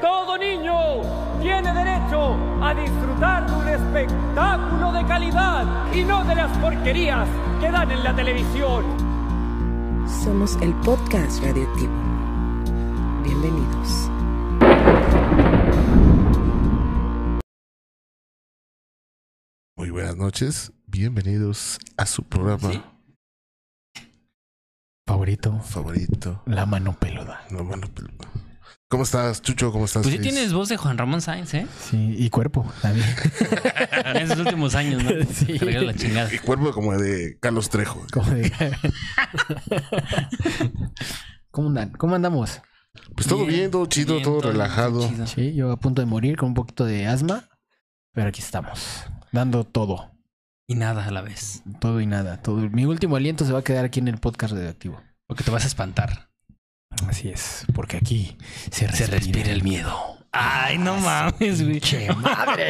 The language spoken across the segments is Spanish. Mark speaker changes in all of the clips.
Speaker 1: todo niño tiene derecho a disfrutar de un espectáculo de calidad y no de las porquerías que dan en la televisión.
Speaker 2: Somos el podcast radioactivo. Bienvenidos.
Speaker 3: Muy buenas noches, bienvenidos a su programa
Speaker 4: ¿Sí? Favorito,
Speaker 3: favorito,
Speaker 4: la mano peluda.
Speaker 3: La Mano Peluda. ¿Cómo estás, Chucho? ¿Cómo estás?
Speaker 5: Pues sí
Speaker 3: Luis?
Speaker 5: tienes voz de Juan Ramón Sáenz, ¿eh?
Speaker 4: Sí, y cuerpo también.
Speaker 5: En esos últimos años, ¿no?
Speaker 4: Sí.
Speaker 5: Te regalo la chingada.
Speaker 3: Y cuerpo como de Carlos Trejo.
Speaker 4: Como de- ¿Cómo andan? ¿Cómo andamos?
Speaker 3: Pues todo bien, todo chido,
Speaker 5: bien,
Speaker 3: todo
Speaker 5: bien,
Speaker 3: relajado.
Speaker 5: chido.
Speaker 4: Sí, yo a punto de morir con un poquito de asma, pero aquí estamos, dando todo,
Speaker 5: Y nada a la vez.
Speaker 4: todo y nada, todo. Mi último aliento se va a quedar aquí en el podcast radioactivo.
Speaker 5: Porque te vas a espantar.
Speaker 4: Así es, porque aquí se
Speaker 5: Se respira el miedo. Ay, no mames, güey.
Speaker 4: ¡Che madre!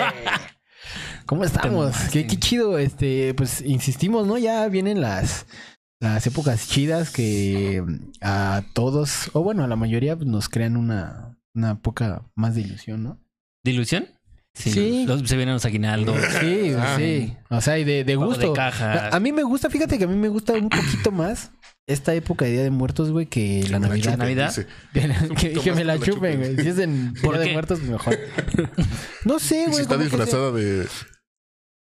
Speaker 4: ¿Cómo estamos?
Speaker 5: mamaste.
Speaker 4: Qué, qué chido, este, pues insistimos, ¿no? Ya vienen las, las épocas chidas que a todos, o bueno, a la mayoría pues, nos crean una, una poca más de ilusión, ¿no?
Speaker 5: ¿Dilución?
Speaker 4: Sí.
Speaker 5: los- se vienen los aguinaldos.
Speaker 4: Sí,
Speaker 3: Ah.
Speaker 4: sí. O sea, y de, de
Speaker 5: Pago de
Speaker 4: gusto.
Speaker 5: caja.
Speaker 4: a mí me gusta, fíjate que a mí me gusta un poquito más esta época de Día de Muertos, güey, que
Speaker 3: Que
Speaker 4: la
Speaker 3: me
Speaker 4: Navidad.
Speaker 3: chupen,
Speaker 5: Navidad.
Speaker 3: dice.
Speaker 4: que, que me la
Speaker 3: Un poquito más que la
Speaker 4: chupen,
Speaker 3: chupen.
Speaker 4: güey. Si es en
Speaker 5: ¿Por
Speaker 4: Día de
Speaker 5: qué?
Speaker 4: Muertos, pues mejor. No sé,
Speaker 3: Y
Speaker 4: güey.
Speaker 3: si está
Speaker 4: como que se-
Speaker 3: disfrazada de...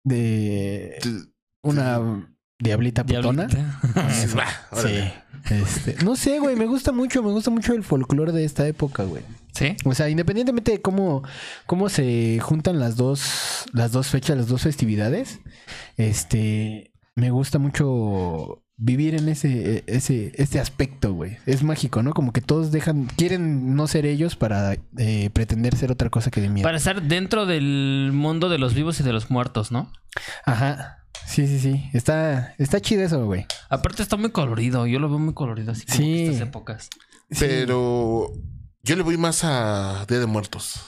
Speaker 4: de
Speaker 3: de-
Speaker 4: una diablita putona.
Speaker 5: Diablita.
Speaker 3: dices, "Bah,
Speaker 4: Sí.
Speaker 3: órale".
Speaker 4: Este, no sé, güey, me gusta mucho, me gusta mucho el folclore de esta época, güey.
Speaker 5: ¿Sí?
Speaker 4: O sea, independientemente de cómo, cómo se juntan las dos, las dos fechas, las dos festividades, este, me gusta mucho vivir en ese, ese, este aspecto, güey. Es mágico, ¿no? Como que todos dejan, quieren no ser ellos para eh, pretender ser otra cosa que de miedo.
Speaker 5: Para estar dentro del mundo de los vivos y de los muertos, ¿no?
Speaker 4: Ajá. Sí, sí, sí. Está, está chido eso, güey.
Speaker 5: Aparte está muy colorido. Yo lo veo muy colorido así como
Speaker 4: Sí.
Speaker 5: que estas épocas.
Speaker 4: Sí.
Speaker 3: Pero yo le voy más a Día de Muertos.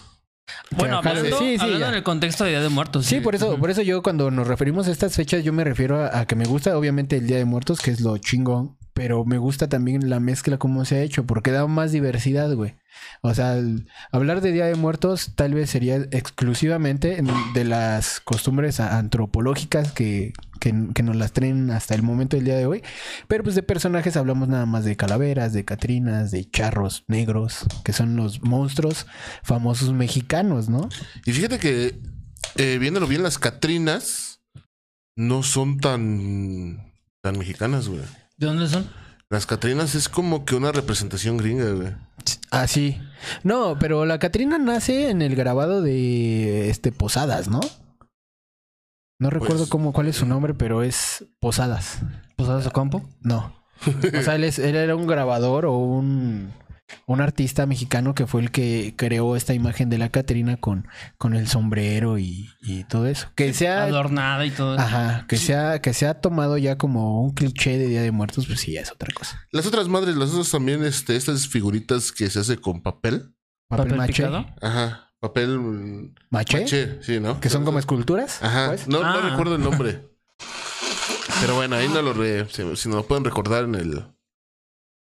Speaker 5: Bueno,
Speaker 4: Ajá,
Speaker 5: hablando,
Speaker 4: sí, sí,
Speaker 5: hablando
Speaker 4: ya.
Speaker 5: en el contexto de Día de Muertos.
Speaker 4: Sí, por eso,
Speaker 5: Ujú.
Speaker 4: por eso yo cuando nos referimos a estas fechas, yo me refiero a, a que me gusta obviamente el Día de Muertos, que es lo chingón, pero me gusta también la mezcla como se ha hecho, porque da más diversidad, güey. O sea, el- hablar de Día de Muertos tal vez sería exclusivamente en- de las costumbres a- antropológicas que, que, que nos las traen hasta el momento del día de hoy. Pero pues de personajes hablamos nada más de calaveras, de catrinas, de charros negros, que son los monstruos famosos mexicanos, ¿no?
Speaker 3: Y fíjate que, eh, viéndolo bien, las Catrinas no son tan, tan mexicanas, güey.
Speaker 5: ¿De dónde son?
Speaker 3: Las Catrinas es como que una representación gringa, güey.
Speaker 4: Ah, sí. No, pero la Catrina nace en el grabado de este Posadas, ¿no? No recuerdo cómo cuál es su nombre, pero es Posadas.
Speaker 5: ¿Posadas o campo?
Speaker 4: No. O sea, él, es- él era un grabador o un, un artista mexicano que fue el que creó esta imagen de la Catrina con, con el sombrero y, y todo eso. Que sea.
Speaker 5: Adornada y todo. eso.
Speaker 4: Ajá, que sea, que sea tomado ya como un cliché de Día de Muertos, pues sí, ya es otra cosa.
Speaker 3: Las otras madres, las otras también, este, estas figuritas que se hace con papel.
Speaker 5: papel,
Speaker 4: maché.
Speaker 5: picado.
Speaker 3: Ajá, papel mm,
Speaker 4: Maché,
Speaker 3: maché, sí, ¿no?
Speaker 4: Que son como esculturas.
Speaker 3: Ajá,
Speaker 4: pues.
Speaker 3: no, no
Speaker 5: Ah.
Speaker 3: recuerdo el nombre. Pero bueno, ahí no lo re- si, si nos lo pueden recordar en el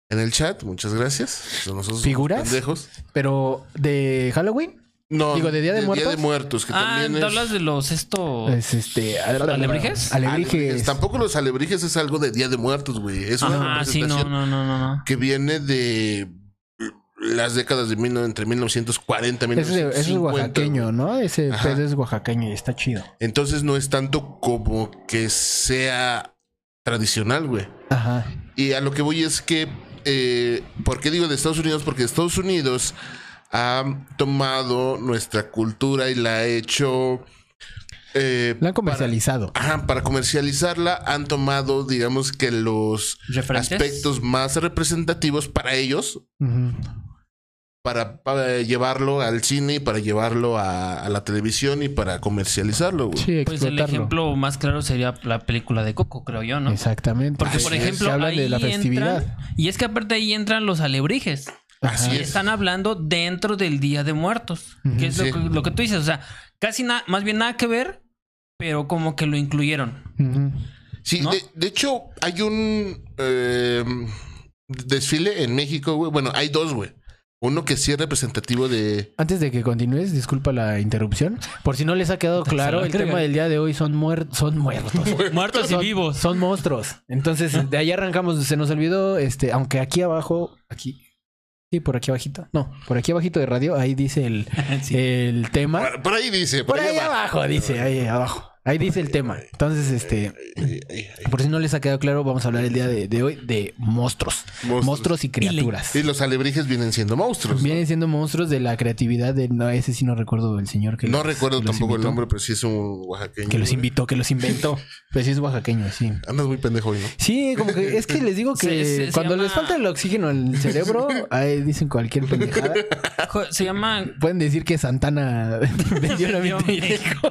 Speaker 3: en el chat, muchas gracias. Nosotros somos
Speaker 4: ¿Figuras?
Speaker 3: pendejos.
Speaker 4: Pero de Halloween.
Speaker 3: No,
Speaker 4: Digo, ¿de Día de Muertos?
Speaker 3: Día de Muertos, que
Speaker 5: Ah,
Speaker 3: también
Speaker 5: ¿te
Speaker 3: es...
Speaker 5: hablas de los esto.
Speaker 4: Es este.
Speaker 5: Oh. ¿Alebrijes?
Speaker 4: Alebrijes.
Speaker 3: Tampoco los alebrijes es algo de Día de Muertos, güey. Es una
Speaker 5: Ah, sí,
Speaker 3: representación
Speaker 5: no, no, no, no, no.
Speaker 3: que viene de eh, las décadas de mil- entre 1940 y
Speaker 4: Ese es-
Speaker 3: 1950.
Speaker 4: ese es oaxaqueño,
Speaker 3: güey.
Speaker 4: ¿no? Ese
Speaker 3: Ajá.
Speaker 4: pedo es oaxaqueño y está chido.
Speaker 3: Entonces no es tanto como que sea tradicional, güey.
Speaker 4: Ajá.
Speaker 3: Y a lo que voy es que, eh, ¿por qué digo de Estados Unidos? Porque Estados Unidos ha tomado nuestra cultura y la ha hecho... eh,
Speaker 4: Lo han comercializado.
Speaker 3: ajá, para comercializarla han tomado, digamos que los
Speaker 5: ¿Referentes?
Speaker 3: aspectos más representativos para ellos,
Speaker 4: Ujú.
Speaker 3: para, para llevarlo al cine y para llevarlo a, a la televisión y para comercializarlo, güey.
Speaker 4: Sí,
Speaker 5: Pues el
Speaker 4: explotarlo.
Speaker 5: ejemplo más claro sería la película de Coco, creo yo, ¿no?
Speaker 4: Exactamente.
Speaker 5: Porque, por
Speaker 3: Así es.
Speaker 5: ejemplo,
Speaker 4: se habla de
Speaker 5: ahí
Speaker 4: la festividad.
Speaker 5: entran- y es que aparte ahí entran los alebrijes.
Speaker 3: Así
Speaker 5: Y
Speaker 3: es.
Speaker 5: están hablando dentro del Día de Muertos,
Speaker 4: Ujú.
Speaker 5: que es
Speaker 3: Sí.
Speaker 5: lo, que, lo que tú dices. O sea, casi nada, más bien nada que ver, pero como que lo incluyeron.
Speaker 4: Ujú.
Speaker 3: Sí,
Speaker 5: ¿no?
Speaker 3: de, de hecho, em, hay un eh, desfile en México, güey. Bueno, hay dos, güey. Uno que sí es representativo de.
Speaker 4: Antes de que continúes, disculpa la interrupción. Por si no les ha quedado
Speaker 5: Puta, se
Speaker 4: claro,
Speaker 5: la
Speaker 4: el
Speaker 5: verga.
Speaker 4: tema del día de hoy son, muer- son muertos.
Speaker 5: Muertos y
Speaker 4: Son-
Speaker 5: vivos.
Speaker 4: Son monstruos. Entonces, de ahí arrancamos. Se nos olvidó, este, aunque aquí abajo, aquí. Sí, por aquí abajito. No, por aquí abajito de radio, ahí dice el,
Speaker 5: Sí.
Speaker 4: el tema.
Speaker 3: Por, por ahí dice.
Speaker 4: Por ahí abajo, dice, ahí abajo. Ahí dice el tema. Entonces, este,
Speaker 3: Ahí, ahí, ahí.
Speaker 4: por si no les ha quedado claro, vamos a hablar el día de, de hoy de monstruos.
Speaker 3: Monstruos.
Speaker 4: Monstruos, y criaturas.
Speaker 3: Y los alebrijes vienen siendo monstruos. ¿no?
Speaker 4: Vienen siendo monstruos de la creatividad de... No, ese sí no recuerdo el señor que...
Speaker 3: No
Speaker 4: los-
Speaker 3: recuerdo
Speaker 4: que los
Speaker 3: tampoco el
Speaker 4: invitó.
Speaker 3: nombre, pero sí es un oaxaqueño.
Speaker 4: Que los invitó, que los inventó. Pues sí es oaxaqueño, sí.
Speaker 3: Andas muy pendejo hoy, ¿no?
Speaker 4: Sí, como que es que les digo que
Speaker 5: Se- se- se
Speaker 4: cuando
Speaker 5: llama-
Speaker 4: les falta el oxígeno al cerebro, ahí dicen cualquier pendejada.
Speaker 5: Jo- Se llama
Speaker 4: Pueden decir que Santana vendió la vida
Speaker 5: Vendió
Speaker 4: en México.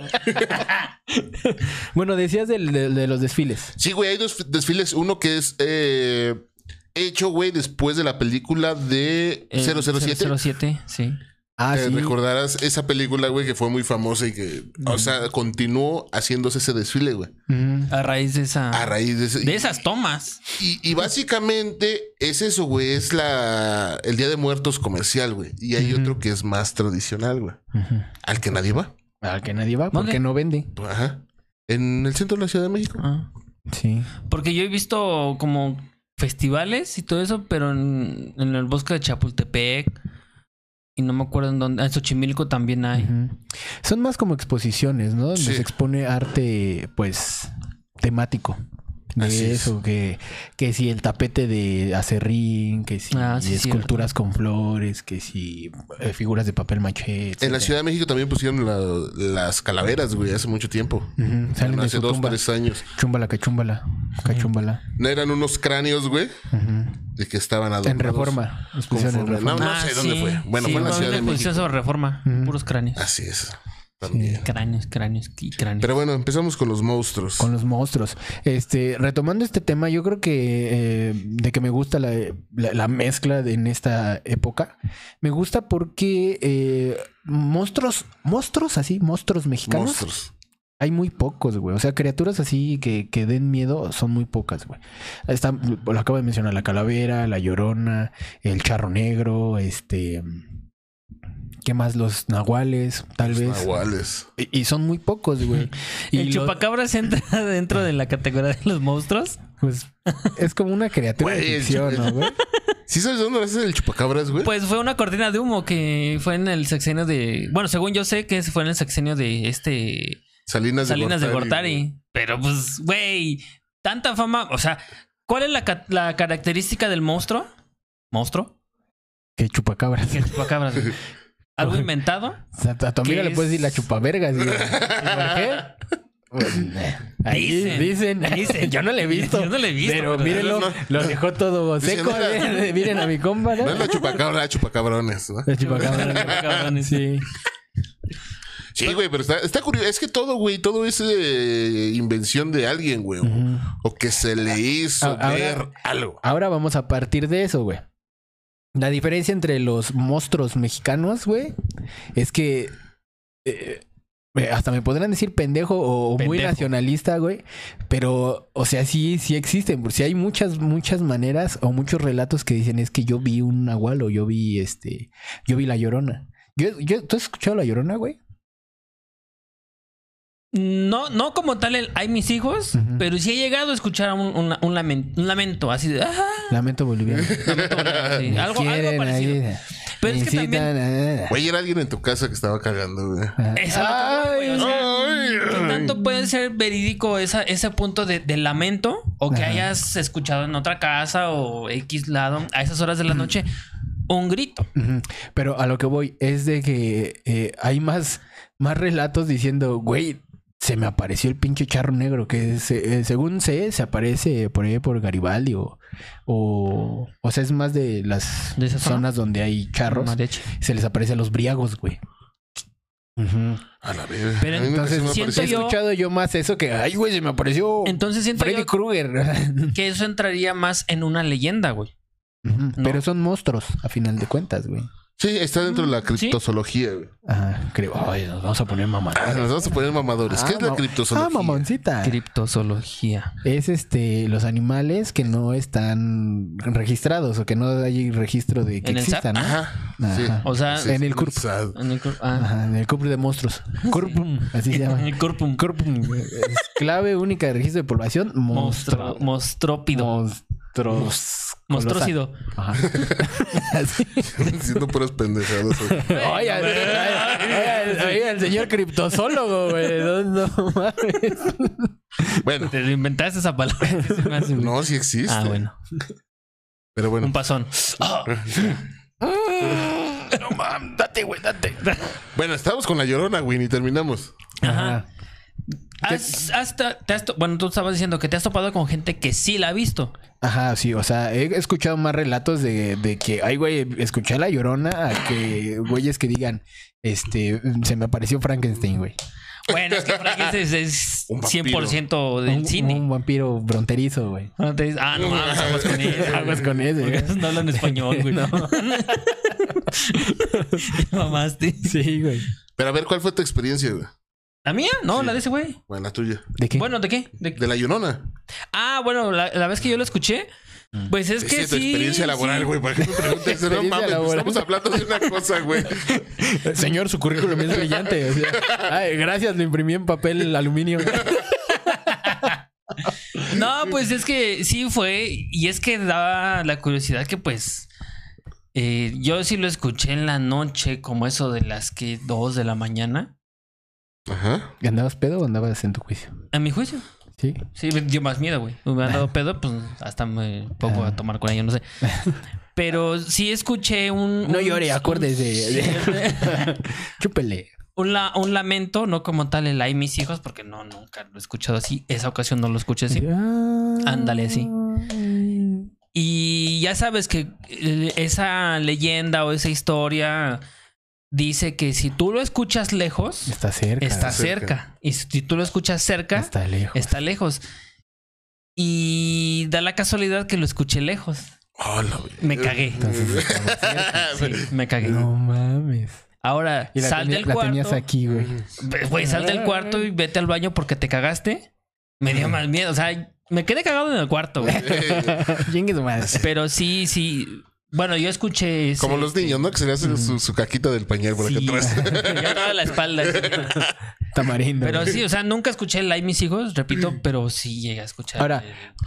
Speaker 4: bueno, decías del- de, de los desfiles.
Speaker 3: Sí, güey, hay dos desfiles. Uno que es eh, hecho, güey, después de la película de
Speaker 5: eh,
Speaker 3: 007.
Speaker 5: 007, sí.
Speaker 4: Ah,
Speaker 3: Eh,
Speaker 4: sí.
Speaker 3: Recordarás esa película, güey, que fue muy famosa y que, o sea, continuó haciéndose ese desfile, güey.
Speaker 4: Ujú.
Speaker 5: A raíz de esa.
Speaker 4: Ah.
Speaker 3: A raíz de ese.
Speaker 5: de esas tomas.
Speaker 3: Y, y básicamente es eso, güey. Es la el Día de Muertos comercial, güey. Y hay otro que es más tradicional, güey.
Speaker 4: Ujú.
Speaker 3: Al que nadie va.
Speaker 4: Al que nadie va, porque
Speaker 5: ¿Dónde?
Speaker 4: no vende.
Speaker 3: Ajá. En el centro de la Ciudad de México.
Speaker 4: Ah, Sí.
Speaker 5: Porque yo he visto como festivales y todo eso, pero en, en el bosque de Chapultepec. Y no me acuerdo en dónde. ah, En Xochimilco también hay.
Speaker 4: Ujú. Son más como exposiciones, ¿no? Donde
Speaker 3: Sí.
Speaker 4: se expone arte, pues, temático. De
Speaker 3: Así es.
Speaker 4: eso, que, que si el tapete de acerrín, que si
Speaker 5: Ah, sí,
Speaker 4: esculturas con flores, que si eh, figuras de papel maché.
Speaker 3: En
Speaker 4: etcétera.
Speaker 3: la Ciudad de México también pusieron la- las calaveras, güey, hace mucho tiempo.
Speaker 4: Ujú, Salen de
Speaker 3: hace
Speaker 4: su
Speaker 3: dos,
Speaker 4: tumba.
Speaker 3: tres años.
Speaker 4: Chúmbala, cachumbala, cachumbala.
Speaker 3: No eran unos cráneos, güey,
Speaker 4: Ujú.
Speaker 3: de que estaban
Speaker 4: En
Speaker 3: adornados.
Speaker 4: reforma. los
Speaker 3: con
Speaker 4: pusieron en
Speaker 3: forma.
Speaker 4: reforma.
Speaker 3: No,
Speaker 5: Ah,
Speaker 3: no sé dónde fue. Bueno, fue en la Ciudad de México.
Speaker 5: México. pues, reforma.
Speaker 4: Ujú. Ah,
Speaker 5: Puros cráneos.
Speaker 3: Así es. También.
Speaker 5: Cráneos, cráneos y cráneos.
Speaker 3: Pero bueno, empezamos con los monstruos.
Speaker 4: Con los monstruos. Este, retomando este tema, yo creo que eh, de que me gusta la, la- la mezcla de- en esta época. Me gusta porque eh, monstruos, monstruos así, monstruos mexicanos,
Speaker 3: monstruos.
Speaker 4: hay muy pocos, güey. O sea, criaturas así que, que den miedo son muy pocas, güey. Está, lo acabo de mencionar, la calavera, la llorona, el charro negro, este. ¿Qué más? Los nahuales, tal
Speaker 3: Los
Speaker 4: vez.
Speaker 3: nahuales.
Speaker 4: Y, y son muy pocos, güey. Y
Speaker 5: ¿El
Speaker 4: lo-
Speaker 5: chupacabras entra dentro de la categoría de los monstruos?
Speaker 4: Pues es como una criatura de
Speaker 3: Güey, el
Speaker 4: ficción,
Speaker 3: chup-
Speaker 4: ¿no, güey?
Speaker 3: ¿Sí sabes dónde nace el chupacabras, güey?
Speaker 5: Pues fue una cortina de humo que fue en el sexenio de. Bueno, según yo sé que fue en el sexenio de este.
Speaker 3: Salinas,
Speaker 5: Salinas de Gortari. Pero pues, güey, tanta fama. O sea, ¿cuál es la, ca- la característica del monstruo? ¿Monstruo?
Speaker 4: Que chupacabras.
Speaker 5: Que el chupacabras. güey. ¿Algo inventado?
Speaker 4: O sea, a tu amiga
Speaker 5: ¿Qué
Speaker 4: le puedes decir
Speaker 5: es?
Speaker 4: la chupavergas. güey. ¿Y ¿Por qué? Pues, eh, ahí
Speaker 5: Dicen.
Speaker 4: dicen.
Speaker 5: Dicen.
Speaker 4: Yo no le he visto.
Speaker 5: Yo no le he visto,
Speaker 4: Pero
Speaker 5: pero-
Speaker 4: mírenlo,
Speaker 3: No, no.
Speaker 4: lo dejó todo
Speaker 3: Dicen,
Speaker 4: seco.
Speaker 3: "Mira".
Speaker 4: miren- Miren a mi compa, ¿no?
Speaker 3: No es la chupacabra, la chupacabrones, ¿no?
Speaker 4: La chupacabra.
Speaker 5: Chupacabrones.
Speaker 4: Sí.
Speaker 3: Sí, güey, pero está, está curioso. Es que todo, güey, todo es eh, invención de alguien, güey. o-
Speaker 4: Ujú.
Speaker 3: O que se le hizo
Speaker 4: A- ahora-
Speaker 3: ver algo.
Speaker 4: Ahora vamos a partir de eso, güey. La diferencia entre los monstruos mexicanos, güey, es que eh, eh, hasta me podrán decir pendejo o muy
Speaker 5: Pendejo.
Speaker 4: nacionalista, güey, pero, o sea, sí, sí existen. Porque hay muchas, muchas maneras o muchos relatos que dicen es que yo vi un nahual o yo vi, este, yo vi la llorona. Yo, yo, ¿Tú has escuchado la llorona, güey?
Speaker 5: No, no como tal el Hay mis hijos,
Speaker 4: Ujú.
Speaker 5: pero sí he llegado a escuchar un, un- un lamen- un lamento así de. "Ah",
Speaker 4: Lamento boliviano.
Speaker 5: lamento, sí,
Speaker 4: Ah, Me
Speaker 5: algo, algo
Speaker 4: quieren
Speaker 5: parecido.
Speaker 4: ahí,
Speaker 5: Pero es que
Speaker 4: incitan
Speaker 5: también.
Speaker 4: a-
Speaker 3: Güey, era alguien en tu casa que estaba cagando, güey.
Speaker 4: Ajá.
Speaker 5: Es a lo que voy, güey, o sea,
Speaker 3: Ay,
Speaker 5: ¿Qué
Speaker 3: ay.
Speaker 5: tanto puede ser verídico esa, ese punto de, de lamento o que
Speaker 4: Ajá.
Speaker 5: hayas escuchado en otra casa o X lado a esas horas de la noche un grito?
Speaker 4: Ujú. Pero a lo que voy es de que eh, hay más, más relatos diciendo, güey, se me apareció el pinche charro negro, que se- eh, según sé, se aparece por ahí por Garibaldi o... O, o sea, es más de las
Speaker 5: ¿De esa zona?
Speaker 4: zonas donde hay charros.
Speaker 5: Mariachi.
Speaker 4: Se les aparece a los briagos, güey. Ujú.
Speaker 3: A la verga.
Speaker 5: Pero
Speaker 3: A mí me
Speaker 5: entonces
Speaker 3: pareció una
Speaker 5: siento
Speaker 4: He
Speaker 3: aparición.
Speaker 5: yo-
Speaker 4: escuchado yo más eso que, ay, güey, se me apareció
Speaker 5: Entonces siento
Speaker 4: Freddy
Speaker 5: yo
Speaker 4: Krueger.
Speaker 5: que eso entraría más en una leyenda, güey.
Speaker 4: Ujú.
Speaker 5: No.
Speaker 4: Pero son monstruos, a final de cuentas, güey.
Speaker 3: Sí, está dentro de la criptozoología, güey.
Speaker 4: Ajá, creo. Ay, nos vamos a poner mamá.
Speaker 3: Ah, nos vamos a poner mamadores. ¿Qué es la criptozoología?
Speaker 4: Ah, mamoncita.
Speaker 5: Criptozoología.
Speaker 4: Es este los animales que no están registrados o que no hay registro de que
Speaker 5: ¿En el SAT?
Speaker 4: existan, ¿no?
Speaker 3: Ajá. Sí.
Speaker 4: Ajá.
Speaker 5: O sea,
Speaker 3: Sí,
Speaker 4: en el
Speaker 3: sí,
Speaker 4: curp.
Speaker 3: sad.
Speaker 5: En el cor- ah.
Speaker 4: Ajá, en el Corpus de Monstruos. Corpum, así se llama.
Speaker 5: En el corpum.
Speaker 4: Corpum. Es clave única de registro de población.
Speaker 5: Monstro,
Speaker 4: Monstruo.
Speaker 5: mostrópido.
Speaker 4: Monstruos.
Speaker 5: Monstrócido.
Speaker 4: Ajá. Así.
Speaker 3: Siendo puras pendejadas. güey.
Speaker 4: Oye, al-
Speaker 5: güey.
Speaker 4: al- al- oye, el señor criptozoólogo, güey. No, no mames.
Speaker 3: Bueno,
Speaker 5: Te inventaste esa palabra. Se me hace-
Speaker 3: no, sí existe.
Speaker 5: Ah, bueno.
Speaker 3: Pero bueno. Ah,
Speaker 5: Un pasón.
Speaker 3: No mames, date, güey, date. Bueno, estamos con la llorona, güey, y terminamos.
Speaker 5: Ajá. Has- has ta- te has to- bueno, tú estabas diciendo que te has topado con gente que sí la ha visto.
Speaker 4: Ajá, sí, o sea, he escuchado más relatos de, de que, ay, güey, escuché a la llorona a que güeyes que digan, este, se me apareció Frankenstein, güey.
Speaker 5: Bueno, es que Frankenstein es
Speaker 3: Un vampiro.
Speaker 5: 100% del
Speaker 4: un,
Speaker 5: cine.
Speaker 4: Un vampiro fronterizo, güey.
Speaker 5: No te dices, ah, no mames, aguas con él.
Speaker 4: Aguas con ese,
Speaker 5: Porque
Speaker 4: güey.
Speaker 5: esos no hablan español, güey. No. mamaste.
Speaker 4: Sí, güey.
Speaker 3: Pero a ver, ¿cuál fue tu experiencia, güey?
Speaker 5: ¿La mía? No, la de ese güey.
Speaker 3: Bueno, la tuya.
Speaker 4: ¿De qué?
Speaker 5: Bueno, ¿de qué? ¿De-
Speaker 3: De la llorona.
Speaker 5: Ah, bueno, la, la vez que yo lo escuché, pues es
Speaker 3: Esa
Speaker 5: que
Speaker 3: Mm. es tu
Speaker 5: sí.
Speaker 3: experiencia laboral,
Speaker 5: sí.
Speaker 3: güey. ¿Para qué me preguntas? No
Speaker 4: Experiencia
Speaker 3: mames, pues,
Speaker 4: laboral.
Speaker 3: estamos hablando de una cosa, güey.
Speaker 5: pues,
Speaker 4: Señor, su currículum es brillante. o sea, ay, gracias, lo imprimí en papel aluminio.
Speaker 5: No, pues es que sí fue. Y es que daba la curiosidad que, pues. eh, yo sí lo escuché en la noche, como eso de las que dos de la mañana.
Speaker 3: Ajá.
Speaker 4: ¿Andabas pedo o andabas en tu juicio?
Speaker 5: A mi juicio.
Speaker 4: Sí.
Speaker 5: Sí, me dio más miedo, güey. Me hubieran
Speaker 4: Ah.
Speaker 5: dado pedo, pues hasta me pongo a tomar con ella, no sé. Pero sí escuché un.
Speaker 4: No
Speaker 5: un-
Speaker 4: llore, acuérdese. Chúpele.
Speaker 5: Un, la- un lamento, no como tal el ay, mis hijos, porque no, nunca lo he escuchado así. Esa ocasión no lo escuché así.
Speaker 4: Ah.
Speaker 5: Ándale, sí. Y ya sabes que eh, esa leyenda o esa historia dice que si tú lo escuchas lejos,
Speaker 4: Está cerca.
Speaker 5: está
Speaker 3: cerca.
Speaker 5: cerca. Y si tú lo escuchas cerca,
Speaker 4: Está lejos.
Speaker 5: está lejos. Y da la casualidad que lo escuché lejos.
Speaker 3: Hola, güey.
Speaker 5: Me cagué.
Speaker 4: Entonces, estaba
Speaker 3: Ah,
Speaker 4: cerca.
Speaker 5: Sí, me cagué.
Speaker 4: No mames.
Speaker 5: Ahora,
Speaker 4: Eh, Y la,
Speaker 5: sal
Speaker 4: teni-
Speaker 5: del
Speaker 4: la
Speaker 5: cuarto.
Speaker 4: tenías aquí, güey.
Speaker 5: Pues, Güey, sal del cuarto y vete al baño porque te cagaste. Me dio más miedo. O sea, me quedé cagado en el cuarto, güey.
Speaker 3: eh,
Speaker 4: Chingue su madre.
Speaker 5: Pero sí, sí. Bueno, yo escuché. ese-
Speaker 3: Como los niños, ¿no? Que se le hace su, su caquita del pañal por acá
Speaker 5: Sí.
Speaker 3: atrás.
Speaker 5: Ya toda la espalda. así.
Speaker 4: Tamarindo.
Speaker 5: Pero
Speaker 4: güey.
Speaker 5: sí, o sea, nunca escuché el live mis hijos,
Speaker 3: Mm.
Speaker 5: repito, pero sí llegué a escuchar.
Speaker 4: Ahora,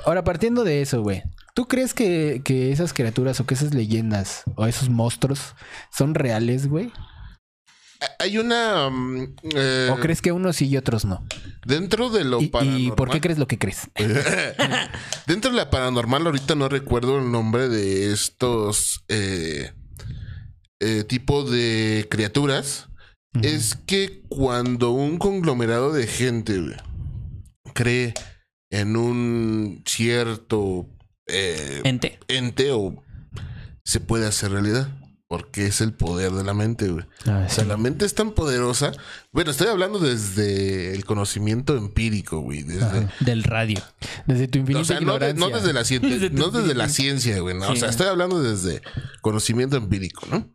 Speaker 4: ahora partiendo de eso, güey. ¿Tú crees que, que esas criaturas o que esas leyendas o esos monstruos son reales, güey?
Speaker 3: Hay una. mm, eh,
Speaker 4: ¿O crees que unos sí y otros no?
Speaker 3: Dentro de lo
Speaker 4: ¿Y, y
Speaker 3: paranormal.
Speaker 4: por qué crees lo que crees?
Speaker 3: Dentro de la paranormal, ahorita no recuerdo el nombre de estos eh, eh, tipo de criaturas. Es que cuando un conglomerado de gente güey, cree en un cierto eh,
Speaker 5: ente.
Speaker 3: ente o se puede hacer realidad. Porque es el poder de la mente, güey.
Speaker 4: Ah,
Speaker 3: O sea, la mente es tan poderosa. Bueno, estoy hablando desde el conocimiento empírico, güey. Desde,
Speaker 5: Del radio.
Speaker 4: Desde tu infinita
Speaker 3: o sea, no, de-
Speaker 4: ignorancia.
Speaker 3: no desde la ciencia,
Speaker 5: Desde tu
Speaker 3: no desde la ciencia, güey. no. O
Speaker 5: Sí.
Speaker 3: sea, estoy hablando desde conocimiento empírico, ¿no?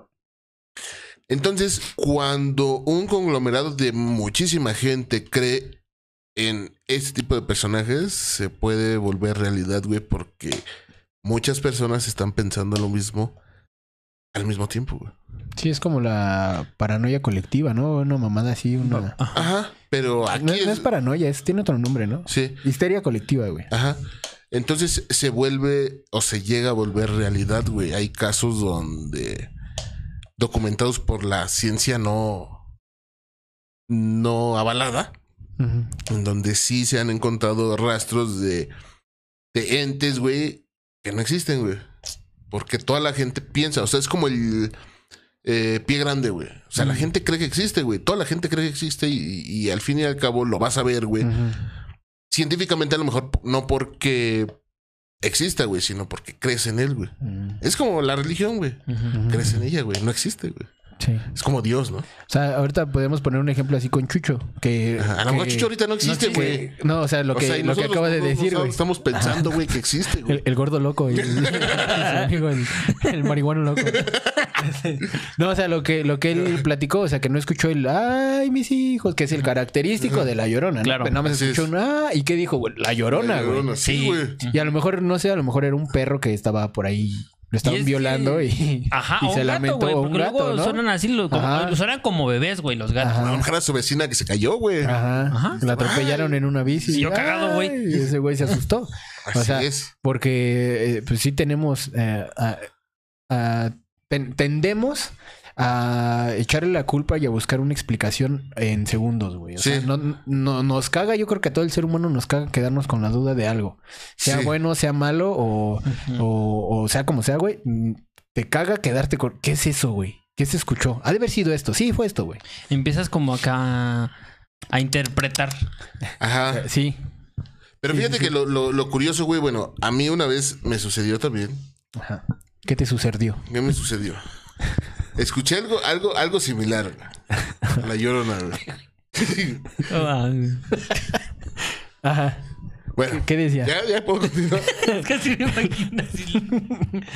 Speaker 3: Entonces, cuando un conglomerado de muchísima gente cree en este tipo de personajes, se puede volver realidad, güey, porque muchas personas están pensando lo mismo al mismo tiempo, güey.
Speaker 4: Sí, es como la paranoia colectiva, ¿no? Una mamada así, una...
Speaker 5: Ajá.
Speaker 3: Ajá, pero aquí
Speaker 4: No, es- no es paranoia, es, tiene otro nombre, ¿no?
Speaker 3: Sí,
Speaker 4: Histeria colectiva, güey.
Speaker 3: Ajá. Entonces se vuelve o se llega a volver realidad, güey. Hay casos donde documentados por la ciencia no no avalada,
Speaker 4: Ujú.
Speaker 3: en donde sí se han encontrado rastros de de entes, güey, que no existen, güey. Porque toda la gente piensa, o sea, es como el eh, pie grande, güey. O sea, la gente cree que existe, güey. Toda la gente cree que existe y, y al fin y al cabo lo vas a ver, güey
Speaker 4: Ujú.
Speaker 3: científicamente a lo mejor no porque exista, güey, sino porque crees en él, güey.
Speaker 4: Mm.
Speaker 3: Es como la religión, güey.
Speaker 5: Ujú.
Speaker 3: Crees en ella, güey. No existe, güey.
Speaker 4: Sí.
Speaker 3: Es como Dios, ¿no?
Speaker 4: O sea, ahorita podemos poner un ejemplo así con Chucho, que...
Speaker 3: Ajá. A lo
Speaker 4: que-
Speaker 3: mejor Chicho ahorita no existe,
Speaker 4: que-
Speaker 3: güey.
Speaker 4: No, o sea, lo
Speaker 3: O
Speaker 4: que,
Speaker 3: sea, y
Speaker 4: lo que
Speaker 3: nosotros
Speaker 4: acabas de
Speaker 3: no- no
Speaker 4: decir, güey.
Speaker 3: sabemos- Estamos pensando, güey, que existe, güey.
Speaker 4: El, el gordo loco y, y su amigo, el, el marihuano loco. No, o sea, lo que, lo que él platicó, o sea, que no escuchó el ay, mis hijos, que es el característico de la llorona. ¿no?
Speaker 5: Claro.
Speaker 4: Pero nada más
Speaker 3: Así
Speaker 4: escuchó
Speaker 3: es.
Speaker 4: un ah, y qué dijo, güey, la llorona,
Speaker 3: La
Speaker 4: güey.
Speaker 3: llorona, Sí,
Speaker 5: Sí.
Speaker 3: güey.
Speaker 4: Y a lo mejor, no sé, a lo mejor era un perro que estaba por ahí Lo estaban
Speaker 5: Y es
Speaker 4: violando
Speaker 5: que-
Speaker 4: y,
Speaker 5: Ajá,
Speaker 4: y
Speaker 5: o un
Speaker 4: se
Speaker 5: gato,
Speaker 4: lamentó.
Speaker 5: güey,
Speaker 4: o
Speaker 5: porque
Speaker 4: un
Speaker 5: luego
Speaker 4: gato, ¿no?
Speaker 5: suenan así, lo- como-
Speaker 4: Ajá.
Speaker 5: suenan como bebés, güey, los gatos.
Speaker 4: Ajá.
Speaker 3: A lo mejor a su vecina que se cayó, güey.
Speaker 4: Ajá.
Speaker 5: Ajá.
Speaker 4: La atropellaron en una bici.
Speaker 5: Sí, yo cagado, güey.
Speaker 4: Ay, Y ese güey se asustó.
Speaker 3: Así
Speaker 4: o sea,
Speaker 3: es.
Speaker 4: Porque, eh, pues sí tenemos, eh, a- a- ten- tendemos a echarle la culpa y a buscar una explicación en segundos, güey. O
Speaker 3: Sí.
Speaker 4: sea, no, no- nos caga, yo creo que a todo el ser humano nos caga quedarnos con la duda de algo. Sea
Speaker 3: Sí.
Speaker 4: bueno, sea malo o, o- o sea como sea, güey. mm, Te caga quedarte con... ¿Qué es eso, güey? ¿Qué se escuchó? Ha de haber sido esto. Sí, fue esto, güey.
Speaker 5: Empiezas como acá a interpretar. Ah.
Speaker 3: Ajá.
Speaker 4: Sí.
Speaker 3: Pero
Speaker 4: sí,
Speaker 3: fíjate
Speaker 4: sí,
Speaker 3: que lo, lo- lo curioso, güey, bueno, a mí una vez me sucedió también.
Speaker 4: Ajá. ¿Qué te sucedió?
Speaker 3: ¿Qué me sucedió? Escuché algo, algo, algo similar. güey. A La llorona, güey.
Speaker 4: Ajá.
Speaker 3: Bueno.
Speaker 4: ¿Qué decía?
Speaker 3: Ya, ya puedo continuar.
Speaker 5: es que así me imagino así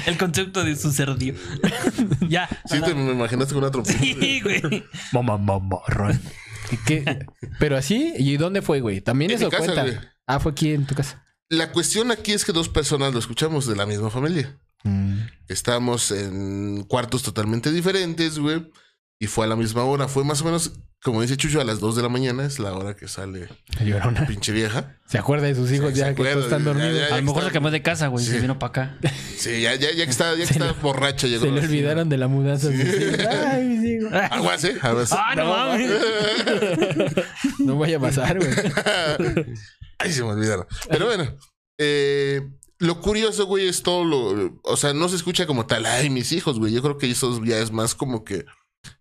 Speaker 5: el concepto de su cerdío. ya.
Speaker 3: Sí, te me imaginaste con una trompeta.
Speaker 5: Sí, güey.
Speaker 4: Mamá, mamá, ¿Qué? Pero así, ¿y dónde fue, güey? También
Speaker 3: En
Speaker 4: eso
Speaker 3: mi casa,
Speaker 4: cuenta.
Speaker 3: güey.
Speaker 4: Ah, fue aquí en tu casa.
Speaker 3: La cuestión aquí es que dos personas lo escuchamos de la misma familia.
Speaker 4: Mm.
Speaker 3: Estamos en cuartos totalmente diferentes, güey. Y fue a la misma hora. Fue más o menos, como dice Chucho, a las 2 de la mañana es la hora que sale
Speaker 4: La llorona.
Speaker 3: pinche vieja.
Speaker 4: Se acuerda de sus hijos
Speaker 3: se
Speaker 4: ya que todos
Speaker 3: acuerda,
Speaker 4: están
Speaker 3: ya,
Speaker 4: dormidos.
Speaker 3: ya,
Speaker 5: A lo mejor se cambió de casa, güey.
Speaker 3: Sí.
Speaker 5: Se vino para acá.
Speaker 3: Sí, ya, ya, ya que está, ya que está borracha. llegó
Speaker 4: Se
Speaker 3: la
Speaker 4: le
Speaker 3: vecina.
Speaker 4: olvidaron de la mudanza. de sus hijos. Ay, mis hijos.
Speaker 3: Aguas, eh. Aguas.
Speaker 5: ¡Ah, no, mames!
Speaker 4: No vaya a pasar, güey.
Speaker 3: Ay, se me olvidaron. Pero bueno, eh, lo curioso, güey, es todo lo. O sea, no se escucha como tal, ay, mis hijos, güey. Yo creo que eso ya es más como que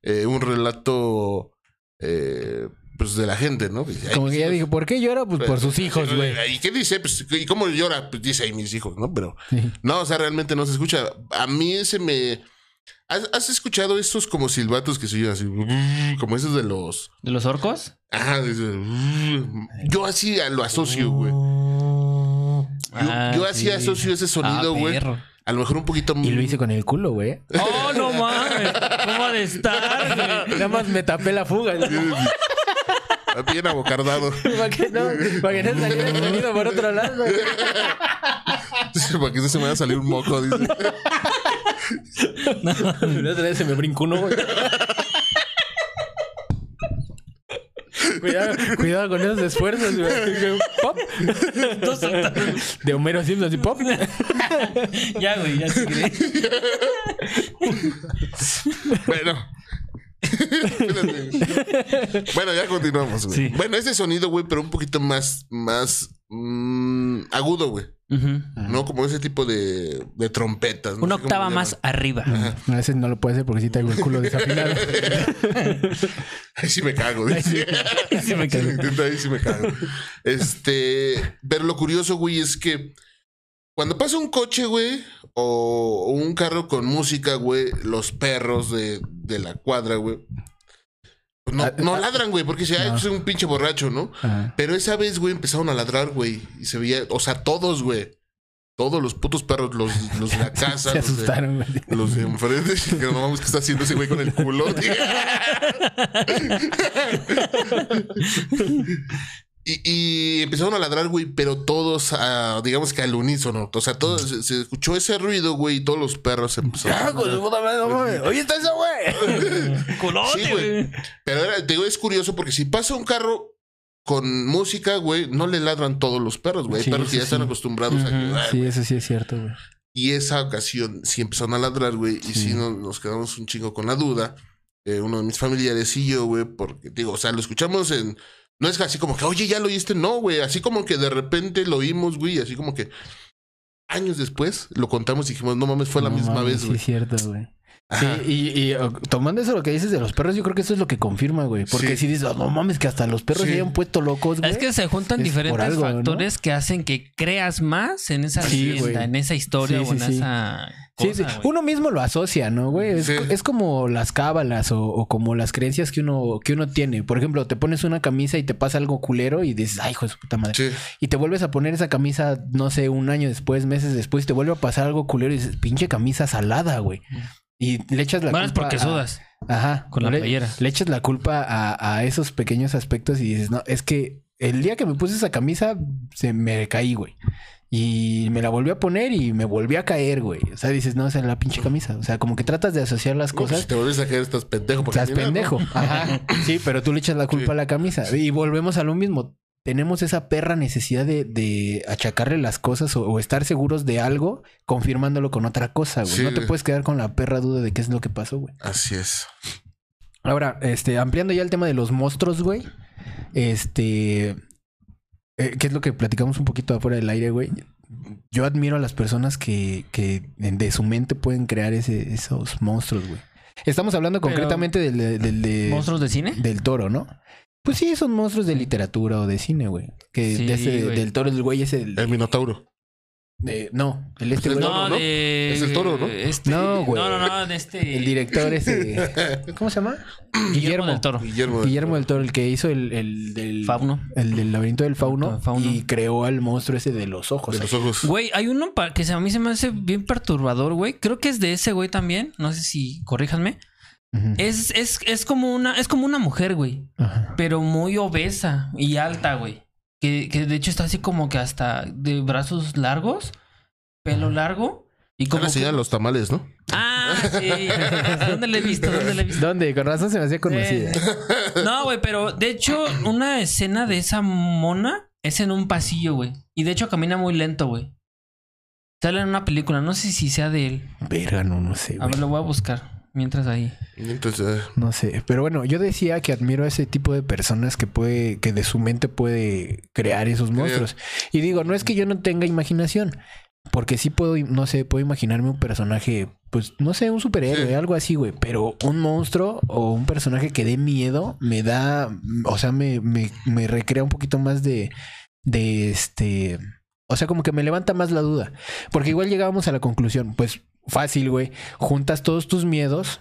Speaker 3: eh, un relato. eh, pues de la gente, ¿no? Dice, "Ay,
Speaker 4: Como
Speaker 3: mis
Speaker 4: que ya
Speaker 3: hijos".
Speaker 4: dijo, ¿por qué llora? Pues por sus hijos, güey.
Speaker 3: ¿Y qué dice? Pues, ¿Y cómo llora? Pues dice, ay, mis hijos, ¿no? Pero.
Speaker 4: Sí.
Speaker 3: No, o sea, realmente no se escucha. A mí se me. ¿Has, has escuchado esos como silbatos que se oyen así? Como esos de los.
Speaker 5: ¿De los orcos?
Speaker 3: Ajá, dice, yo así a- lo asocio,
Speaker 4: Oh.
Speaker 3: güey. Yo,
Speaker 5: Ah,
Speaker 3: yo así
Speaker 5: sí.
Speaker 3: asocio ese sonido,
Speaker 5: Ah,
Speaker 3: güey.
Speaker 5: perro.
Speaker 3: a lo mejor un poquito
Speaker 4: Y lo hice con el culo, güey.
Speaker 5: ¡Oh, no mames! ¿Cómo ha de estar, güey?
Speaker 4: Nada más me tapé la fuga. güey.
Speaker 3: bien abocardado.
Speaker 4: Para que no, para que no saliera el sonido por otro lado. güey.
Speaker 3: Dice, Para que no se me vaya a salir un moco, dice.
Speaker 4: La otra vez se me brincó uno, güey. Cuidado, cuidado con esos esfuerzos, güey. Pop.
Speaker 5: Dos saltaron.
Speaker 4: De Homero Simpson y pop.
Speaker 5: Ya, güey, ya sí creí.
Speaker 3: Bueno. Espérate. bueno, ya continuamos, güey.
Speaker 5: Sí.
Speaker 3: Bueno, ese sonido, güey, pero un poquito más, más mm, agudo, güey.
Speaker 5: Ujú.
Speaker 3: ¿No? Como ese tipo de, de trompetas. ¿no?
Speaker 5: Una
Speaker 3: Así como
Speaker 5: octava
Speaker 3: le
Speaker 5: más
Speaker 3: llaman.
Speaker 5: arriba.
Speaker 4: A veces no lo puede hacer porque sí tengo el culo desafinado.
Speaker 3: Ahí sí me cago,
Speaker 4: Ay, sí.
Speaker 3: dice.
Speaker 4: Ahí sí me cago.
Speaker 3: Ahí sí me cago. Este, pero lo curioso, güey, es que cuando pasa un coche, güey, o un carro con música, güey, los perros de, de la cuadra, güey, pues no,
Speaker 4: Ah,
Speaker 3: no
Speaker 4: ah,
Speaker 3: ladran, güey, porque si
Speaker 4: no.
Speaker 3: es un pinche borracho, ¿no?
Speaker 4: Ajá.
Speaker 3: Pero esa vez, güey, empezaron a ladrar, güey, y se veía, o sea, todos, güey. Todos los putos perros, los, los de la casa,
Speaker 4: Se
Speaker 3: los de-
Speaker 4: asustaron, güey.
Speaker 3: los de enfrente, que no mames, ¿qué está haciendo ese güey con el culo? y, y empezaron a ladrar, güey, pero todos, ah, digamos que al unísono. O sea, todos, se, se escuchó ese ruido, güey, y todos los perros empezaron. a ladrar.
Speaker 4: Oye, está eso, güey.
Speaker 5: Colote,
Speaker 3: Sí,
Speaker 5: güey.
Speaker 3: güey. Pero era- te digo, es curioso porque si pasa un carro con música, güey, no le ladran todos los perros, güey. Hay
Speaker 4: Sí,
Speaker 3: perros que
Speaker 4: sí,
Speaker 3: ya están
Speaker 4: sí.
Speaker 3: acostumbrados a que,
Speaker 5: Ujú,
Speaker 3: "Ay,
Speaker 4: Sí, eso sí es cierto, güey.
Speaker 3: Y esa ocasión sí empezaron a ladrar, güey. Y sí, no- nos, quedamos un chingo con la duda. Eh, uno de mis familiares y yo, güey, porque digo, o sea, lo escuchamos en. No es así como que, oye, ya lo oíste. No, güey. Así como que de repente lo oímos, güey. y Así como que años después lo contamos y dijimos, no mames, fue la
Speaker 4: No
Speaker 3: misma
Speaker 4: mames,
Speaker 3: vez,
Speaker 4: Sí,
Speaker 3: güey.
Speaker 4: es cierto, güey. Sí,
Speaker 3: Ajá.
Speaker 4: y, y, o- tomando eso lo que dices de los perros, yo creo que eso es lo que confirma, güey. Porque
Speaker 3: Sí.
Speaker 4: si dices, "Ah, no mames, que hasta los perros
Speaker 3: Sí.
Speaker 4: se hayan puesto locos, güey.
Speaker 5: Es que se juntan
Speaker 4: Es
Speaker 5: diferentes
Speaker 4: por algo, ¿no?
Speaker 5: factores que hacen que creas más en esa
Speaker 4: Sí,
Speaker 5: hacienda,
Speaker 4: güey.
Speaker 5: en esa historia
Speaker 4: Sí,
Speaker 5: o
Speaker 4: sí,
Speaker 5: en
Speaker 4: sí.
Speaker 5: esa
Speaker 4: Sí,
Speaker 5: cosa,
Speaker 4: sí.
Speaker 5: güey.
Speaker 4: uno mismo lo asocia, ¿no, güey? Es,
Speaker 3: Sí.
Speaker 4: es como las cábalas o, o como las creencias que uno, que uno tiene. Por ejemplo, te pones una camisa y te pasa algo culero y dices, ay, hijo de su puta madre.
Speaker 3: Sí.
Speaker 4: Y te vuelves a poner esa camisa, no sé, un año después, meses después, y te vuelve a pasar algo culero y dices, pinche camisa salada, güey. Y le echas la Ah,
Speaker 5: Bueno, es
Speaker 4: culpa
Speaker 5: porque
Speaker 4: a-
Speaker 5: sudas.
Speaker 4: Ajá.
Speaker 5: Con la
Speaker 4: le,
Speaker 5: playera.
Speaker 4: Le echas la culpa a, a esos pequeños aspectos y dices, no, es que el día que me puse esa camisa, se me caí, güey. Y me la volví a poner y me volví a caer, güey. O sea, dices, no, esa es la pinche camisa. O sea, como que tratas de asociar las
Speaker 3: No, pues,
Speaker 4: cosas.
Speaker 3: si te vuelves a caer, estás pendejo. porque
Speaker 4: Estás
Speaker 3: ni nada, ¿no?
Speaker 4: pendejo. Ajá. Sí, pero tú le echas la culpa
Speaker 3: Sí.
Speaker 4: a la camisa. Y volvemos a lo mismo. Tenemos esa perra necesidad de, de achacarle las cosas o, o estar seguros de algo confirmándolo con otra cosa, güey.
Speaker 3: Sí,
Speaker 4: no te
Speaker 3: güey.
Speaker 4: puedes quedar con la perra duda de qué es lo que pasó, güey.
Speaker 3: Así es.
Speaker 4: Ahora, este, ampliando ya el tema de los monstruos, güey. Este. eh, ¿Qué es lo que platicamos un poquito afuera del aire, güey? Yo admiro a las personas que, que de su mente pueden crear ese- esos monstruos, güey. Estamos hablando
Speaker 5: Pero-
Speaker 4: concretamente del, del, de-
Speaker 5: ¿Monstruos de cine?
Speaker 4: del toro, ¿no? Pues sí, son monstruos de literatura o de cine, güey. Que
Speaker 5: Sí,
Speaker 4: de ese-
Speaker 5: güey.
Speaker 4: del toro, el güey es el.
Speaker 3: El Minotauro.
Speaker 4: eh, no, el este
Speaker 3: Pues
Speaker 4: güey.
Speaker 5: no,
Speaker 3: toro, ¿no?
Speaker 5: de...
Speaker 3: Es el toro, ¿no?
Speaker 5: Este-
Speaker 4: No, güey.
Speaker 5: No, no, no, de este...
Speaker 4: El director este. ¿Cómo se llama?
Speaker 5: Guillermo del Toro.
Speaker 3: Guillermo. del
Speaker 4: Guillermo del Toro, el que hizo el, el del
Speaker 5: Fauno.
Speaker 4: el del laberinto del fauno,
Speaker 5: Fauno.
Speaker 4: y creó al monstruo ese de los ojos.
Speaker 3: De los ojos.
Speaker 5: Güey, hay uno pa- que se- a mí se me hace bien perturbador, güey. Creo que es de ese güey también. No sé si corríjanme.
Speaker 4: Ujú.
Speaker 5: Es, es, es como una, es como una mujer, güey.
Speaker 4: Ajá.
Speaker 5: Pero muy obesa y alta, güey. Que, que de hecho está así como que hasta de brazos largos, pelo largo. Y
Speaker 3: Como
Speaker 5: como
Speaker 3: la señal de los tamales, ¿no?
Speaker 5: Ah, sí. ¿Dónde le he visto? ¿Dónde le he visto?
Speaker 4: ¿Dónde? Con razón se me hacía conocida.
Speaker 5: Eh, No, güey, pero de hecho, una escena de esa mona es en un pasillo, güey. Y de hecho camina muy lento, güey. Sale en una película, no sé si sea de él.
Speaker 4: Verga, no, no sé,
Speaker 5: A
Speaker 4: güey.
Speaker 5: ver, lo voy a buscar mientras ahí.
Speaker 3: Entonces, eh,
Speaker 4: No sé. Pero bueno, yo decía que admiro a ese tipo de personas que puede, que de su mente puede crear esos monstruos. Y digo, no es que yo no tenga imaginación. Porque sí puedo, no sé, puedo imaginarme un personaje, pues, no sé, un superhéroe,
Speaker 3: Sí.
Speaker 4: algo así, güey. Pero un monstruo o un personaje que dé miedo me da, o sea, me, me, me recrea un poquito más de, de este, o sea, como que me levanta más la duda. Porque igual llegábamos a la conclusión, pues, fácil, güey. Juntas todos tus miedos.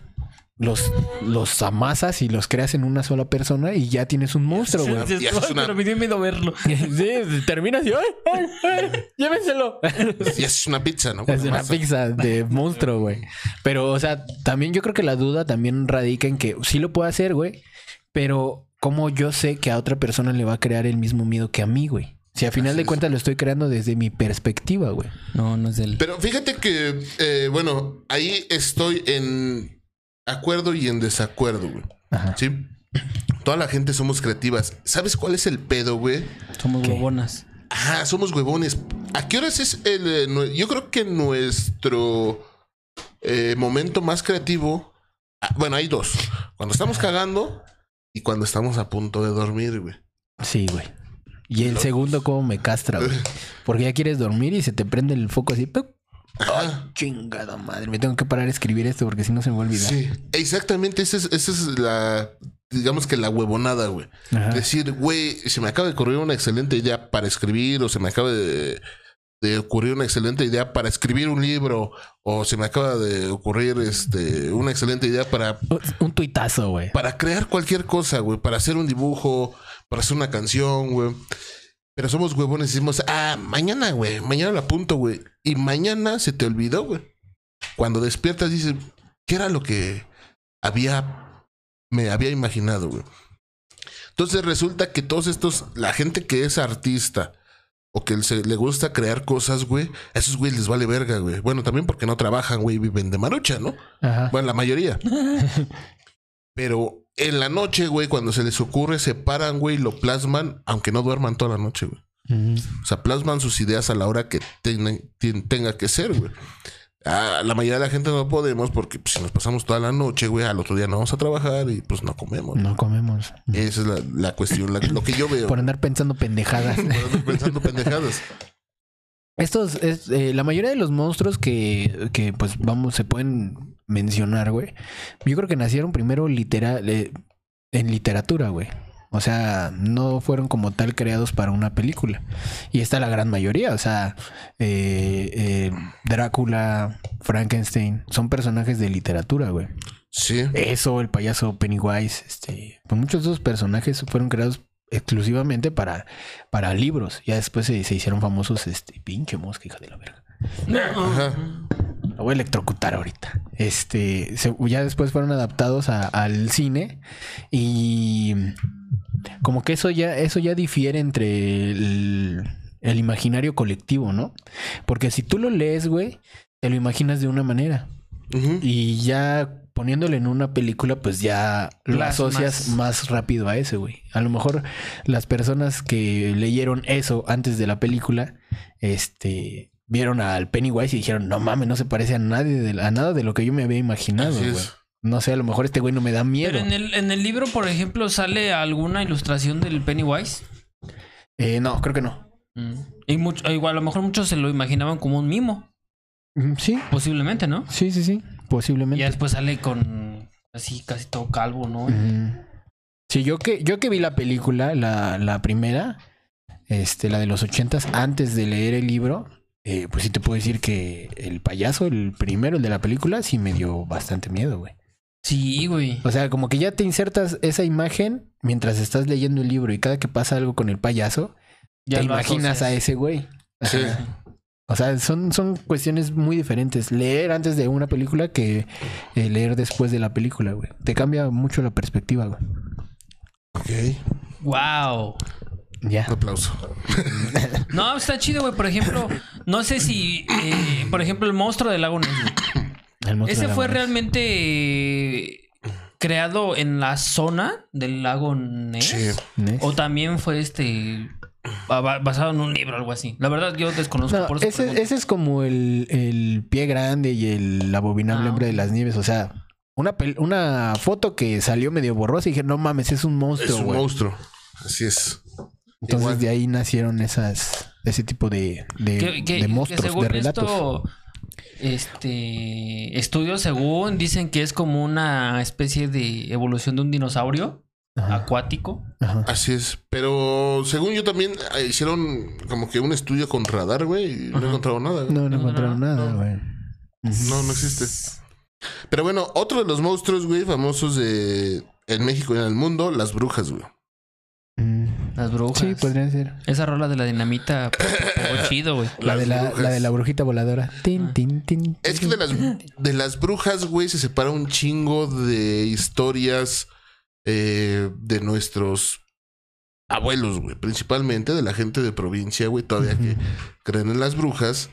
Speaker 4: Los, los amasas y los creas en una sola persona y ya tienes un monstruo, güey.
Speaker 5: Dices,
Speaker 3: ya
Speaker 5: "Ay,
Speaker 3: es una-
Speaker 5: Pero me dio miedo verlo.
Speaker 4: Sí, terminas y ¡ay, ay, ay! llévenselo.
Speaker 3: ya es una pizza, ¿no?
Speaker 4: Es una
Speaker 3: Masa.
Speaker 4: pizza de monstruo, güey. Pero, o sea, también yo creo que la duda también radica en que sí lo puedo hacer, güey. Pero, ¿cómo yo sé que a otra persona le va a crear el mismo miedo que a mí, güey? Si a final
Speaker 3: Así
Speaker 4: de
Speaker 3: es.
Speaker 4: cuentas lo estoy creando desde mi perspectiva, güey.
Speaker 5: No, no es de él.
Speaker 3: Pero fíjate que, eh, bueno, ahí estoy en acuerdo y en desacuerdo, güey.
Speaker 4: Ajá.
Speaker 3: Sí. Toda la gente somos creativas. ¿Sabes cuál es el pedo, güey?
Speaker 5: Somos
Speaker 4: ¿Qué?
Speaker 5: bobonas.
Speaker 3: Ajá, somos huevones. ¿A qué horas es el... eh, nue- yo creo que nuestro eh, momento más creativo... ah, bueno, hay dos. Cuando estamos cagando y cuando estamos a punto de dormir, güey.
Speaker 4: Sí, güey. Y el segundo, ¿cómo me castra, güey? Porque ya quieres dormir y se te prende el foco así. ¡pup!
Speaker 3: Ajá.
Speaker 4: Chingada madre. Me tengo que parar a escribir esto porque si no se me va a olvidar.
Speaker 3: Sí. Exactamente, esa es, esa es la... Digamos que la huevonada, güey.
Speaker 4: Ajá.
Speaker 3: Decir, güey, se me acaba de ocurrir una excelente idea para escribir o se me acaba de, de ocurrir una excelente idea para escribir un libro o se me acaba de ocurrir este una excelente idea para
Speaker 4: Un tuitazo, güey.
Speaker 3: para crear cualquier cosa, güey, para hacer un dibujo, para hacer una canción, güey. Pero somos huevones y decimos, ah, mañana, güey, mañana la apunto, güey. Y mañana se te olvidó, güey. Cuando despiertas dices, ¿qué era lo que había, me había imaginado, güey? Entonces resulta que todos estos, la gente que es artista o que se- le gusta crear cosas, güey, a esos güeyes les vale verga, güey. Bueno, también porque no trabajan, güey, y viven de marucha, ¿no?
Speaker 4: Ajá.
Speaker 3: Bueno, la mayoría. Pero en la noche, güey, cuando se les ocurre, se paran, güey, y lo plasman, aunque no duerman toda la noche, güey.
Speaker 4: Ujú.
Speaker 3: O sea, plasman sus ideas a la hora que tienen- tien- tenga que ser, güey. Ah, la mayoría de la gente no podemos porque pues, si nos pasamos toda la noche, güey, al otro día no vamos a trabajar y pues no comemos.
Speaker 4: No comemos.
Speaker 3: Esa es la, la cuestión, la- lo que yo veo.
Speaker 4: Por andar pensando pendejadas.
Speaker 3: Por andar pensando pendejadas.
Speaker 4: Estos, es, eh, la mayoría de los monstruos que, que, pues vamos, se pueden mencionar, güey. Yo creo que nacieron primero literal, eh, en literatura, güey. O sea, no fueron como tal creados para una película. Y está la gran mayoría. O sea, eh, eh, Drácula, Frankenstein, son personajes de literatura, güey.
Speaker 3: Sí.
Speaker 4: Eso, el payaso Pennywise, este, pues muchos de esos personajes fueron creados exclusivamente para, para libros. Ya después se, se hicieron famosos, este, pinche mosca, hija de la verga.
Speaker 3: Ajá.
Speaker 4: Lo voy a electrocutar ahorita. Este, se- ya después fueron adaptados a- al cine y como que eso ya, eso ya difiere entre el, el imaginario colectivo, ¿no? Porque si tú lo lees, güey, te lo imaginas de una manera.
Speaker 3: Ujú.
Speaker 4: Y ya poniéndolo en una película, pues ya lo
Speaker 5: Las
Speaker 4: asocias
Speaker 5: más.
Speaker 4: más. rápido a ese, güey. A lo mejor las personas que leyeron eso antes de la película, este, vieron al Pennywise y dijeron, no mames, no se parece a nadie, de, la- a nada de lo que yo me había imaginado,
Speaker 3: Así es.
Speaker 4: güey. No sé, a lo mejor este güey no me da miedo.
Speaker 5: Pero en el, en el libro, por ejemplo, sale alguna ilustración del Pennywise.
Speaker 4: Eh, no, creo que no.
Speaker 5: Mm. Y mucho, igual, a lo mejor muchos se lo imaginaban como un mimo,
Speaker 4: Mm, Sí,
Speaker 5: posiblemente, ¿no?
Speaker 4: sí, sí, sí.
Speaker 5: Y ya
Speaker 4: Posiblemente.
Speaker 5: después sale con así casi todo calvo, ¿no?
Speaker 4: Ujú. Sí, yo que, yo que vi la película, la, la primera, este, la de los ochentas, antes de leer el libro, eh, pues sí te puedo decir que el payaso, el primero, el de la película, sí me dio bastante miedo, güey.
Speaker 5: Sí, güey.
Speaker 4: O sea, como que ya te insertas esa imagen mientras estás leyendo el libro y cada que pasa algo con el payaso,
Speaker 5: Ya
Speaker 4: te
Speaker 5: lo
Speaker 4: imaginas
Speaker 5: asocias.
Speaker 4: a ese güey.
Speaker 3: Sí.
Speaker 4: O sea, son, son cuestiones muy diferentes. Leer antes de una película que eh, leer después de la película, güey. Te cambia mucho la perspectiva, güey.
Speaker 3: Ok.
Speaker 5: Wow.
Speaker 4: Ya.
Speaker 3: Un aplauso.
Speaker 5: No, está chido, güey. Por ejemplo, no sé si, eh, por ejemplo, el monstruo del lago Ness. güey.
Speaker 4: El monstruo de
Speaker 5: Ese
Speaker 4: la
Speaker 5: fue
Speaker 4: mansión.
Speaker 5: realmente eh, creado en la zona del lago Ness.
Speaker 3: Sí.
Speaker 4: ¿Ness?
Speaker 5: O también fue este ba- ba- basado en un libro, algo así. La verdad, yo desconozco.
Speaker 4: No,
Speaker 5: por eso
Speaker 4: ese,
Speaker 5: pregunto.
Speaker 4: ese es como el, el pie grande y el abominable
Speaker 5: Ah,
Speaker 4: hombre de
Speaker 5: ok.
Speaker 4: las nieves. O sea, una, pel- una foto que salió medio borrosa y dije, no mames, es un
Speaker 3: Es
Speaker 4: monstruo,
Speaker 3: un
Speaker 4: güey.
Speaker 3: monstruo. Así es.
Speaker 4: Entonces
Speaker 3: Igual.
Speaker 4: de ahí nacieron esas, ese tipo de, de,
Speaker 5: Que- que-
Speaker 4: de
Speaker 5: que
Speaker 4: monstruos, de
Speaker 5: según
Speaker 4: relatos.
Speaker 5: esto, este estudios según dicen que es como una especie de evolución de un dinosaurio
Speaker 4: Ajá,
Speaker 5: acuático.
Speaker 4: ajá.
Speaker 3: Así es. Pero según yo también eh, hicieron como que un estudio con radar, güey. Y no
Speaker 5: Ajá.
Speaker 3: he encontrado nada. güey.
Speaker 4: No, no
Speaker 5: no,
Speaker 4: encontraron
Speaker 5: no,
Speaker 4: nada,
Speaker 5: no. Mm.
Speaker 4: güey.
Speaker 3: No, no existe. Pero bueno, otro de los monstruos, güey, famosos de en México y en el mundo, las brujas, güey.
Speaker 4: Mm.
Speaker 5: Las brujas.
Speaker 4: Sí, pues, podrían ser.
Speaker 5: Esa rola de la dinamita pegó chido, güey.
Speaker 4: La
Speaker 3: Las
Speaker 4: de la,
Speaker 3: brujas.
Speaker 4: la de la brujita voladora. Tin,
Speaker 5: Ah.
Speaker 4: tin, tin,
Speaker 3: Es que
Speaker 4: tin.
Speaker 3: de las, de las brujas, güey, se separa un chingo de historias eh, de nuestros abuelos, güey. Principalmente de la gente de provincia, güey, todavía que creen en las brujas.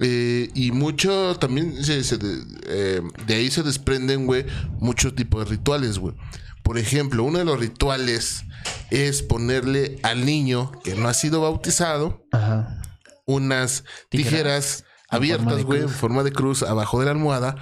Speaker 3: Eh, y mucho también se- se de, eh, de ahí se desprenden, güey, muchos tipos de rituales, güey. Por ejemplo, uno de los rituales es ponerle al niño que no ha sido bautizado
Speaker 4: Ajá.
Speaker 3: unas tijeras,
Speaker 4: forma de
Speaker 3: abiertas, güey, en
Speaker 4: cruz.
Speaker 3: forma de cruz abajo de la almohada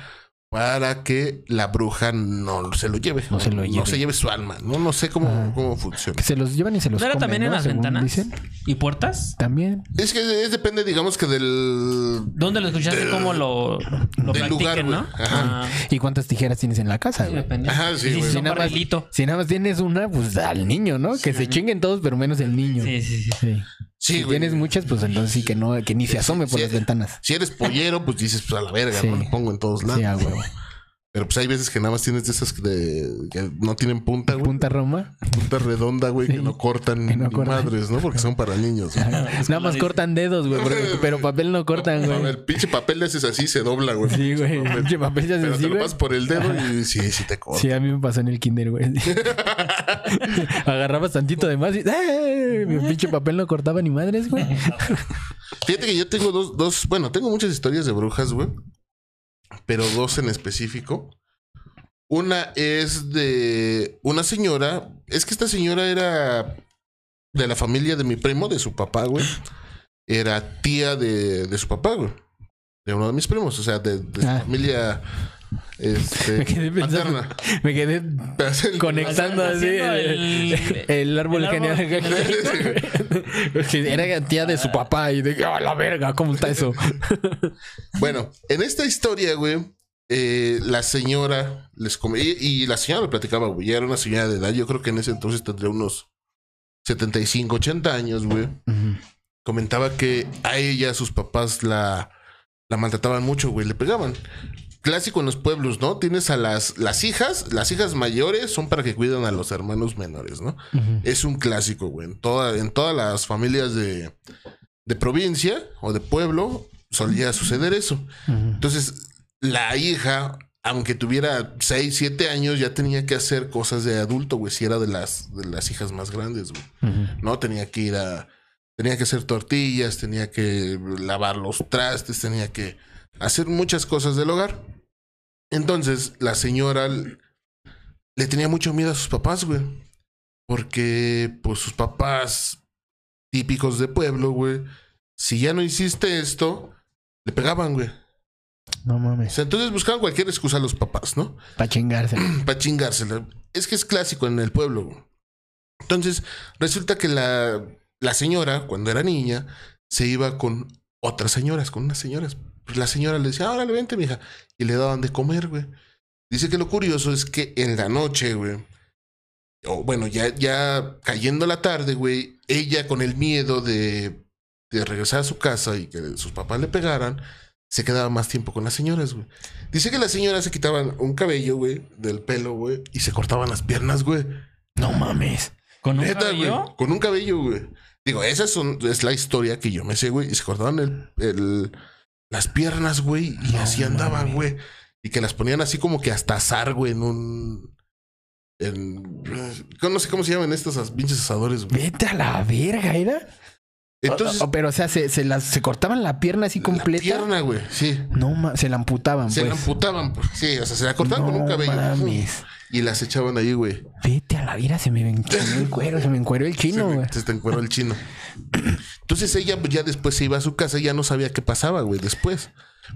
Speaker 3: para que la bruja no se lo lleve.
Speaker 4: No se lo lleve.
Speaker 3: su alma. No, no sé cómo,
Speaker 4: Ah.
Speaker 3: cómo funciona.
Speaker 4: Que se los llevan y se los
Speaker 5: ¿No era
Speaker 4: comen,
Speaker 5: también en
Speaker 4: ¿no?
Speaker 5: las
Speaker 4: Según
Speaker 5: ventanas?
Speaker 4: dicen.
Speaker 5: ¿Y puertas?
Speaker 4: También.
Speaker 3: Es que es- depende, digamos que del...
Speaker 5: ¿Dónde lo escuchaste? ¿Cómo lo, lo
Speaker 3: Del
Speaker 5: practiquen,
Speaker 3: lugar, güey.
Speaker 5: no?
Speaker 3: Ajá.
Speaker 5: Ah,
Speaker 4: ¿Y cuántas tijeras tienes en la casa,
Speaker 5: sí,
Speaker 4: güey?
Speaker 5: depende.
Speaker 3: Ajá, sí,
Speaker 5: Y si
Speaker 3: güey.
Speaker 5: son
Speaker 4: nada más-
Speaker 5: barrilito.
Speaker 4: Si nada más tienes una, pues al niño, ¿no? que se chinguen todos, pero menos el niño.
Speaker 5: Sí, sí, sí.
Speaker 4: Sí.
Speaker 3: Sí,
Speaker 4: si
Speaker 3: güey.
Speaker 4: tienes muchas, pues entonces sí que no, que ni se asome por
Speaker 3: sí.
Speaker 4: las ventanas.
Speaker 3: Si eres pollero, pues dices, pues a la verga,
Speaker 4: Sí.
Speaker 3: ¿no? Lo pongo en todos lados.
Speaker 4: Sí, ah, güey.
Speaker 3: Pero pues hay veces que nada más tienes de esas que, de- que no tienen punta, güey.
Speaker 4: Punta Roma.
Speaker 3: Punta redonda, güey, que
Speaker 4: Sí.
Speaker 3: no cortan
Speaker 4: Que no
Speaker 3: ni
Speaker 4: cortan.
Speaker 3: madres, ¿no? Porque son para niños. güey.
Speaker 4: Nada más cortan dedos, güey, porque- pero papel no cortan,
Speaker 3: A
Speaker 4: güey.
Speaker 3: ver, pinche papel le haces así, se dobla, güey.
Speaker 4: Sí, güey. Pinche papel ya se
Speaker 3: Pero
Speaker 4: sí,
Speaker 3: te lo
Speaker 4: güey.
Speaker 3: pasas por el dedo y sí, sí te corta.
Speaker 4: Sí, a mí me pasó en el kinder, güey. Agarrabas tantito de más y... ¡Eh! Mi pinche papel no cortaba ni madres, güey.
Speaker 3: Fíjate que yo tengo dos, dos, bueno, tengo muchas historias de brujas, güey. Pero dos en específico. Una es de una señora. Es que esta señora era de la familia de mi primo, de su papá, güey. Era tía de, de su papá, güey. De uno de mis primos, o sea, de, de su
Speaker 4: Ah.
Speaker 3: familia
Speaker 4: Me
Speaker 3: este,
Speaker 4: quedé pensando.
Speaker 3: paterna.
Speaker 4: Me quedé conectando así
Speaker 5: Haciendo
Speaker 4: el,
Speaker 5: el-
Speaker 4: el árbol
Speaker 5: el árbol
Speaker 4: genial. Sí, Era tía de su papá y de "Ah, la verga, ¿cómo está eso?
Speaker 3: Bueno, en esta historia, güey, eh, la señora les come y, y la señora lo platicaba, güey. ya era una señora de edad, yo creo que en ese entonces tendría unos 75, 80 años, güey. Comentaba que a ella sus papás la, la maltrataban mucho, güey, le pegaban. Clásico en los pueblos, ¿no? Tienes a las, las hijas, las hijas mayores son para que cuidan a los hermanos menores, ¿no? Es un clásico, güey. En, toda, en todas las familias de, de provincia o de pueblo solía suceder eso. Entonces, la hija, aunque tuviera 6, 7 años, ya tenía que hacer cosas de adulto, güey. Si era de las, de las hijas más grandes, güey. No tenía que ir a, Tenía que hacer tortillas, tenía que lavar los trastes, tenía que hacer muchas cosas del hogar. Entonces, la señora l- le tenía mucho miedo a sus papás, güey. Porque, pues, sus papás típicos de pueblo, güey. Si ya no hiciste esto, le pegaban, güey.
Speaker 4: No
Speaker 3: O
Speaker 4: mames.
Speaker 3: sea, entonces buscaban cualquier excusa a los papás, ¿no?
Speaker 4: Para chingarse.
Speaker 3: para chingársela. Es que es clásico en el pueblo. güey. Entonces, resulta que la, la señora, cuando era niña, se iba con otras señoras, con unas señoras. Pues La señora le decía, "Ah, órale, vente, mija. Y le daban de comer, güey. Dice que lo curioso es que en la noche, güey. O bueno, ya, ya cayendo la tarde, güey. Ella con el miedo de, de regresar a su casa y que sus papás le pegaran, se quedaba más tiempo con las señoras, güey. Dice que las señoras se quitaban un cabello, güey, del pelo, güey, y se cortaban las piernas, güey.
Speaker 4: No mames.
Speaker 5: ¿Con un
Speaker 3: Neta, güey.
Speaker 5: cabello?
Speaker 3: Con un cabello, güey. Digo, esa es, un- es la historia que yo me sé, güey. Y se cortaban el, el- las piernas, güey, y
Speaker 4: No
Speaker 3: así andaban,
Speaker 4: mames.
Speaker 3: güey. Y que las ponían así como que hasta azar, güey, en un. En, no sé cómo se llaman estos as- pinches asadores, güey.
Speaker 4: Vete a la verga, ¿era?
Speaker 3: Entonces,
Speaker 4: O- o- pero, o sea, se, se, las- se cortaban la pierna así
Speaker 3: la
Speaker 4: completa.
Speaker 3: pierna, güey, sí.
Speaker 4: No mames. Se la amputaban,
Speaker 3: Se la
Speaker 4: pues.
Speaker 3: amputaban, pues, sí, o sea, se la cortaban con
Speaker 4: No
Speaker 3: un cabello.
Speaker 4: mames.
Speaker 3: Y las echaban ahí, güey.
Speaker 4: Vete a la verga. Se me encueró el cuero. Se me encueró el chino,
Speaker 3: se,
Speaker 4: güey.
Speaker 3: me- se te encueró el chino. Entonces ella pues, ya después se iba a su casa y ya no sabía qué pasaba, güey, después.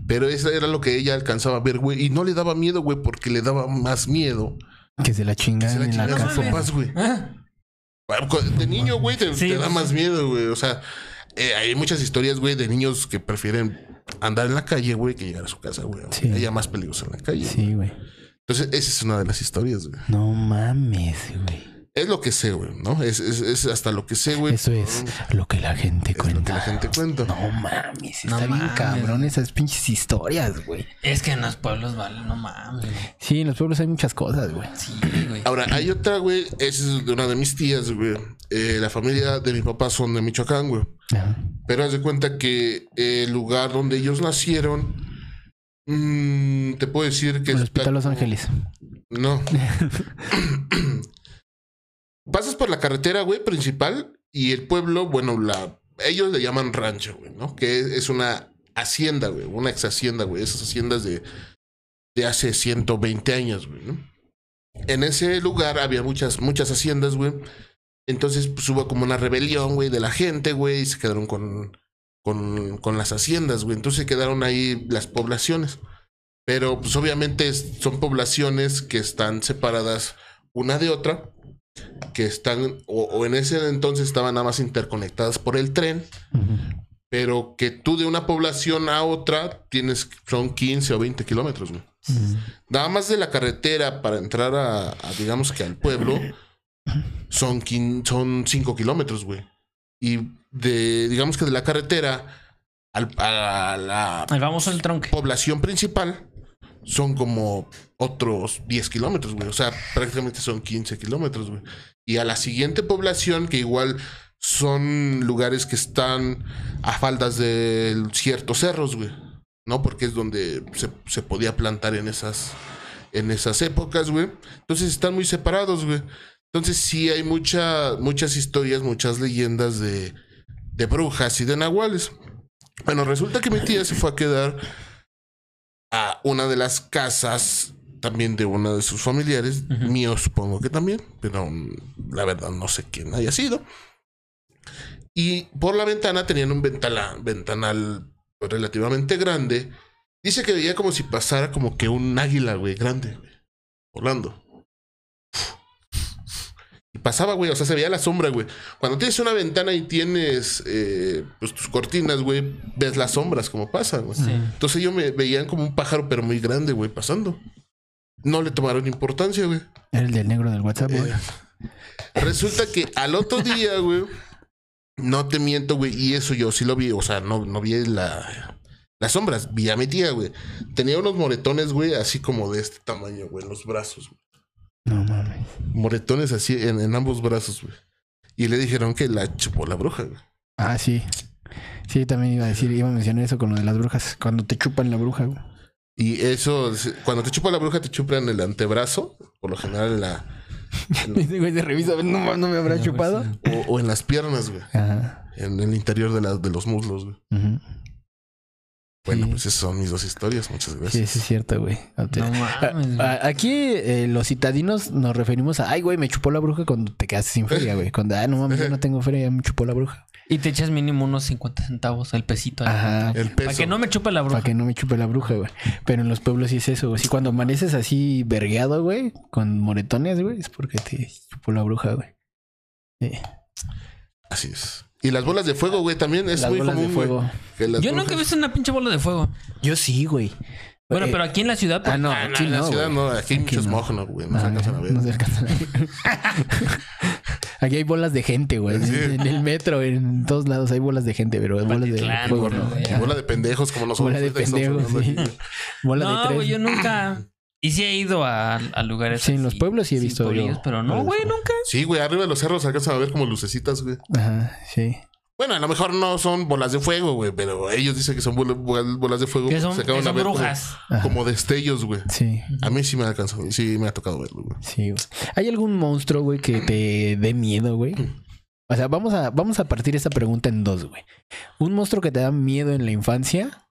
Speaker 3: Pero eso era lo que ella alcanzaba a ver, güey. Y no le daba miedo, güey, porque le daba más miedo
Speaker 4: Que se la
Speaker 3: que
Speaker 4: chingaban
Speaker 3: se la
Speaker 4: en la
Speaker 3: chingaran
Speaker 4: casa.
Speaker 3: sus papás, güey.
Speaker 5: Ah,
Speaker 3: De niño, güey, te,
Speaker 5: Sí,
Speaker 3: te da
Speaker 5: sí.
Speaker 3: más miedo, güey. O sea, eh, hay muchas historias, güey, de niños que prefieren andar en la calle, güey, que llegar a su casa, güey.
Speaker 4: Sí.
Speaker 3: Ella más peligrosa en la calle.
Speaker 4: Sí, güey.
Speaker 3: Entonces, esa es una de las historias, güey.
Speaker 4: No mames, güey.
Speaker 3: Es lo que sé, güey, ¿no? Es, es- es hasta lo que sé, güey.
Speaker 4: Eso es lo que la gente
Speaker 3: Es lo que la
Speaker 4: cuenta.
Speaker 3: gente cuenta.
Speaker 4: No mames,
Speaker 5: No
Speaker 4: está bien
Speaker 5: mames.
Speaker 4: cabrón esas pinches historias, güey.
Speaker 5: Es que en los pueblos, vale, no mames. güey.
Speaker 4: Sí, en los pueblos hay muchas cosas, güey.
Speaker 5: Sí, güey.
Speaker 3: Ahora, hay otra, güey. esa Es de una de mis tías, güey. Eh, la familia de mi papá son de Michoacán, güey.
Speaker 4: Ajá.
Speaker 3: Pero haz de cuenta que eh, el lugar donde ellos nacieron. mm, te puedo decir que.
Speaker 4: El
Speaker 3: está
Speaker 4: Hospital Los
Speaker 3: como-
Speaker 4: Ángeles.
Speaker 3: No. Pasas por la carretera, güey, principal. Y el pueblo, bueno, la. Ellos le llaman rancho, güey, ¿no? Que es, es una hacienda, güey. Una ex hacienda, güey. Esas haciendas de. de hace 120 años, güey, ¿no? En ese lugar había muchas, muchas haciendas, güey. Entonces, pues hubo como una rebelión, güey, de la gente, güey, y se quedaron con, con, con las haciendas, güey. Entonces quedaron ahí las poblaciones. Pero, pues obviamente es- son poblaciones que están separadas una de otra, que están, o, o en ese entonces estaban nada más interconectadas por el tren,
Speaker 4: Ujú.
Speaker 3: pero que tú de una población a otra tienes, son 15 o 20 kilómetros, güey. Nada más de la carretera para entrar a, a, digamos que al pueblo, son, quin- son 5 kilómetros, güey. Y de, digamos que de la carretera al- a la
Speaker 5: El famoso el tronque.
Speaker 3: población principal, son como otros 10 kilómetros, güey. O sea, prácticamente son 15 kilómetros, güey. Y a la siguiente población, que igual son lugares que están a faldas de ciertos cerros, güey. ¿No? Porque es donde se, se podía plantar en esas, en esas épocas, güey. Entonces están muy separados, güey. Entonces sí hay mucha, muchas historias, muchas leyendas de, de brujas y de nahuales. Bueno, resulta que mi tía se fue a quedar a una de las casas también de una de sus familiares, mío supongo que también, pero mm, la verdad no sé quién haya sido. Y por la ventana tenían un ventala- ventanal relativamente grande. Dice que veía como si pasara como que un águila, güey, grande, güey, volando. Y pasaba, güey, o sea, se veía la sombra, güey. Cuando tienes una ventana y tienes eh, pues, tus cortinas, güey, ves las sombras como pasan, güey.
Speaker 5: Sí.
Speaker 3: Entonces ellos me veían como un pájaro, pero muy grande, güey, pasando. No le tomaron importancia, güey.
Speaker 4: Era el del negro del WhatsApp, güey.
Speaker 3: Eh, resulta que al otro día, güey, no te miento, güey, y eso yo sí lo vi, o sea, no, no vi la, las sombras, vi a mi tía, güey. Tenía unos moretones, güey, así como de este tamaño, güey, en los brazos. güey.
Speaker 4: No mames.
Speaker 3: Moretones así en, en ambos brazos, güey. Y le dijeron que la chupó la bruja, güey.
Speaker 4: Ah, sí. Sí, también iba a decir, iba a mencionar eso con lo de las brujas. Cuando te chupan la bruja, güey.
Speaker 3: Y eso, es- cuando te chupa la bruja, te chupan el antebrazo, por lo general en la,
Speaker 4: Ese güey se revisa, no, mames, no me habrá chupado.
Speaker 3: O, o en las piernas, güey.
Speaker 4: pues Ajá.
Speaker 3: En el interior de, la- de los muslos, güey.
Speaker 4: Ujú.
Speaker 3: Bueno,
Speaker 4: Sí.
Speaker 3: pues esas son mis dos historias. Muchas
Speaker 4: Sí,
Speaker 3: gracias.
Speaker 4: sí es cierto, güey. No te-
Speaker 5: No
Speaker 4: A-
Speaker 5: mames, güey.
Speaker 4: a- Aquí eh, los citadinos nos referimos a, ay, güey, me chupó la bruja cuando te quedaste sin feria, güey. Cuando, ah, no mames, yo no tengo feria, ya me chupó la bruja.
Speaker 5: Y te echas mínimo unos 50 centavos al pesito.
Speaker 4: Ajá.
Speaker 3: El peso.
Speaker 5: Para que no me chupe la bruja.
Speaker 4: Para que no me chupe la bruja, güey. Pero en los pueblos sí es eso, güey. Si cuando amaneces así vergueado, güey, con moretones, güey, es porque te chupó la bruja, güey. Sí.
Speaker 3: Así es. Y las bolas de fuego, güey, también es
Speaker 4: Las
Speaker 3: muy
Speaker 4: bolas
Speaker 3: común.
Speaker 4: de
Speaker 3: güey,
Speaker 4: fuego.
Speaker 3: que las
Speaker 5: Yo nunca he
Speaker 3: brujas-
Speaker 5: visto una pinche bola de fuego.
Speaker 4: Yo sí, güey.
Speaker 5: Bueno,
Speaker 4: Eh,
Speaker 5: pero aquí en la ciudad.
Speaker 4: Ah, no, aquí
Speaker 3: En la
Speaker 4: no,
Speaker 3: ciudad
Speaker 4: güey.
Speaker 3: no, aquí hay
Speaker 4: Aquí
Speaker 3: muchos
Speaker 4: no.
Speaker 3: mojnos, güey. No,
Speaker 4: Eh, No,
Speaker 3: se alcanzan a ver.
Speaker 4: no se alcanzan a ver. Aquí hay bolas de gente, güey.
Speaker 3: Sí.
Speaker 4: En el metro, en todos lados hay bolas de gente, pero bolas de
Speaker 5: Patitlán,
Speaker 4: fuego,
Speaker 5: güey.
Speaker 4: no.
Speaker 3: Y bola de pendejos como nosotros.
Speaker 4: Bola de
Speaker 3: ahorita que estamos
Speaker 4: pendejos, sí.
Speaker 3: hablando aquí.
Speaker 4: Bola de
Speaker 5: No,
Speaker 4: tres.
Speaker 5: güey, yo nunca. Y sí he ido a, a lugares.
Speaker 4: Sí, en los pueblos sí he visto yo
Speaker 5: pueblillos, pero no,
Speaker 4: bolas de
Speaker 5: güey,
Speaker 4: fuego.
Speaker 5: nunca.
Speaker 3: Sí, güey, arriba de los cerros se alcanzan a ver como lucecitas, güey.
Speaker 4: Ajá, sí.
Speaker 3: Bueno, a lo mejor no son bolas de fuego, güey, pero ellos dicen que son bol- bol- bolas de fuego.
Speaker 5: Que
Speaker 3: porque
Speaker 5: son,
Speaker 3: se acaban
Speaker 5: que
Speaker 3: a
Speaker 5: son
Speaker 3: ver como-
Speaker 5: brujas.
Speaker 3: Como, destellos, güey.
Speaker 4: Sí.
Speaker 3: A mí sí me ha alcanzado, sí me ha tocado verlo, güey.
Speaker 4: Sí. güey. ¿Hay algún monstruo, güey, que te dé miedo, güey? O sea, vamos a, vamos a partir esta pregunta en dos, güey. ¿Un monstruo que te da miedo en la infancia,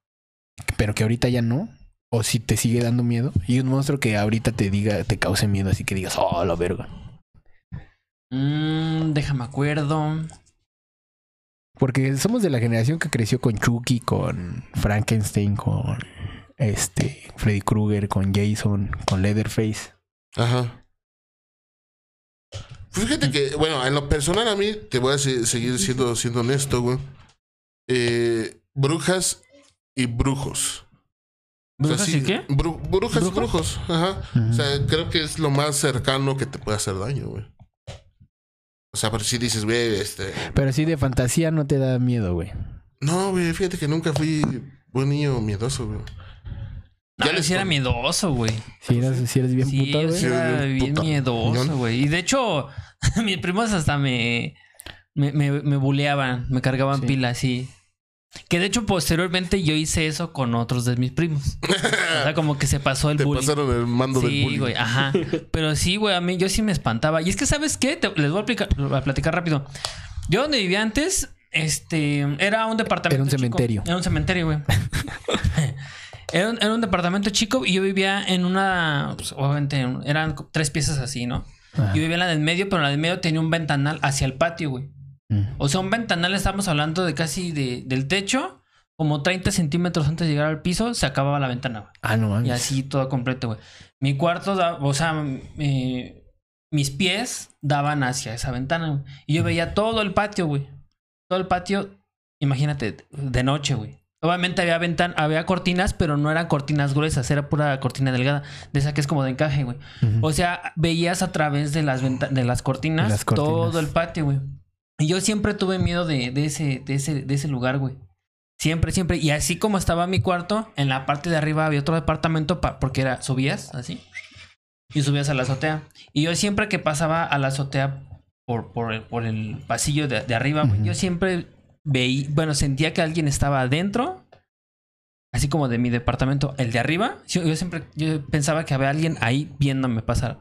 Speaker 4: pero que ahorita ya no? ¿O si te sigue dando miedo? Y un monstruo que ahorita te diga, te cause miedo, así que digas, oh, la verga.
Speaker 5: Mm, déjame acuerdo.
Speaker 4: Porque somos de la generación que creció con Chucky, con Frankenstein, con este Freddy Krueger, con Jason, con Leatherface.
Speaker 3: Ajá. Pues Fíjate que, bueno, en lo personal a mí, te voy a se- seguir siendo, siendo honesto, güey. Eh, brujas y brujos. O sea,
Speaker 5: ¿Brujas
Speaker 3: Pues sí,
Speaker 5: y Pues qué? Mm.
Speaker 3: bru- brujas y brujos, ajá.
Speaker 4: Ujú.
Speaker 3: O sea, creo que es lo más cercano que te puede hacer daño, güey. O sea, pero si dices, güey, este...
Speaker 4: Pero sí, de fantasía no te da miedo, güey.
Speaker 3: No, güey, fíjate que nunca fui un niño miedoso, güey.
Speaker 5: No,
Speaker 3: Ya
Speaker 5: yo
Speaker 3: les
Speaker 5: sí era
Speaker 3: con-
Speaker 5: miedoso, güey.
Speaker 4: Si eras, si eres bien
Speaker 5: Sí,
Speaker 4: puto,
Speaker 5: yo
Speaker 4: güey.
Speaker 5: sí
Speaker 3: Sí,
Speaker 5: era
Speaker 3: bien
Speaker 5: bien
Speaker 3: puta.
Speaker 5: miedoso,
Speaker 3: Cañón.
Speaker 5: güey. Y de hecho, mis primos hasta me, me, me, me buleaban, me cargaban
Speaker 4: Sí.
Speaker 5: pilas, sí. Que de hecho, posteriormente yo hice eso con otros de mis primos. O sea, como que se pasó el
Speaker 3: Te
Speaker 5: bullying.
Speaker 3: pasaron el mando del
Speaker 5: Sí,
Speaker 3: bullying.
Speaker 5: güey, ajá. Pero sí, güey, a mí yo sí me espantaba. Y es que, ¿sabes qué? Te- les voy a, aplicar- a platicar rápido. Yo donde vivía antes, este, era un departamento.
Speaker 4: Era un
Speaker 5: chico.
Speaker 4: cementerio.
Speaker 5: Era un cementerio, güey. era, un, era un departamento chico y yo vivía en una. pues, obviamente, en- eran co- tres piezas así, ¿no?
Speaker 4: Ajá.
Speaker 5: Yo vivía en la del medio, pero la del medio tenía un ventanal hacia el patio, güey.
Speaker 4: Mm.
Speaker 5: O sea, un ventanal, estamos hablando de casi de- del techo. Como 30 centímetros antes de llegar al piso, se acababa la ventana, güey.
Speaker 4: Ah, no mames.
Speaker 5: Y así todo completo, güey. Mi cuarto, da- o sea, eh, mis pies daban hacia esa ventana. güey. Y yo veía todo el patio, güey. Todo el patio, imagínate, de noche, güey. Obviamente había ventan había cortinas, pero no eran cortinas gruesas, era pura cortina delgada, de esa que es como de encaje, güey.
Speaker 4: Ujú.
Speaker 5: O sea, veías a través de las, venta- de las cortinas,
Speaker 4: De las cortinas.
Speaker 5: todo el patio, güey. Y yo siempre tuve miedo de, de ese, de, ese, de ese lugar, güey. Siempre, siempre. Y así como estaba mi cuarto, en la parte de arriba había otro departamento pa- porque era, subías así. Y subías a la azotea. Y yo siempre que pasaba a la azotea por, por, el, por el pasillo de, de arriba, güey,
Speaker 4: Ujú.
Speaker 5: yo siempre veía, bueno, sentía que alguien estaba adentro así como de mi departamento, el de arriba, yo, yo siempre yo pensaba que había alguien ahí viéndome pasar.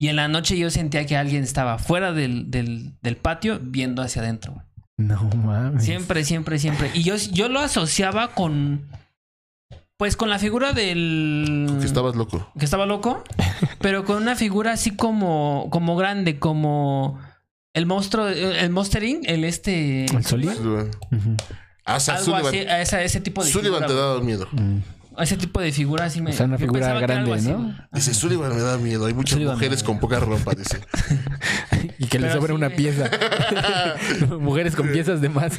Speaker 5: Y en la noche yo sentía que alguien estaba fuera del, del- del patio viendo hacia adentro. güey.
Speaker 4: No mames.
Speaker 5: Siempre, siempre, siempre. Y yo, yo lo asociaba con... Pues con la figura del...
Speaker 3: Que estabas loco.
Speaker 5: que estaba loco, pero con una figura así como, como grande, como el monstruo, el Monster Inc, el este...
Speaker 4: ¿El Sullivan?
Speaker 3: Sí, güey.
Speaker 4: Ujú.
Speaker 3: Ah, o sea,
Speaker 5: Algo
Speaker 3: Sullivan,
Speaker 5: así, a esa- ese tipo de...
Speaker 3: Sullivan
Speaker 5: figura,
Speaker 3: te
Speaker 5: güey.
Speaker 3: daba miedo.
Speaker 4: Mm.
Speaker 5: A ese tipo de figura así me.
Speaker 4: O sea, una
Speaker 5: yo
Speaker 4: figura
Speaker 5: pensaba que era algo
Speaker 4: grande,
Speaker 5: así,
Speaker 4: ¿no?
Speaker 5: güey.
Speaker 3: Dice, Sullivan me da miedo. Hay muchas
Speaker 5: Sullivan me
Speaker 3: mujeres
Speaker 5: da
Speaker 3: con
Speaker 5: miedo.
Speaker 3: poca ropa, dice.
Speaker 4: Y que le
Speaker 5: Pero
Speaker 4: sobra
Speaker 5: sí,
Speaker 4: una
Speaker 5: güey.
Speaker 4: pieza. Mujeres con piezas de más.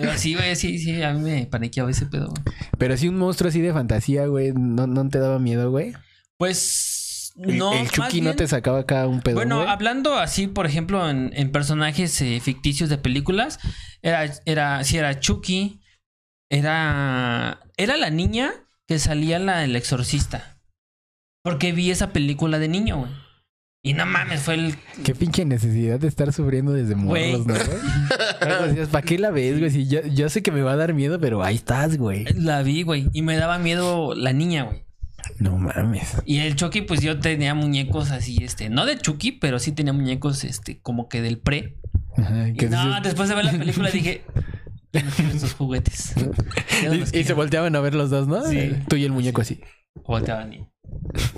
Speaker 5: Pero sí, güey, sí, sí, a mí me paniqueaba ese pedo, güey.
Speaker 4: Pero si un monstruo así de fantasía, güey, no, no te daba miedo, güey.
Speaker 5: Pues.
Speaker 4: El-
Speaker 5: No,
Speaker 4: el
Speaker 5: más
Speaker 4: Chucky no
Speaker 5: bien-
Speaker 4: te sacaba acá un pedo.
Speaker 5: Bueno,
Speaker 4: güey.
Speaker 5: hablando así, por ejemplo, en, en personajes eh, ficticios de películas, era, era, sí, era Chucky, era, era la niña que salía en la del exorcista. Porque vi esa película de niño, güey. Y no mames, fue el
Speaker 4: Qué pinche necesidad de estar sufriendo desde
Speaker 5: Güey.
Speaker 4: morros, ¿no, güey? ¿Para qué la ves, güey? Si yo, yo sé que me va a dar miedo, pero ahí estás, güey.
Speaker 5: La vi, güey. Y me daba miedo la niña, güey.
Speaker 4: No mames.
Speaker 5: Y el Chucky, pues yo tenía muñecos así, este, no de Chucky, pero sí tenía muñecos, este, como que del pre.
Speaker 4: Ajá,
Speaker 5: Y
Speaker 4: que
Speaker 5: no,
Speaker 4: dices-
Speaker 5: después de ver la película dije, ya no quiero esos juguetes. Ya no
Speaker 4: y-
Speaker 5: los
Speaker 4: y, se
Speaker 5: quiero.
Speaker 4: volteaban a ver los dos, ¿no?
Speaker 5: Sí.
Speaker 4: Tú y el muñeco así.
Speaker 5: Volteaban y,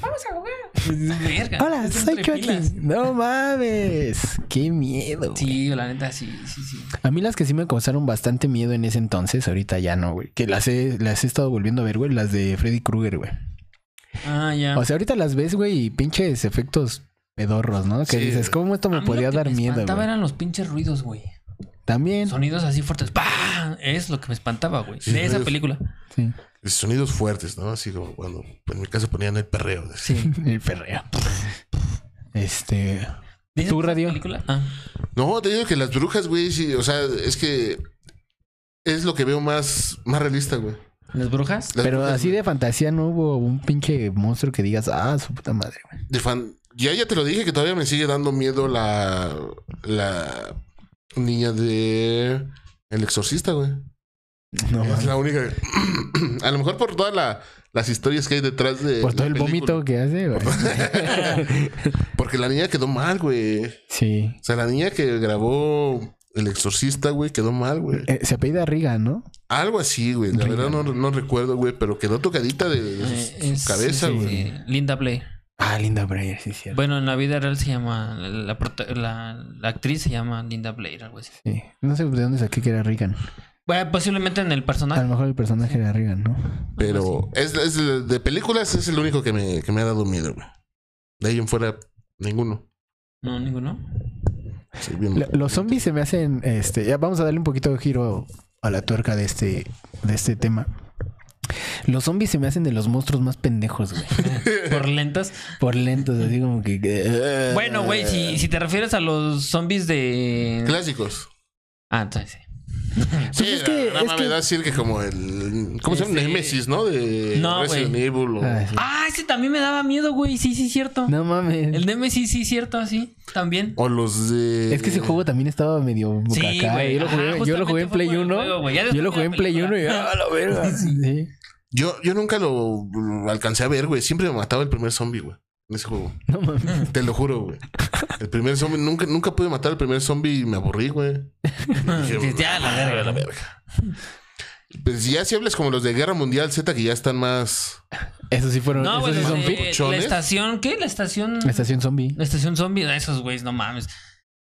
Speaker 5: Vamos a jugar. Verga,
Speaker 4: Pues, Hola,
Speaker 5: Ah, es un
Speaker 4: soy
Speaker 5: trepilas.
Speaker 4: Chucky. No mames. Qué miedo. güey.
Speaker 5: Sí, la neta, sí, sí, sí.
Speaker 4: A mí las que sí me causaron bastante miedo en ese entonces, ahorita ya no, güey. Que las he, las he estado volviendo a ver, güey, las de Freddy Krueger, güey.
Speaker 5: Ah, ya.
Speaker 4: O sea, ahorita las ves, güey, y pinches efectos pedorros, ¿no? Que
Speaker 3: Sí.
Speaker 4: dices, ¿cómo esto
Speaker 5: A
Speaker 4: me
Speaker 5: mí
Speaker 4: podía
Speaker 5: lo que
Speaker 4: dar
Speaker 5: me
Speaker 4: miedo,
Speaker 5: espantaba
Speaker 4: güey?
Speaker 5: eran los pinches ruidos, güey.
Speaker 4: También.
Speaker 5: Sonidos así fuertes. ¡Pah! Es lo que me espantaba, güey.
Speaker 3: Sí,
Speaker 5: de esa
Speaker 3: ruidos.
Speaker 5: película.
Speaker 4: Sí.
Speaker 3: Sonidos fuertes, ¿no? Así como cuando en mi caso ponían el perreo. así.
Speaker 5: Sí.
Speaker 4: El perreo. Este.
Speaker 5: ¿De esa
Speaker 4: ¿Tu radio?
Speaker 5: película? Ah.
Speaker 3: No, te digo que las brujas, güey, sí, o sea, es que es lo que veo más, más realista, güey.
Speaker 5: ¿Las brujas?
Speaker 3: Las
Speaker 4: Pero
Speaker 3: brujas,
Speaker 4: así
Speaker 3: güey,
Speaker 4: de fantasía no hubo un pinche monstruo que digas, ah, su puta madre, güey.
Speaker 3: de fan. Ya, ya te lo dije que todavía me sigue dando miedo la. La niña de. El exorcista, güey.
Speaker 4: No,
Speaker 3: es
Speaker 4: mames.
Speaker 3: la única. A lo mejor por todas la- las historias que hay detrás de.
Speaker 4: Por
Speaker 3: eh, la
Speaker 4: Pues todo el
Speaker 3: película.
Speaker 4: vómito que hace, güey.
Speaker 3: Porque la niña quedó mal, güey. O
Speaker 4: Sí.
Speaker 3: sea, la niña que grabó El Exorcista, güey, quedó mal, güey.
Speaker 4: Eh, se apellida Riga, ¿no?
Speaker 3: Algo así, güey. La verdad no, no recuerdo, güey, pero quedó tocadita de, de su-
Speaker 5: Eh,
Speaker 3: su
Speaker 5: es-
Speaker 3: cabeza,
Speaker 5: sí,
Speaker 3: güey.
Speaker 5: sí, Linda Blair.
Speaker 4: Ah, Linda Breyer, sí, cierto.
Speaker 5: Bueno, en la vida real se llama. La, prota- la- la actriz se llama Linda Blair, algo así.
Speaker 4: Sí. No sé de dónde saqué que era Regan.
Speaker 5: Bueno, posiblemente en el
Speaker 4: A lo
Speaker 5: personaje.
Speaker 4: mejor el personaje era Regan, ¿no?
Speaker 3: Pero es, es el- de películas es el único que me, que me ha dado miedo, güey. De ahí en fuera, ninguno.
Speaker 5: No, ninguno.
Speaker 3: Sí, bien.
Speaker 4: Lo- los zombies se me hacen, este, ya vamos a darle un poquito de giro a la tuerca de este, de este tema. Los zombies se me hacen de los monstruos más pendejos, güey.
Speaker 5: Por lentas.
Speaker 4: Por lentos, así como que. que-
Speaker 5: Bueno, güey, si, si te refieres a los zombies de.
Speaker 3: Clásicos.
Speaker 5: Ah, entonces sí.
Speaker 4: Pues
Speaker 3: sí,
Speaker 4: es
Speaker 3: es
Speaker 4: que-
Speaker 3: que,
Speaker 4: es que-
Speaker 3: me da decir que como el... ¿Cómo se llama?
Speaker 5: Ese-
Speaker 3: Nemesis, ¿no? De
Speaker 5: Este, No,
Speaker 3: Resident
Speaker 5: güey.
Speaker 3: Evil. o-
Speaker 4: Ah, sí.
Speaker 5: Ah, ese también me daba miedo, güey. Sí, sí, cierto.
Speaker 4: No mames.
Speaker 5: El Nemesis, sí, cierto, sí. También.
Speaker 3: O los de.
Speaker 4: Es que ese juego también estaba medio
Speaker 5: Sí,
Speaker 4: cacá,
Speaker 5: güey.
Speaker 4: Yo lo jugué,
Speaker 5: Ajá,
Speaker 4: yo lo jugué en Play
Speaker 5: justamente fue por el
Speaker 4: 1.
Speaker 5: juego, güey. Ya
Speaker 4: yo
Speaker 5: después
Speaker 4: lo
Speaker 5: de
Speaker 4: jugué
Speaker 5: la
Speaker 4: en Play
Speaker 5: película.
Speaker 4: 1 y ¡ah, la verga! Sí.
Speaker 3: Yo, yo nunca lo lo alcancé a ver, güey. Siempre me mataba el primer zombie, güey. En ese juego.
Speaker 4: No mames.
Speaker 3: Te lo juro, güey. El primer zombie, nunca, nunca pude matar al primer zombie y me aburrí, güey. "Ah,
Speaker 5: Sí, ya, la verga, la verga.
Speaker 3: Pues ya si hablas como los de Guerra Mundial Z que ya están más.
Speaker 4: Esos sí fueron.
Speaker 5: No,
Speaker 4: esos
Speaker 5: güey,
Speaker 4: sí
Speaker 5: los
Speaker 4: son
Speaker 5: de-
Speaker 4: fit.
Speaker 5: la
Speaker 3: Chones.
Speaker 5: estación. ¿Qué? La estación.
Speaker 4: Estación zombie.
Speaker 5: La estación zombie. Esos güeyes, no mames.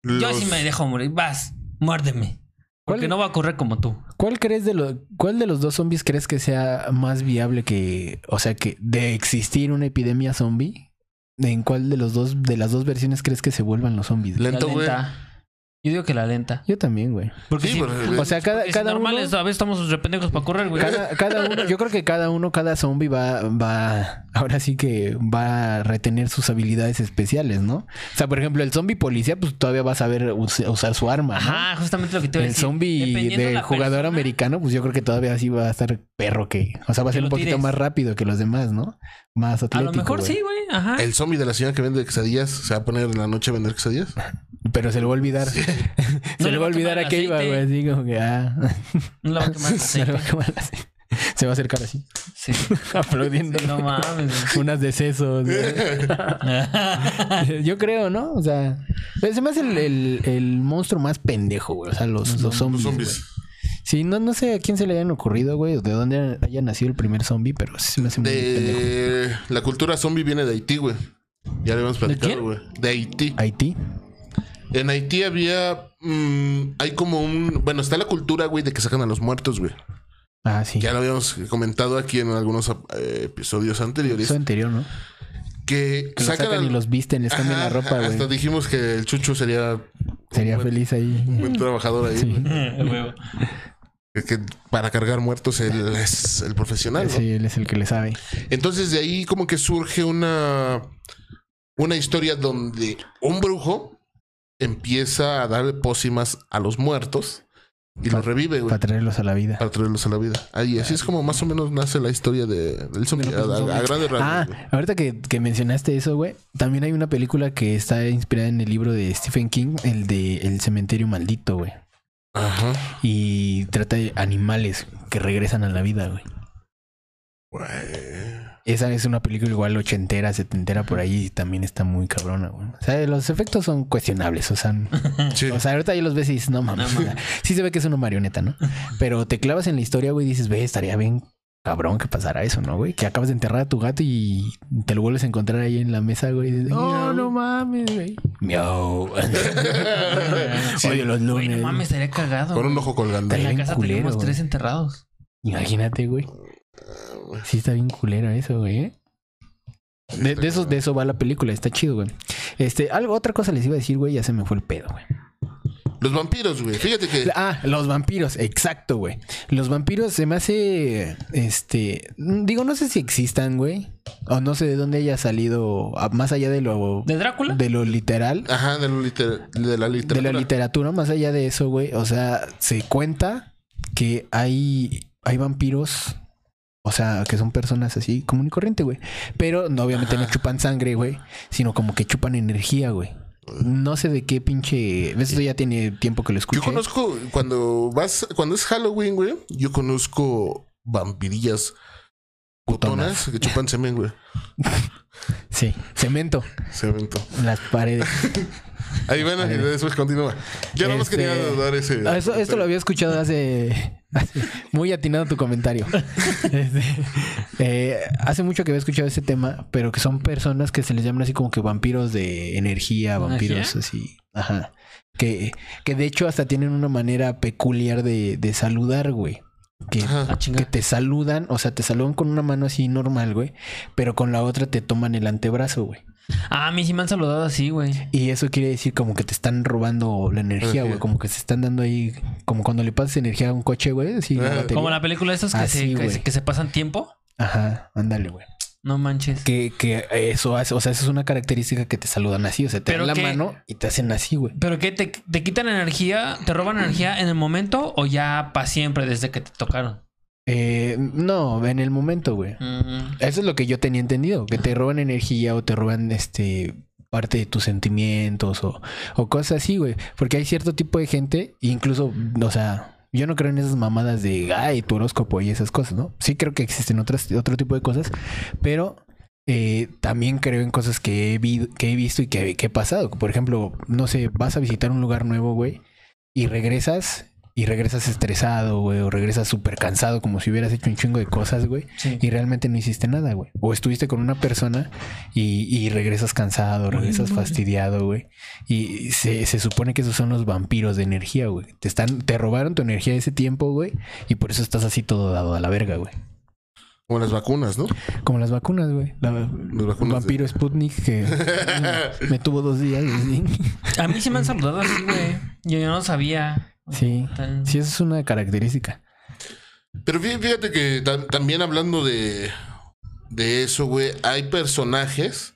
Speaker 5: Yo
Speaker 3: los-
Speaker 5: sí me dejo morir. Vas, muérdeme. Porque
Speaker 4: ¿Cuál-
Speaker 5: no va a correr como tú.
Speaker 4: ¿Cuál crees de los cuál de los dos zombies crees que sea más viable que, o sea, que de existir una epidemia zombie? ¿En cuál de los dos de las dos versiones crees que se vuelvan los zombies?
Speaker 5: La
Speaker 3: Lento, güey.
Speaker 5: lenta. Yo digo que la lenta.
Speaker 4: Yo también, güey.
Speaker 5: Porque
Speaker 3: Sí, pues, pero-
Speaker 5: si- Pues, porque
Speaker 4: O sea, cada
Speaker 5: si
Speaker 4: cada uno,
Speaker 5: normal es, a veces estamos re pendejos para correr, güey.
Speaker 4: cada, cada uno, yo creo que cada uno, cada zombie va va ahora sí que va a retener sus habilidades especiales, ¿no? O sea, por ejemplo, el zombie policía pues todavía va a saber us- usar su arma, ¿no?
Speaker 5: Ajá, justamente lo que te iba a
Speaker 4: El
Speaker 5: decir.
Speaker 4: zombie
Speaker 5: Dependiendo
Speaker 4: del
Speaker 5: la
Speaker 4: jugador
Speaker 5: persona,
Speaker 4: americano, pues yo creo que todavía sí va a estar perro que. O sea, va a
Speaker 5: Que
Speaker 4: ser un
Speaker 5: lo
Speaker 4: poquito
Speaker 5: tires.
Speaker 4: más rápido que los demás, ¿no? Más
Speaker 5: A
Speaker 4: atlético.
Speaker 5: lo mejor
Speaker 4: güey. Eh,
Speaker 5: sí, güey. Ajá.
Speaker 3: El zombie de la señora que vende quesadillas se va a poner en la noche a vender quesadillas.
Speaker 5: Ah,
Speaker 4: Pero se le va a olvidar. se
Speaker 5: No
Speaker 4: le va a olvidar
Speaker 5: quemar
Speaker 4: a qué
Speaker 5: el
Speaker 4: iba, güey.
Speaker 5: aceite.
Speaker 4: Así como que, ah.
Speaker 5: No la va a quemar el
Speaker 4: se le va a
Speaker 5: aceite.
Speaker 4: quemar el aceite. Se va a acercar así,
Speaker 5: Sí.
Speaker 4: aplaudiendo.
Speaker 5: No mames.
Speaker 4: Unas decesos.
Speaker 5: güey.
Speaker 4: Yo creo, ¿no? O sea, eh, se me hace el, el- el monstruo más pendejo, güey. O sea, los, los
Speaker 3: Los
Speaker 4: zombies.
Speaker 3: zombies.
Speaker 4: güey. Sí, no, no sé a quién se le hayan ocurrido, güey, o de dónde haya nacido el primer zombie, pero sí se me hace muy pendejo.
Speaker 3: De la cultura zombie viene de Haití, güey. Ya lo habíamos platicado,
Speaker 5: quién?
Speaker 3: güey. De Haití.
Speaker 4: Haití.
Speaker 3: En Haití había. mm, hay como un. Bueno, está la cultura, güey, de que sacan a los muertos, güey.
Speaker 4: Ah, sí.
Speaker 3: Ya lo habíamos comentado aquí en algunos eh, episodios anteriores.
Speaker 4: Eso anterior, ¿no?
Speaker 3: Que,
Speaker 4: Que
Speaker 3: sacan,
Speaker 4: los sacan
Speaker 3: al-
Speaker 4: y los visten, les cambian
Speaker 3: Ajá,
Speaker 4: la ropa,
Speaker 3: Hasta
Speaker 4: güey.
Speaker 3: dijimos que el Chucho sería.
Speaker 4: Sería
Speaker 3: un buen-
Speaker 4: feliz ahí.
Speaker 3: Buen trabajador ahí.
Speaker 4: Sí.
Speaker 3: güey.
Speaker 5: Huevo.
Speaker 3: Es que para cargar muertos él es el profesional. ¿no?
Speaker 4: Sí, él es el que le sabe.
Speaker 3: Entonces de ahí como que surge una, una historia donde un brujo empieza a darle pócimas a los muertos y los revive, güey,
Speaker 4: Para traerlos a la vida.
Speaker 3: Para traerlos a la vida. Ahí, así es como más o menos nace la historia de, del zombie.
Speaker 4: De
Speaker 3: A,
Speaker 4: los
Speaker 3: a- a
Speaker 4: zombies.
Speaker 3: grandes
Speaker 4: Ah,
Speaker 3: rasgos, güey.
Speaker 4: ahorita que, que mencionaste eso, güey. También hay una película que está inspirada en el libro de Stephen King, el de El cementerio maldito, güey.
Speaker 3: Ajá.
Speaker 4: Y trata de animales que regresan a la vida, güey.
Speaker 3: Güey.
Speaker 4: Esa es una película igual ochentera, setentera por ahí y también está muy cabrona, güey. O sea, los efectos son cuestionables, o sea, n-
Speaker 3: Sí.
Speaker 4: o sea, ahorita ya los ves y dices, no mames.
Speaker 5: No
Speaker 4: o sea, sí se ve que es una marioneta, ¿no? Pero te clavas en la historia, güey, y dices, ve, estaría bien cabrón que pasara eso, ¿no, güey? Que acabas de enterrar a tu gato y te lo vuelves a encontrar ahí en la mesa, güey. y dices, no, no mames, güey. Miau.
Speaker 3: Sí.
Speaker 4: Oye, los
Speaker 5: Güey,
Speaker 4: lunes.
Speaker 5: no mames, estaría cagado.
Speaker 3: Con un
Speaker 5: güey.
Speaker 3: ojo colgando.
Speaker 5: En la
Speaker 4: Bien
Speaker 5: casa
Speaker 4: culero,
Speaker 5: teníamos
Speaker 4: güey.
Speaker 5: tres enterrados.
Speaker 4: Imagínate, güey. Sí, está bien culero eso, güey. ¿eh? De, de eso, de eso va la película, está chido, güey. Este, algo, otra cosa les iba a decir, güey, ya se me fue el pedo, güey.
Speaker 3: Los vampiros, güey. Fíjate que.
Speaker 4: Ah, los vampiros, exacto, güey. Los vampiros se me hace, este, mm, digo, no sé si existan, güey. O no sé de dónde haya salido, a- más allá de lo,
Speaker 5: ¿De Drácula?
Speaker 4: de lo literal,
Speaker 3: Ajá, de, lo liter- de la
Speaker 4: de
Speaker 3: literatura.
Speaker 4: la literatura, más allá de eso, güey. O sea, se cuenta que hay, hay vampiros, o sea, que son personas así, común y corriente, güey. Pero no, obviamente no chupan sangre, güey, sino como que chupan energía, güey. No sé de qué pinche. Esto ya tiene tiempo que lo escuché.
Speaker 3: Yo conozco, cuando vas, cuando es Halloween, güey, yo conozco vampirillas putonas que chupan semen, güey.
Speaker 4: Sí, cemento,
Speaker 3: Cemento.
Speaker 4: las paredes.
Speaker 3: Ahí van y después continúa. Yo nada más
Speaker 4: Este,
Speaker 3: quería dar ese.
Speaker 4: Ah, Eso, esto lo había escuchado hace, hace- muy atinado tu comentario. Este, eh, hace mucho que había escuchado ese tema, pero que son personas que se les llaman así como que vampiros de energía, vampiros
Speaker 5: ¿Energía?
Speaker 4: así. Ajá. Que, que de hecho hasta tienen una manera peculiar de, de saludar, güey. Que,
Speaker 3: Ajá.
Speaker 5: Ah, chinga.
Speaker 4: que te saludan, o sea, te saludan con una mano así normal, güey, pero con la otra te toman el antebrazo, güey.
Speaker 5: Ah, a mí sí me han saludado así, güey.
Speaker 4: Y eso quiere decir como que te están robando la energía,
Speaker 3: Energía.
Speaker 4: güey. Como que se están dando ahí, como cuando le pasas energía a un coche, güey. así, la
Speaker 3: Ah.
Speaker 4: batería.
Speaker 5: Como la película de esos que,
Speaker 4: Así,
Speaker 5: se, que,
Speaker 4: güey.
Speaker 5: se- que se pasan tiempo.
Speaker 4: Ajá, ándale, güey.
Speaker 5: No manches.
Speaker 4: Que, que eso hace, o sea, eso es una característica que te saludan así, o sea, te
Speaker 5: Pero
Speaker 4: dan la
Speaker 5: que-
Speaker 4: mano y te hacen así, güey.
Speaker 5: ¿Pero qué? Te, te quitan energía? ¿Te roban energía en el momento o ya para siempre desde que te tocaron?
Speaker 4: Eh, no, en el momento, güey.
Speaker 5: Mm,
Speaker 4: Eso es lo que yo tenía entendido, que te roban energía o te roban este parte de tus sentimientos o, o cosas así, güey. Porque hay cierto tipo de gente, incluso, o sea, yo no creo en esas mamadas de, ay, tu horóscopo y esas cosas, ¿no? Sí creo que existen otras, otro tipo de cosas, pero eh, también creo en cosas que he, vi- que he visto y que, que he pasado. Por ejemplo, no sé, vas a visitar un lugar nuevo, güey, y regresas. Y regresas estresado, güey, o regresas súper cansado, como si hubieras hecho un chingo de cosas, güey
Speaker 5: sí.
Speaker 4: y realmente no hiciste nada, güey. O estuviste con una persona y, y regresas cansado, regresas fastidiado, güey. Y se, se supone que esos son los vampiros de energía, güey. Te están, te robaron tu energía ese tiempo, güey. Y por eso estás así todo dado a la verga, güey.
Speaker 3: Como las vacunas, ¿no?
Speaker 4: Como las vacunas, güey. La- un
Speaker 3: vacunas
Speaker 4: vampiro Sputnik que me tuvo dos días. güey.
Speaker 5: A mí sí me han saludado así, güey. Yo, yo no sabía. Ah,
Speaker 4: Sí.
Speaker 5: Tan-
Speaker 4: Sí, eso es una característica.
Speaker 3: Pero fí- fíjate que tam- también hablando de, de eso, güey, hay personajes.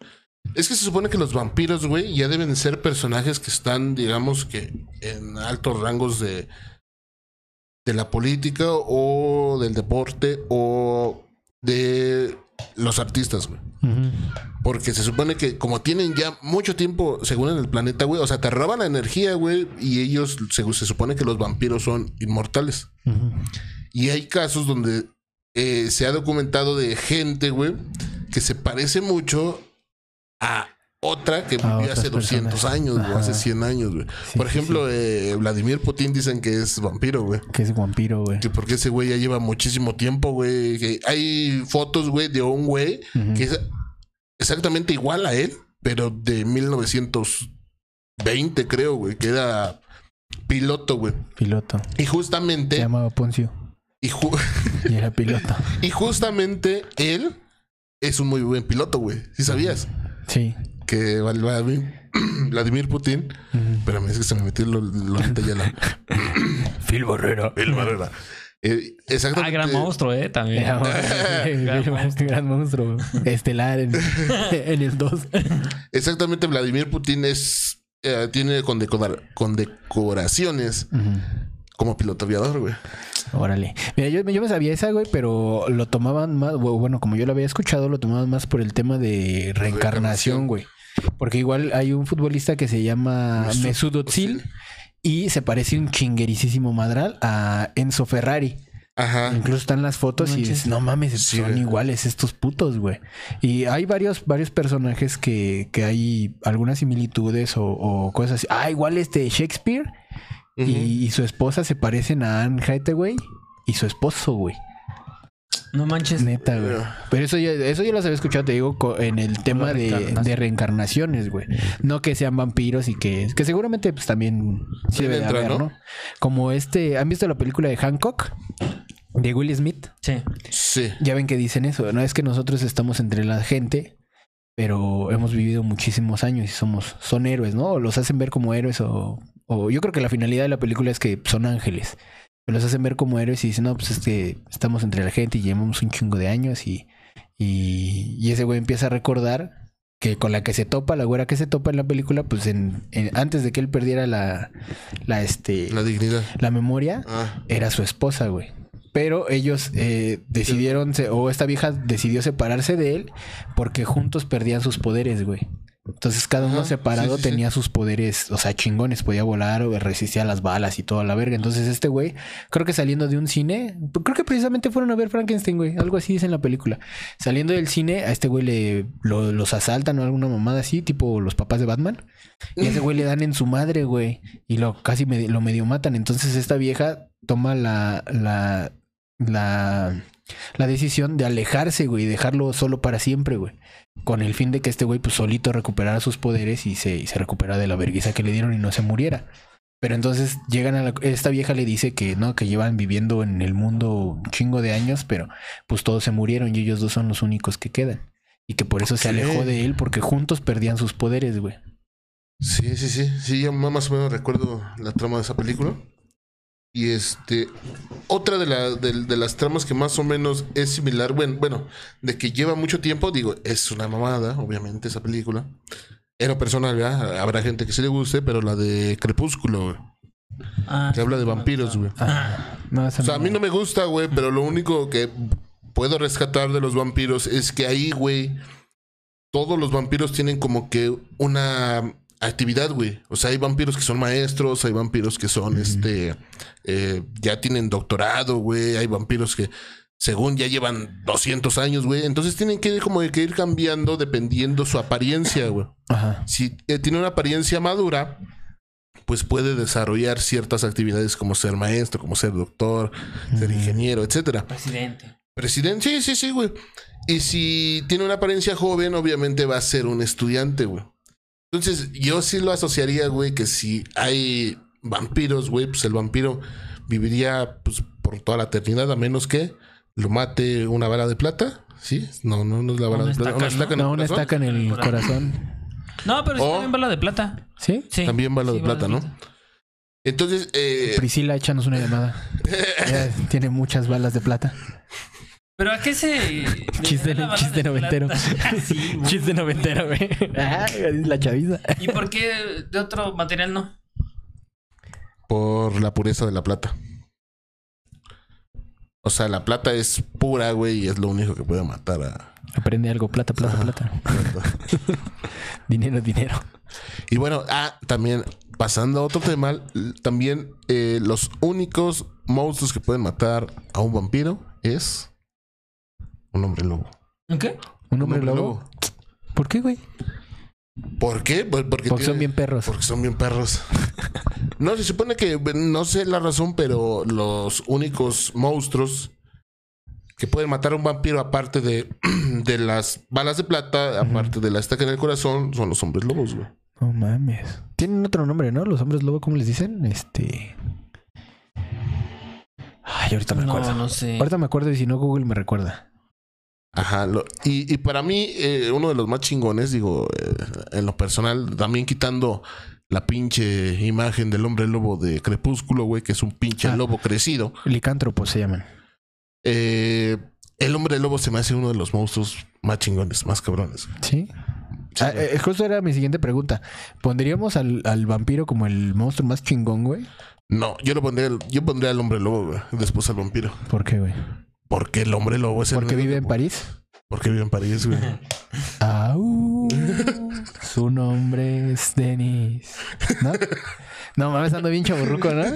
Speaker 3: Es que se supone que los vampiros, güey, ya deben ser personajes que están, digamos que, en altos rangos de, de la política o del deporte o de los artistas, güey.
Speaker 4: Ujú.
Speaker 3: Porque se supone que como tienen ya mucho tiempo, según en el planeta, güey, o sea, te roban la energía, güey, y ellos, se- se supone que los vampiros son inmortales.
Speaker 4: Ujú.
Speaker 3: Y hay casos donde eh, se ha documentado de gente, güey, que se parece mucho a otra que
Speaker 4: A
Speaker 3: vivió
Speaker 4: otras
Speaker 3: hace 200
Speaker 4: personas.
Speaker 3: años, güey,
Speaker 4: Ajá.
Speaker 3: hace 100 años, güey.
Speaker 4: Sí,
Speaker 3: Por
Speaker 4: sí,
Speaker 3: ejemplo, eh, Vladimir Putin dicen que es vampiro, güey.
Speaker 4: Que es vampiro, güey.
Speaker 3: Que porque ese güey ya lleva muchísimo tiempo, güey. que Hay fotos, güey, de un güey
Speaker 4: Ujú.
Speaker 3: que es exactamente igual a él, pero de 1920, creo, güey, que era piloto, güey.
Speaker 4: Piloto.
Speaker 3: Y
Speaker 4: Se
Speaker 3: justamente...
Speaker 4: llamaba Poncio.
Speaker 3: Y ju-
Speaker 4: Y era piloto.
Speaker 3: Y justamente él es un muy buen piloto, güey. Si sabías
Speaker 4: Sí.
Speaker 3: que Val- Vladimir, Vladimir Putin,
Speaker 4: Ujú.
Speaker 3: espérame, es que se me metió lo, Lolita Ayala.
Speaker 4: Phil Borrero.
Speaker 3: El Barrera. Eh,
Speaker 5: Ah,
Speaker 3: exactamente.
Speaker 5: gran monstruo, eh, también.
Speaker 4: Era un-
Speaker 5: Gran monstruo.
Speaker 4: gran monstruo estelar en, Este, en el 2.
Speaker 3: Exactamente, Vladimir Putin es eh, tiene condecora- condecoraciones como piloto aviador, güey.
Speaker 4: Órale. Mira, yo, yo me sabía esa, güey, pero lo tomaban más, bu- bueno, como yo lo había escuchado, lo tomaban más por el tema de reencarnación,
Speaker 3: Reencarnación.
Speaker 4: güey. Porque igual hay un futbolista que se llama
Speaker 3: Mesut
Speaker 4: Mesut Özil
Speaker 3: Özil.
Speaker 4: y se parece un chinguericísimo madral a Enzo Ferrari.
Speaker 3: Ajá.
Speaker 4: Incluso están las fotos
Speaker 5: No
Speaker 4: y
Speaker 5: manches.
Speaker 4: dices, no mames,
Speaker 3: Ah. Sí,
Speaker 4: son
Speaker 3: güey.
Speaker 4: iguales estos putos, güey. Y hay varios, varios personajes que, que hay algunas similitudes o, o cosas así. Ah, igual este Shakespeare y-
Speaker 3: Ujú.
Speaker 4: y, su esposa se parecen a Anne Hathaway y su esposo, güey.
Speaker 5: No manches.
Speaker 4: Neta, güey. Pero eso ya, eso ya los había escuchado, te digo, co- en el tema de,
Speaker 5: reencarnación.
Speaker 4: de reencarnaciones, güey. No que sean vampiros y que... Que seguramente pues también sí
Speaker 3: También
Speaker 4: debe de
Speaker 3: entra,
Speaker 4: haber,
Speaker 3: ¿no?
Speaker 4: ¿no? Como este... ¿Han visto la película de Hancock? De Will Smith.
Speaker 5: Sí.
Speaker 3: Sí.
Speaker 4: Ya ven que dicen eso, ¿no? Es que nosotros estamos entre la gente, pero hemos vivido muchísimos años y somos... Son héroes, ¿no? O los hacen ver como héroes o... o yo creo que la finalidad de la película es que son ángeles. Pero los hacen ver como héroes y dicen, no, pues es que estamos entre la gente y llevamos un chingo de años y... Y, y ese güey empieza a recordar que con la que se topa, la güera que se topa en la película, pues en, en- antes de que él perdiera la, la, este,
Speaker 3: La dignidad.
Speaker 4: la memoria,
Speaker 3: Ah.
Speaker 4: era su esposa, güey. Pero ellos eh, decidieron, se- o esta vieja decidió separarse de él porque juntos perdían sus poderes, güey. Entonces cada uno
Speaker 3: Ajá,
Speaker 4: separado
Speaker 3: sí, sí, sí.
Speaker 4: tenía sus poderes, o sea, chingones, podía volar o resistía las balas y toda la verga. Entonces este güey, creo que saliendo de un cine, creo que precisamente fueron a ver Frankenstein, güey, algo así dice en la película. Saliendo del cine, a este güey le lo- los asaltan o alguna mamada así, tipo los papás de Batman. Y a ese güey le dan en su madre, güey. Y lo casi me- lo medio matan. Entonces esta vieja toma la, la, la, la decisión de alejarse, güey, y dejarlo solo para siempre, güey. Con el fin de que este güey, pues solito recuperara sus poderes y se, y se recuperara de la vergüenza que le dieron y no se muriera. Pero entonces llegan a la, esta vieja le dice que no, que llevan viviendo en el mundo un chingo de años, pero pues todos se murieron y ellos dos son los únicos que quedan. Y que por eso se
Speaker 3: Ok.
Speaker 4: alejó de él porque juntos perdían sus poderes, güey.
Speaker 3: Sí, sí, sí. Sí, ya más o menos recuerdo la trama de esa película. Y este. Otra de, la- de- de las tramas que más o menos es similar, bueno, bueno, de que lleva mucho tiempo, digo, es una mamada, obviamente, esa película. Era personal, ¿verdad? Habrá gente que sí le guste, pero la de Crepúsculo, güey.
Speaker 5: Ah,
Speaker 3: Que habla de vampiros, güey.
Speaker 4: No,
Speaker 3: O sea, a mí no me gusta, güey, pero lo único que puedo rescatar de los vampiros es que ahí, güey, todos los vampiros tienen como que una actividad, güey. O sea, hay vampiros que son maestros, hay vampiros que son, este, eh, ya tienen doctorado, güey, hay vampiros que... Según ya llevan 200 años, güey. Entonces tienen que ir como que ir cambiando dependiendo su apariencia, güey
Speaker 4: Ajá.
Speaker 3: si eh, tiene una apariencia madura, pues puede desarrollar ciertas actividades como ser maestro, como ser doctor, ser
Speaker 4: Mm.
Speaker 3: ingeniero, etcétera.
Speaker 5: Presidente.
Speaker 3: Presidente, sí, sí, sí, güey. Y si tiene una apariencia joven, obviamente va a ser un estudiante, güey. Entonces, yo sí lo asociaría, güey, que si hay vampiros, güey, pues el vampiro viviría pues, por toda la eternidad, a menos que lo mate una bala de plata, ¿sí? No, no, no es la bala
Speaker 5: Una
Speaker 3: de plata.
Speaker 5: estaca,
Speaker 3: en
Speaker 4: No,
Speaker 3: el
Speaker 4: una
Speaker 3: corazón.
Speaker 4: estaca en el corazón.
Speaker 5: No, pero sí
Speaker 3: O-
Speaker 5: también bala de plata.
Speaker 4: ¿Sí?
Speaker 5: Sí.
Speaker 3: También bala
Speaker 5: Sí,
Speaker 3: de plata, ¿no? Entonces, eh,
Speaker 4: Priscila, échanos una llamada. Ella tiene muchas balas de plata.
Speaker 5: Pero a qué se.
Speaker 4: Chiste-
Speaker 5: la bala
Speaker 4: chiste
Speaker 5: de
Speaker 4: noventero.
Speaker 5: plata? Ah, Sí, güey.
Speaker 4: Chiste noventero, güey. Ah, es la chaviza.
Speaker 5: ¿Y por qué de otro material no?
Speaker 3: Por la pureza de la plata. O sea, la plata es pura, güey, y es lo único que puede matar a.
Speaker 4: Aprende algo, plata, plata, plata. Dinero, dinero.
Speaker 3: Y bueno, ah, también, pasando a otro tema, l- también eh, los únicos monstruos que pueden matar a un vampiro es. Un hombre lobo.
Speaker 5: ¿En qué?
Speaker 4: ¿Un hombre lobo? ¿Por qué, güey?
Speaker 3: ¿Por qué? Pues porque,
Speaker 4: Porque son
Speaker 3: tiene-
Speaker 4: bien perros.
Speaker 3: Porque son bien perros. No, se supone que, no sé la razón, pero los únicos monstruos que pueden matar a un vampiro, aparte de, de las balas de plata, aparte de la estaca en el corazón, son los hombres lobos, güey.
Speaker 4: No mames. Tienen otro nombre, ¿no? Los hombres lobo, ¿cómo les dicen? Este. Ay, ahorita me acuerdo.
Speaker 5: No, no sé.
Speaker 4: Ahorita me acuerdo y si no, Google me recuerda.
Speaker 3: Ajá. lo- y, y para mí, eh, uno de los más chingones, digo, eh, en lo personal, también quitando la pinche imagen del hombre lobo de Crepúsculo, güey, que es un pinche
Speaker 4: Ah.
Speaker 3: lobo crecido.
Speaker 4: Licántropos se llaman.
Speaker 3: Eh, el hombre lobo se me hace uno de los monstruos más chingones, más cabrones.
Speaker 4: ¿Sí? Ah, eh, justo era mi siguiente pregunta. ¿Pondríamos al, al vampiro como el monstruo más chingón, güey?
Speaker 3: No, yo lo pondría, yo pondría al hombre lobo, güey, después al vampiro.
Speaker 4: ¿Por qué, güey?
Speaker 3: Porque el hombre lobo es el
Speaker 4: ¿Porque
Speaker 3: único
Speaker 4: vive
Speaker 3: que-
Speaker 4: en París?
Speaker 3: Porque vive en París, güey.
Speaker 4: ¡Au! Su nombre Denis, Denis. ¿No? No mames, ando bien chaburruco, ¿no?
Speaker 5: La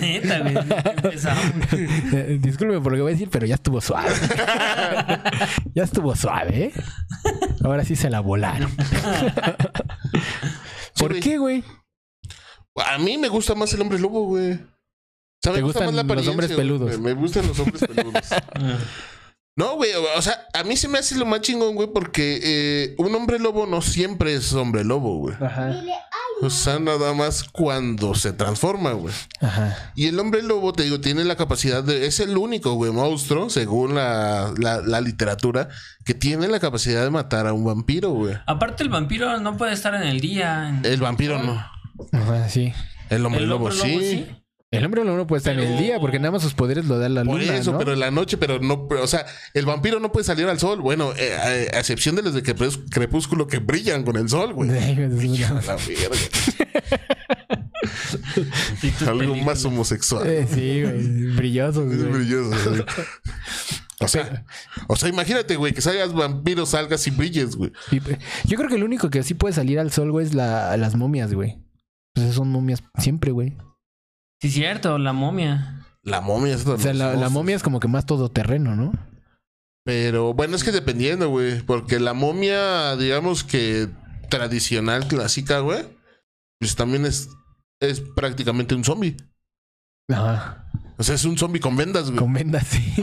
Speaker 5: neta, güey. Empezamos.
Speaker 4: Eh, Discúlpeme por lo que voy a decir, pero ya estuvo suave. ya estuvo suave, ¿eh? Ahora sí se la volaron.
Speaker 3: Sí,
Speaker 4: ¿Por
Speaker 3: güey.
Speaker 4: qué, güey?
Speaker 3: A mí me gusta más el hombre lobo, güey. O sea,
Speaker 4: ¿Te
Speaker 3: me gusta
Speaker 4: gustan
Speaker 3: más la
Speaker 4: los
Speaker 3: apariencia,
Speaker 4: hombres
Speaker 3: güey.
Speaker 4: peludos?
Speaker 3: Me gustan los hombres peludos. No, güey, o sea, a mí se me hace lo más chingón, güey, porque eh, un hombre lobo no siempre es hombre lobo, güey.
Speaker 4: Ajá.
Speaker 3: O sea, nada más cuando se transforma, güey.
Speaker 4: Ajá.
Speaker 3: Y el hombre lobo, te digo, tiene la capacidad de... Es el único, güey, monstruo, según la, la, la literatura, que tiene la capacidad de matar a un vampiro, güey.
Speaker 5: Aparte, el vampiro no puede estar en el día. en-
Speaker 3: El vampiro no.
Speaker 4: Ajá, sí.
Speaker 3: El Eh, hombre,
Speaker 5: el
Speaker 3: lobo,
Speaker 5: hombre
Speaker 3: sí.
Speaker 4: El hombre lobo no puede estar en el
Speaker 5: Pero-
Speaker 4: día porque nada más sus poderes lo da la
Speaker 3: Por
Speaker 4: luna,
Speaker 3: eso,
Speaker 4: ¿no?
Speaker 3: pero en la noche, pero no... pero, o sea, el vampiro no puede salir al sol. Bueno, eh, a- a excepción de los de crepus- crepúsculo que brillan con el sol, güey. A la verga.
Speaker 5: Sí, tus
Speaker 3: Algo
Speaker 5: películas.
Speaker 3: más homosexual.
Speaker 4: Eh, sí, güey. Brilloso,
Speaker 3: Es
Speaker 4: güey.
Speaker 3: brilloso. güey. O sea, o sea, imagínate, güey, que salgas vampiro, salgas y brilles, güey.
Speaker 4: Y- eh, Yo creo que el único que sí puede salir al sol, güey, es la, las momias, güey. Pues son momias siempre, güey.
Speaker 5: Sí, cierto, la momia.
Speaker 3: La momia es
Speaker 4: O sea, la, la momia es como que más todoterreno, ¿no?
Speaker 3: Pero bueno, es que dependiendo, güey. Porque la momia, digamos que tradicional, clásica, güey, pues también es, es prácticamente un zombie.
Speaker 4: Ajá.
Speaker 3: O sea, es un zombie con vendas, güey.
Speaker 4: Con vendas, sí.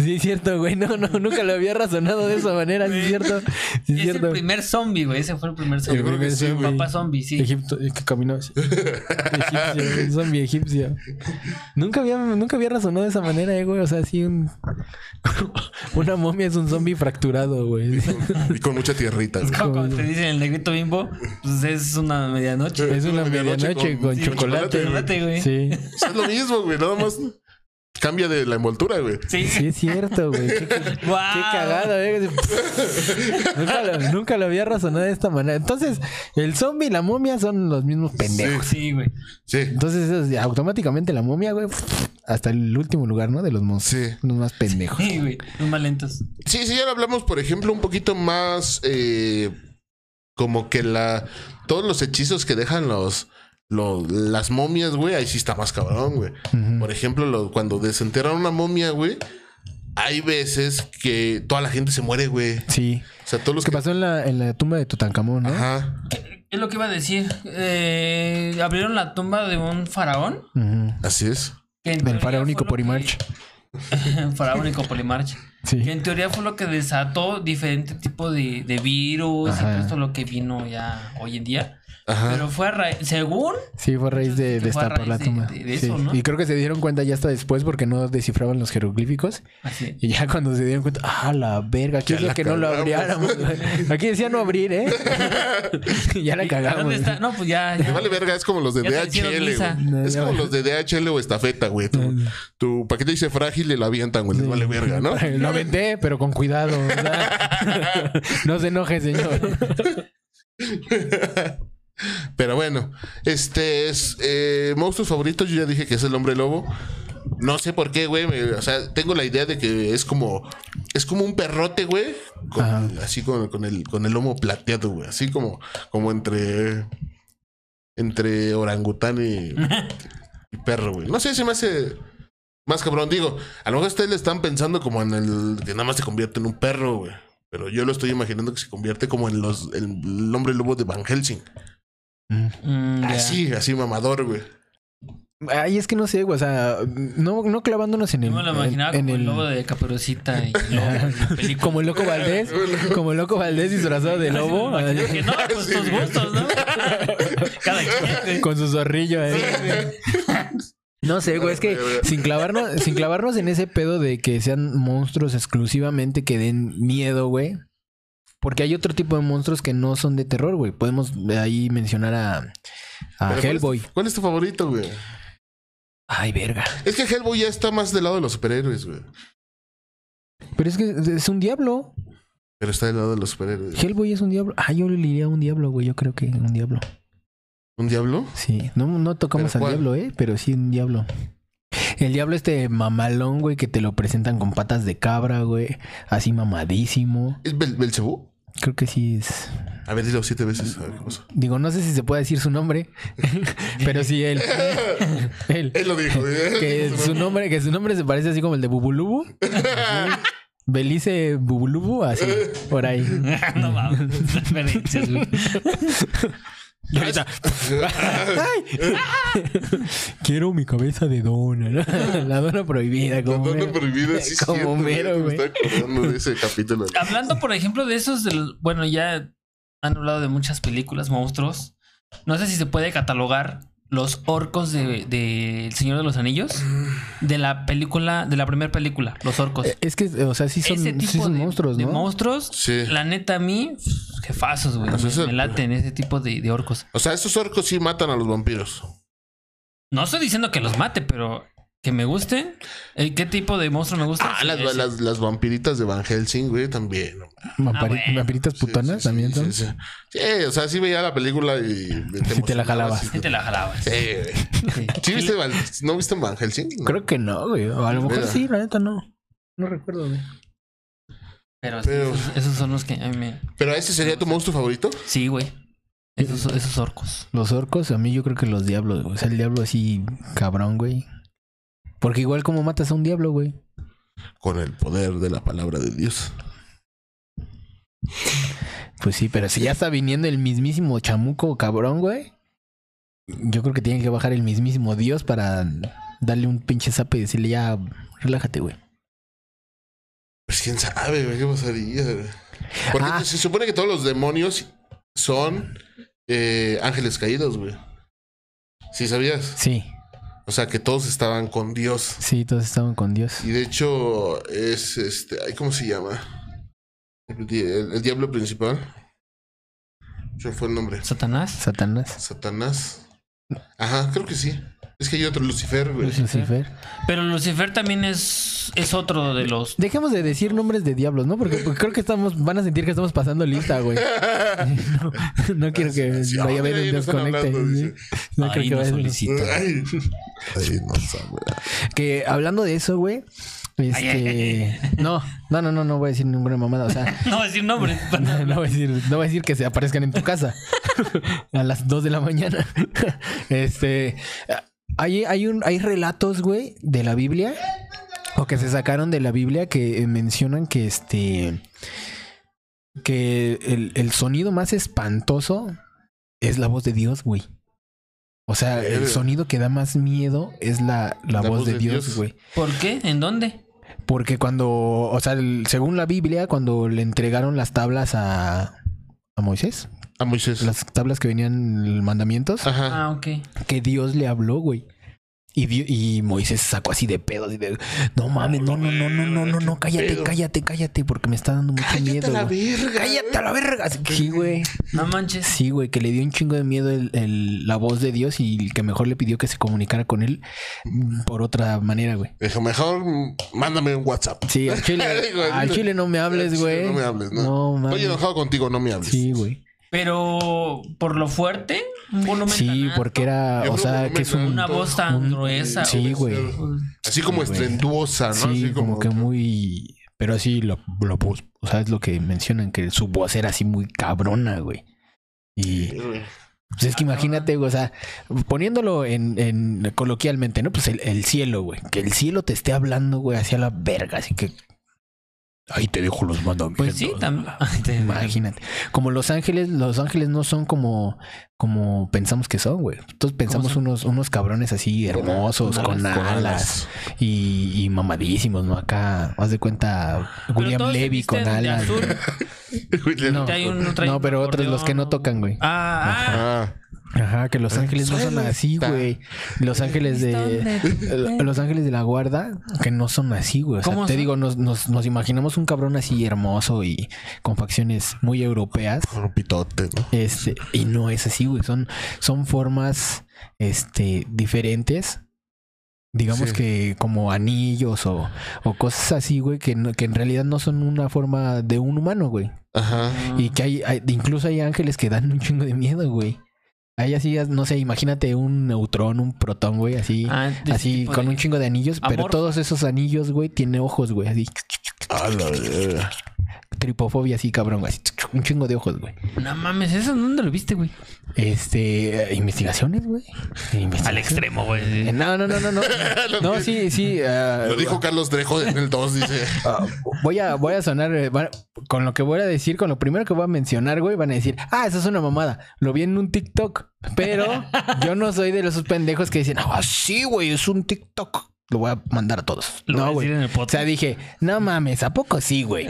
Speaker 4: sí, es cierto, güey. No, no, nunca lo había razonado de esa manera. Sí, es cierto. Sí, es
Speaker 5: es
Speaker 4: cierto.
Speaker 5: el primer zombie, güey. Ese fue el primer zombie.
Speaker 4: primer
Speaker 5: Sí,
Speaker 4: zombie.
Speaker 5: Papá zombie, sí.
Speaker 4: Egipto, eh, que caminó así. Egipcio, un zombie egipcio. Nunca había, nunca había razonado de esa manera, eh, güey. O sea, sí, un, una momia es un zombie fracturado, güey.
Speaker 3: Y con mucha tierrita,
Speaker 5: Es
Speaker 3: güey.
Speaker 5: como cuando te dicen el negrito bimbo, pues es una medianoche.
Speaker 4: Es una medianoche con,
Speaker 5: sí, con
Speaker 4: chocolate.
Speaker 5: chocolate, güey.
Speaker 4: Sí,
Speaker 3: O sea, es lo mismo, güey. Nada más cambia de la envoltura, güey.
Speaker 5: Sí,
Speaker 4: sí, es cierto, güey. Qué, qué- qué
Speaker 5: Wow.
Speaker 3: Ah.
Speaker 4: cagado, eh. nunca, lo, nunca lo había razonado de esta manera. Entonces, el zombie y la momia son los mismos pendejos.
Speaker 5: Sí, güey.
Speaker 3: Sí.
Speaker 4: Entonces, eso es- automáticamente la momia, güey, hasta el último lugar, ¿no? De los monstruos.
Speaker 3: Sí.
Speaker 4: Los más pendejos.
Speaker 5: Sí, güey. Los más lentos.
Speaker 3: Sí, sí, ahora hablamos, por ejemplo, un poquito más eh, como que la. Todos los hechizos que dejan los. los- las momias, güey, ahí sí está más cabrón, güey.
Speaker 4: Ujú.
Speaker 3: Por ejemplo, lo- cuando desenterran una momia, güey, hay veces que toda la gente se muere, güey.
Speaker 4: Sí.
Speaker 3: O sea, todos los
Speaker 4: Lo que
Speaker 3: que.
Speaker 4: pasó en la, en la tumba de Tutankamón, ¿no?
Speaker 3: Ajá.
Speaker 5: Es lo que iba a decir. Eh, abrieron la tumba de un faraón.
Speaker 4: Ujú.
Speaker 3: Así es.
Speaker 5: que en
Speaker 4: Del
Speaker 5: teoría
Speaker 4: faraónico
Speaker 5: fue lo
Speaker 4: Porimarch.
Speaker 5: que- faraónico Polimarch. Que
Speaker 4: Sí.
Speaker 5: en teoría fue lo que desató diferente tipo de, de virus y
Speaker 4: Ajá.
Speaker 5: todo esto lo que vino ya hoy en día.
Speaker 3: Ajá.
Speaker 5: Pero fue a raíz, según
Speaker 4: Sí, fue a raíz de
Speaker 5: Entonces, que fue a
Speaker 4: destapar la
Speaker 5: raíz de-
Speaker 4: tumba.
Speaker 5: de- de eso,
Speaker 4: Sí.
Speaker 5: ¿no?
Speaker 4: Y creo que se dieron cuenta ya hasta después porque no descifraban los jeroglíficos.
Speaker 5: así.
Speaker 4: Y ya cuando se dieron cuenta, ah, la verga, aquí
Speaker 3: Ya
Speaker 4: es lo
Speaker 3: la
Speaker 4: que no lo
Speaker 3: cagamos.
Speaker 4: abriéramos. Aquí decía no abrir, ¿eh? ya la
Speaker 5: ¿Y ¿Dónde
Speaker 4: cagamos.
Speaker 5: está? No, pues ya.
Speaker 3: Me
Speaker 5: ya.
Speaker 3: vale verga, es como los de
Speaker 5: Ya te hicieron
Speaker 3: DHL,
Speaker 5: misa.
Speaker 3: güey. Es
Speaker 4: No, Mm. no.
Speaker 3: como los de DHL o estafeta, güey. Tu, tu paquete dice frágil y lo avientan, güey. Les Pues vale verga, ¿no?
Speaker 4: Lo aventé, pero con cuidado. ¿verdad? no se enoje, señor.
Speaker 3: Pero bueno, este es eh, monstruos favoritos. Yo ya dije que es el hombre lobo. No sé por qué, güey. me- O sea, tengo la idea de que es como es como un perrote, güey. con-
Speaker 4: Ajá.
Speaker 3: así con, con el con el lomo plateado, güey. Así como como entre entre orangután y, y perro, güey. No sé, se me hace más cabrón. Digo, a lo mejor ustedes le están pensando como en el que nada más se convierte en un perro, güey. Pero yo lo estoy imaginando que se convierte como en los el, el hombre lobo de Van Helsing.
Speaker 5: Mm, ya.
Speaker 3: Así, así mamador, güey.
Speaker 4: Ay, es que no sé, güey. O sea, no, no clavándonos en
Speaker 5: Yo
Speaker 4: el.
Speaker 5: me lo imaginaba
Speaker 4: en- en
Speaker 5: como el
Speaker 4: el-
Speaker 5: lobo de Caperucita y lobo de película.
Speaker 4: Como el loco Valdés. Como el loco Valdés disfrazado de lobo.
Speaker 5: Así me lo imagino que no, pues tus gustos, ¿no? Cada quien.
Speaker 4: con su zorrillo ahí. No sé, güey, es que sin clavarnos, sin clavarnos en ese pedo de que sean monstruos exclusivamente que den miedo, güey. Porque hay otro tipo de monstruos que no son de terror, güey. Podemos ahí mencionar a, a
Speaker 3: Pero ¿cuál es-
Speaker 4: Hellboy.
Speaker 3: ¿Cuál es tu favorito, güey?
Speaker 4: Ay, verga.
Speaker 3: Es que Hellboy ya está más del lado de los superhéroes, güey.
Speaker 4: Pero es que es un diablo.
Speaker 3: Pero está del lado de los superhéroes.
Speaker 4: Hellboy es un diablo. Ah, yo le diría un diablo, güey. Yo creo que un diablo.
Speaker 3: ¿Un diablo?
Speaker 4: Sí. No, no tocamos
Speaker 3: ¿Pero
Speaker 4: al
Speaker 3: cuál?
Speaker 4: diablo, ¿eh? Pero sí un diablo. El diablo este mamalón, güey, que te lo presentan con patas de cabra, güey. Así mamadísimo.
Speaker 3: ¿Es Bel Belcebú?
Speaker 4: Creo que sí es
Speaker 3: A ver, dilo siete veces. A ver, ¿qué pasó?
Speaker 4: Digo, no sé si se puede decir su nombre, pero sí él. él.
Speaker 3: Él lo dijo.
Speaker 4: Que su nombre, que su nombre se parece así como el de Bubulubu. Belice Bubulubu, así, por ahí.
Speaker 5: no mames. Referencias, güey. Y ahorita,
Speaker 4: Quiero mi cabeza de dona. ¿no? La dona prohibida,
Speaker 3: No,
Speaker 4: como.
Speaker 3: no, no,
Speaker 4: Homero.
Speaker 3: prohibido. Sí, es
Speaker 4: Como
Speaker 3: cierto, güey,
Speaker 4: Homero,
Speaker 3: me
Speaker 4: güey.
Speaker 3: estaba acordando de ese capítulo.
Speaker 5: hablando, por ejemplo, de esos. de los- bueno, ya han hablado de muchas películas, monstruos. No sé si se puede catalogar los orcos de, de El Señor de los Anillos. De la película, de la primera película, los orcos.
Speaker 4: Eh, Es que, o sea, sí son,
Speaker 5: ese tipo
Speaker 4: sí son
Speaker 5: de,
Speaker 4: monstruos,
Speaker 5: de
Speaker 4: ¿no?
Speaker 5: monstruos,
Speaker 3: Sí.
Speaker 5: la neta a mí, jefazos, güey.
Speaker 3: O sea,
Speaker 5: Me,
Speaker 3: Pues eso-
Speaker 5: me laten ese tipo de, de orcos.
Speaker 3: O sea, esos orcos sí matan a los vampiros.
Speaker 5: No estoy diciendo que los mate, pero que me gusten. Eh, ¿Qué tipo de monstruo me gusta?
Speaker 3: Ah,
Speaker 5: Sí,
Speaker 3: las,
Speaker 5: ese.
Speaker 3: las, las vampiritas de Van Helsing, güey, también. no mames.
Speaker 4: Vampari-
Speaker 5: Ah, bueno.
Speaker 4: Vampiritas
Speaker 3: Sí,
Speaker 4: putonas
Speaker 3: sí, sí,
Speaker 4: también son.
Speaker 3: Sí, sí. Sí, o sea, sí veía la película y...
Speaker 4: Sí te la jalabas.
Speaker 5: Sí te la jalabas.
Speaker 3: Sí, güey.
Speaker 5: Sí.
Speaker 3: ¿Sí viste Van- ¿No viste Van Helsing? No.
Speaker 4: Creo que no, güey. O a lo mejor
Speaker 3: Mira.
Speaker 4: sí, la neta no. No recuerdo, güey.
Speaker 5: Pero, sí,
Speaker 3: Pero-
Speaker 5: Esos, esos son los que a mí me...
Speaker 3: ¿Pero ese sería tu monstruo favorito?
Speaker 5: Sí, güey. Esos, esos orcos.
Speaker 4: Los orcos, a mí yo creo que los diablos, güey. O sea, el diablo así cabrón, güey. Porque igual como matas a un diablo, güey.
Speaker 3: Con el poder de la palabra de Dios.
Speaker 4: Pues sí, pero si ya está viniendo el mismísimo chamuco cabrón, güey. Yo creo que tienen que bajar el mismísimo Dios para darle un pinche zape y decirle ya, relájate, güey.
Speaker 3: Pues quién sabe, güey, qué pasaría. güey? Porque
Speaker 4: Ah.
Speaker 3: se supone que todos los demonios son eh, ángeles caídos, güey. Sí, sabías.
Speaker 4: Sí,
Speaker 3: O sea, que todos estaban con Dios.
Speaker 4: sí, todos estaban con Dios.
Speaker 3: Y de hecho, es este. ay, ¿Cómo se llama? El, di- el- el diablo principal. Se me fue el nombre.
Speaker 5: Satanás.
Speaker 4: Satanás,
Speaker 3: Satanás. Ajá, creo que sí. Es que hay otro Lucifer, güey.
Speaker 4: Lucifer.
Speaker 5: Pero Lucifer también es, es otro de los...
Speaker 4: Dejemos de decir nombres de diablos, ¿no? Porque, porque creo que estamos, van a sentir que estamos pasando lista, güey. No, no quiero que
Speaker 3: Sí,
Speaker 4: vaya a haber
Speaker 3: mira,
Speaker 4: un
Speaker 3: ya no están
Speaker 4: desconecte.
Speaker 3: hablando,
Speaker 4: ¿sí?
Speaker 3: dice.
Speaker 4: No creo
Speaker 5: ahí
Speaker 4: que vaya
Speaker 5: nos
Speaker 4: a haber-
Speaker 5: solicita.
Speaker 3: Ay, ay, no sabe.
Speaker 4: Que hablando de eso, güey.
Speaker 5: Ay, ay,
Speaker 4: Este. No, no, no, no, no voy a decir ninguna mamada. O sea,
Speaker 5: No voy a decir nombres.
Speaker 4: no, no voy a decir, no voy a decir que se aparezcan en tu casa a las 2 de la mañana. Este. Hay, hay, un, hay relatos, güey, de la Biblia. O que se sacaron de la Biblia que eh, mencionan que este. Que el, el sonido más espantoso es la voz de Dios, güey. O sea, el
Speaker 3: Verga.
Speaker 4: sonido que da más miedo es la, Eh. la voz, de, Dios, güey.
Speaker 5: ¿Por qué? ¿En dónde?
Speaker 4: Porque cuando, o sea, el- según la Biblia, cuando le entregaron las tablas a, a Moisés,
Speaker 3: A Moisés.
Speaker 4: las tablas que venían mandamientos,
Speaker 3: Ajá.
Speaker 5: Ah, ok.
Speaker 4: que Dios le habló, güey. Y, Dio- y Moisés sacó así de pedo, así de, no mames, no, no, no, no, no, no, no, cállate,
Speaker 3: pedo.
Speaker 4: cállate, cállate, porque me está dando mucho miedo. güey.
Speaker 3: verga.
Speaker 4: cállate a la verga. Sí, güey.
Speaker 5: No manches.
Speaker 4: Sí, güey, que le dio un chingo de miedo el- el- la voz de Dios y que mejor le pidió que se comunicara con él mm, por otra manera, güey.
Speaker 3: Dijo, mejor mm, mándame un WhatsApp.
Speaker 4: Sí, al chile,
Speaker 3: Digo,
Speaker 4: al chile no me hables,
Speaker 3: Sí,
Speaker 4: güey.
Speaker 3: No me hables, no.
Speaker 4: No, mames.
Speaker 3: Estoy enojado contigo, no me hables.
Speaker 4: Sí, güey.
Speaker 5: Pero por lo fuerte, un volumen tan
Speaker 4: Sí,
Speaker 5: alto,
Speaker 4: porque era,
Speaker 3: Yo
Speaker 4: o
Speaker 3: creo
Speaker 4: sea,
Speaker 3: que
Speaker 4: que es
Speaker 3: me-
Speaker 4: un...
Speaker 5: una voz tan
Speaker 4: un-
Speaker 5: gruesa. Pues,
Speaker 4: Sí, güey.
Speaker 3: Así como
Speaker 4: Sí, güey.
Speaker 3: estrenduosa, ¿no?
Speaker 4: Sí,
Speaker 3: Así
Speaker 4: como que muy... Pero así la, la voz, o sea, es lo que mencionan, que su voz era así muy cabrona, güey. Y pues es que imagínate, güey, o sea, poniéndolo en, en- coloquialmente, ¿no? Pues el, el cielo, güey. Que el cielo te esté hablando, güey, hacia la verga, así que... Ahí te dejo los mandamientos.
Speaker 5: Pues sí, también. Ay, te-
Speaker 4: Imagínate. Como Los Ángeles, Los Ángeles no son como, como pensamos que son, güey. Entonces pensamos
Speaker 5: son?
Speaker 4: unos, unos cabrones así hermosos,
Speaker 5: Con
Speaker 4: con alas, Y, y mamadísimos, ¿no? Acá, haz de cuenta,
Speaker 5: Pero
Speaker 4: William
Speaker 5: todos se
Speaker 4: Levy con
Speaker 5: visten de
Speaker 4: alas.
Speaker 5: azul.
Speaker 4: No,
Speaker 5: Hay uno trae
Speaker 4: no,
Speaker 5: un
Speaker 4: pero otros los que no
Speaker 5: acordeón.
Speaker 4: tocan, güey.
Speaker 5: Ah, ah,
Speaker 3: Ah,
Speaker 4: Ajá, que Los Ángeles no son
Speaker 3: Suelta.
Speaker 4: así, güey. Los Ángeles de... eh, Los Ángeles de la Guarda, que no son así, güey. O sea,
Speaker 5: ¿Cómo
Speaker 4: te
Speaker 5: son?
Speaker 4: digo, nos, nos, nos imaginamos un cabrón así hermoso y con facciones muy europeas.
Speaker 3: con un pitote, ¿no?
Speaker 4: Este, y no es así, güey. Son, son formas este, diferentes. Digamos
Speaker 3: Sí.
Speaker 4: que como anillos o, o cosas así, güey, que, no- que en realidad no son una forma de un humano, güey.
Speaker 3: Ajá.
Speaker 4: Y que hay, hay- incluso hay ángeles que dan un chingo de miedo, güey. Hay así, no sé, imagínate un neutrón, un protón, güey, así.
Speaker 5: Ah, de ese
Speaker 4: así,
Speaker 5: tipo
Speaker 4: con
Speaker 5: de-
Speaker 4: un chingo de anillos. Pero
Speaker 5: Amorfo.
Speaker 4: todos esos anillos, güey, tiene ojos, güey, así.
Speaker 3: A la verga.
Speaker 4: tripofobia así, cabrón, güey. Así, un chingo de ojos, güey.
Speaker 5: No mames, ¿eso dónde lo viste, güey?
Speaker 4: Este, eh, investigaciones, güey. Investigaciones.
Speaker 5: Al extremo, güey.
Speaker 4: Eh, No, no, no, no, no. No, sí, sí. ah,
Speaker 3: Lo dijo Carlos Trejo en el 2, dice.
Speaker 4: ah, voy a, voy a sonar eh, va- con lo que voy a decir, con lo primero que voy a mencionar, güey, van a decir, ah, eso es una mamada. Lo vi en un TikTok, pero yo no soy de los pendejos que dicen, ah, sí, güey, es un TikTok. Lo voy a mandar a todos.
Speaker 5: Lo
Speaker 4: no,
Speaker 5: voy a
Speaker 4: güey.
Speaker 5: decir en el
Speaker 4: O sea,
Speaker 5: podcast.
Speaker 4: dije, no mames, ¿a poco sí, güey?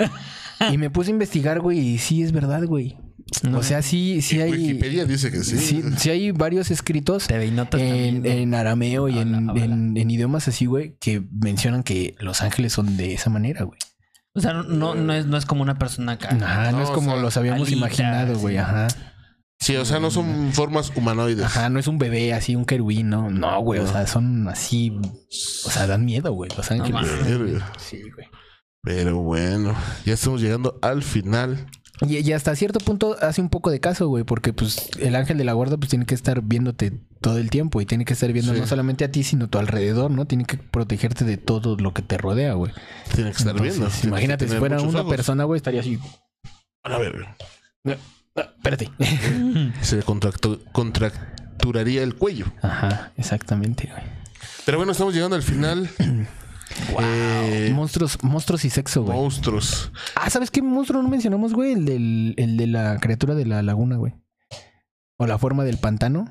Speaker 4: Y me puse a investigar, güey, y sí es verdad, güey.
Speaker 5: No.
Speaker 4: O sea, sí, sí hay.
Speaker 3: Wikipedia dice que sí.
Speaker 4: Sí, sí hay varios escritos
Speaker 5: TV y notas
Speaker 4: en,
Speaker 5: también, ¿no?
Speaker 4: en arameo y en,
Speaker 5: Habla, habla.
Speaker 4: en- en idiomas así, güey, que mencionan que los ángeles son de esa manera, güey.
Speaker 5: O sea, no, no, es, no es como una persona acá.
Speaker 4: Ajá, no,
Speaker 3: no,
Speaker 4: es
Speaker 3: o
Speaker 4: como
Speaker 3: sea,
Speaker 4: los habíamos
Speaker 5: alitas,
Speaker 4: imaginado, güey.
Speaker 5: sí.
Speaker 4: Ajá.
Speaker 3: Sí, o sea, no son formas humanoides.
Speaker 4: Ajá, no es un bebé así, un querubín, no. No, güey, o sea, son así. O sea, dan miedo, güey, los ángeles.
Speaker 5: mames.
Speaker 3: Verga.
Speaker 4: sí, güey.
Speaker 3: Pero bueno, ya estamos llegando al final.
Speaker 4: Y, y hasta cierto punto hace un poco de caso, güey, porque pues el ángel de la guarda pues tiene que estar viéndote todo el tiempo y tiene que estar viendo
Speaker 3: Sí.
Speaker 4: no solamente a ti, sino a tu alrededor, ¿no? Tiene que protegerte de todo lo que te rodea, güey.
Speaker 3: Tiene que estar
Speaker 4: Entonces,
Speaker 3: viendo. tiene que
Speaker 4: Imagínate, si
Speaker 3: tener
Speaker 4: fuera
Speaker 3: muchos
Speaker 4: una
Speaker 3: ojos.
Speaker 4: persona, güey, estaría así.
Speaker 3: A ver,
Speaker 4: "No, no, espérate.
Speaker 3: se le contractu- contracturaría el cuello.
Speaker 4: Ajá, exactamente, güey.
Speaker 3: Pero bueno, estamos llegando al final. Eh,
Speaker 4: Monstruos, monstruos y sexo, güey.
Speaker 3: monstruos.
Speaker 4: Ah, ¿sabes qué monstruo no mencionamos, güey? El, del, el de la criatura de la laguna, güey. O la forma del pantano.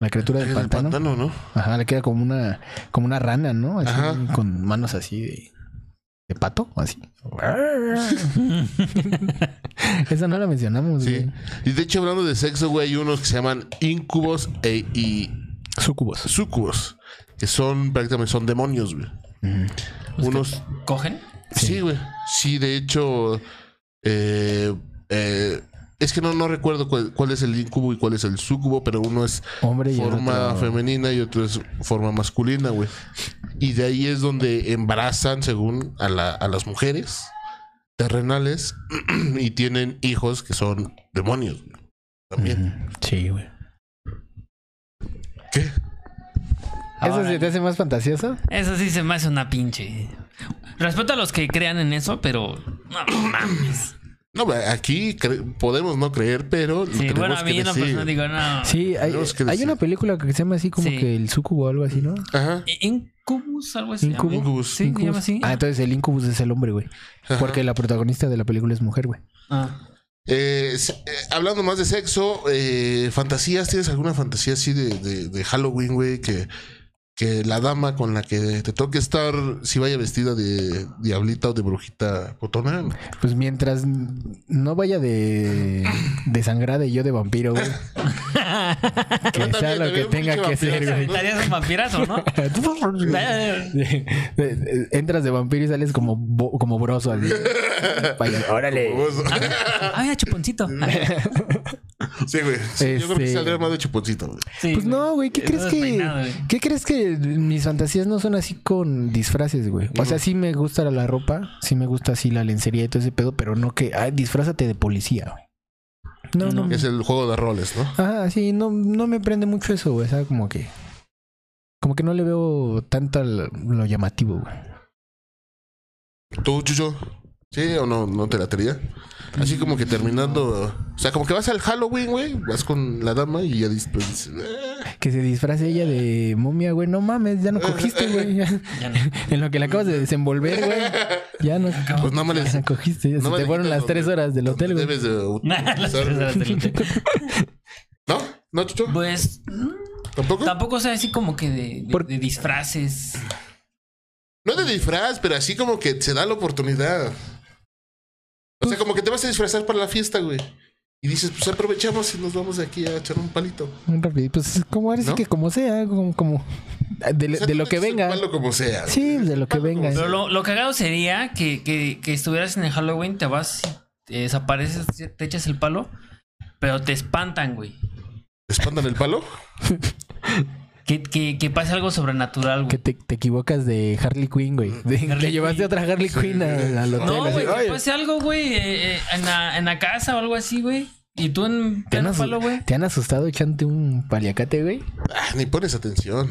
Speaker 4: La criatura del
Speaker 3: Era el
Speaker 4: pantano.
Speaker 3: pantano, ¿no?
Speaker 4: Ajá, le queda como una, como una rana, ¿no? Así,
Speaker 3: Ajá.
Speaker 4: con manos así de, de pato, así. Esa no la mencionamos,
Speaker 3: Sí.
Speaker 4: güey.
Speaker 3: Y de hecho, hablando de sexo, güey, hay unos que se llaman incubos e, y
Speaker 4: Sucubos.
Speaker 3: sucubos. Que son prácticamente son demonios, güey. Unos.
Speaker 5: ¿Cogen?
Speaker 3: Sí, güey. Sí, de hecho. eh, eh, es que no, no recuerdo cuál, cuál es el incubo y cuál es el sucubo, pero uno es
Speaker 4: Hombre y el
Speaker 3: forma
Speaker 4: otro-
Speaker 3: femenina y otro es forma masculina, güey. Y de ahí es donde embarazan, según a, la- a las mujeres terrenales, y tienen hijos que son demonios. güey. También.
Speaker 4: Ujú. Sí, güey.
Speaker 3: ¿Qué?
Speaker 4: ¿Eso
Speaker 5: Ahora-
Speaker 4: se te hace más fantasioso?
Speaker 5: Eso sí se me hace una pinche. Respeto a los que crean en eso, pero. No mames.
Speaker 3: No, güey, aquí cre- podemos no creer, pero
Speaker 5: Sí,
Speaker 3: tenemos
Speaker 5: bueno, a mí
Speaker 3: que
Speaker 5: una
Speaker 3: decir.
Speaker 5: persona digo, no.
Speaker 4: Sí, hay,
Speaker 3: Tenemos que
Speaker 4: hay
Speaker 3: decir.
Speaker 4: una película que se llama así como
Speaker 5: Sí.
Speaker 4: que el sucubo o algo así, ¿no?
Speaker 3: Ajá.
Speaker 5: Incubus, algo así.
Speaker 4: Incubo.
Speaker 5: ¿no?
Speaker 3: Incubus.
Speaker 5: Sí, se llama así.
Speaker 4: Ah, entonces el incubus es el hombre, güey. Porque la protagonista de la película es mujer, güey.
Speaker 5: Ah.
Speaker 3: Eh, s- eh, hablando más de sexo, eh, fantasías, ¿tienes alguna fantasía así de, de- de Halloween, güey? Que, que la dama con la que te toque estar, si vaya vestida de diablita o de brujita potona.
Speaker 4: Pues mientras no vaya de, de sangrada y yo de vampiro, güey. que
Speaker 3: Yo
Speaker 4: sea
Speaker 3: también,
Speaker 4: lo que
Speaker 3: también un
Speaker 4: tenga que
Speaker 3: pinche
Speaker 4: ser,
Speaker 3: vampiro,
Speaker 4: güey.
Speaker 5: Estarías un vampirazo, ¿no?
Speaker 4: Entras de vampiro y sales como, bo- como broso. así. Vaya, órale.
Speaker 5: Ah, mira, chuponcito.
Speaker 3: Sí, güey. Sí, Yo creo que
Speaker 4: Este-
Speaker 3: saldría más de chuponcito, güey.
Speaker 5: Sí,
Speaker 4: Pues no, güey, ¿qué
Speaker 5: Todo
Speaker 4: crees que
Speaker 5: despeinado, güey.
Speaker 4: qué crees que mis fantasías no son así con disfraces, güey? O sea, sí me gusta la ropa, sí me gusta así la lencería y todo ese pedo, pero no que, ay, disfrázate de policía, güey. No, no.
Speaker 3: Es el juego de roles, ¿no?
Speaker 4: Ajá, sí, no no me prende mucho eso, güey, o sea, como que como que no le veo tanto al- lo llamativo, güey.
Speaker 3: ¿Tú, Chucho? ¿Sí o no? ¿No te la tería? Así como que terminando... O sea, como que vas al Halloween, güey. Vas con la dama y ya después... dices, "Eh".
Speaker 4: Que se disfrace ella de momia, güey. No mames, ya no cogiste, güey. Ya-
Speaker 5: Ya no.
Speaker 4: en lo que la acabas de desenvolver, güey. Ya no.
Speaker 3: Pues nada más les-
Speaker 4: ya cogiste. Ya se
Speaker 3: nada más
Speaker 4: te
Speaker 3: le
Speaker 4: fueron
Speaker 3: quitas
Speaker 4: las
Speaker 3: donde-
Speaker 4: tres horas del
Speaker 3: donde
Speaker 4: hotel, güey.
Speaker 3: Debes de
Speaker 5: Las tres
Speaker 3: utilizar.
Speaker 5: horas del hotel.
Speaker 3: ¿No? ¿No, Chucho?
Speaker 5: Pues mm,
Speaker 3: ¿Tampoco?
Speaker 5: tampoco sea así como que de, de-
Speaker 4: Por-
Speaker 5: de disfraces.
Speaker 3: No de disfraz, pero así como que se da la oportunidad. O sea, como que te vas a disfrazar para la fiesta, güey. Y dices, pues aprovechamos y nos vamos de aquí a echar un palito.
Speaker 4: Un rapidito, Pues como ahora sí
Speaker 3: ¿No?
Speaker 4: que como sea, como, como- de,
Speaker 3: O sea,
Speaker 4: de
Speaker 3: tú
Speaker 4: lo que
Speaker 3: metes el
Speaker 4: venga.
Speaker 3: palo como sea. güey.
Speaker 4: Sí, de lo que
Speaker 3: Palo como
Speaker 4: venga.
Speaker 3: sea.
Speaker 5: Pero lo, lo cagado sería que, que- que estuvieras en el Halloween, te vas, te desapareces, te echas el palo, pero te espantan, güey.
Speaker 3: ¿Te espantan el palo?
Speaker 5: Que, que, que pase algo sobrenatural,
Speaker 4: Que
Speaker 5: güey.
Speaker 4: te, te equivocas de Harley Quinn, güey. De-
Speaker 5: Harley
Speaker 4: Le llevaste
Speaker 5: Quinn.
Speaker 4: otra Harley Quinn al, al hotel.
Speaker 5: No,
Speaker 4: así,
Speaker 5: güey,
Speaker 4: "Ay,
Speaker 5: que pase algo, güey, eh, eh, en, la, en la casa o algo así, güey. Y tú en
Speaker 4: ¿te, han
Speaker 5: pleno
Speaker 4: asu-
Speaker 5: palo, güey.
Speaker 4: te han asustado echándote un paliacate, güey.
Speaker 3: Ah, ni pones atención.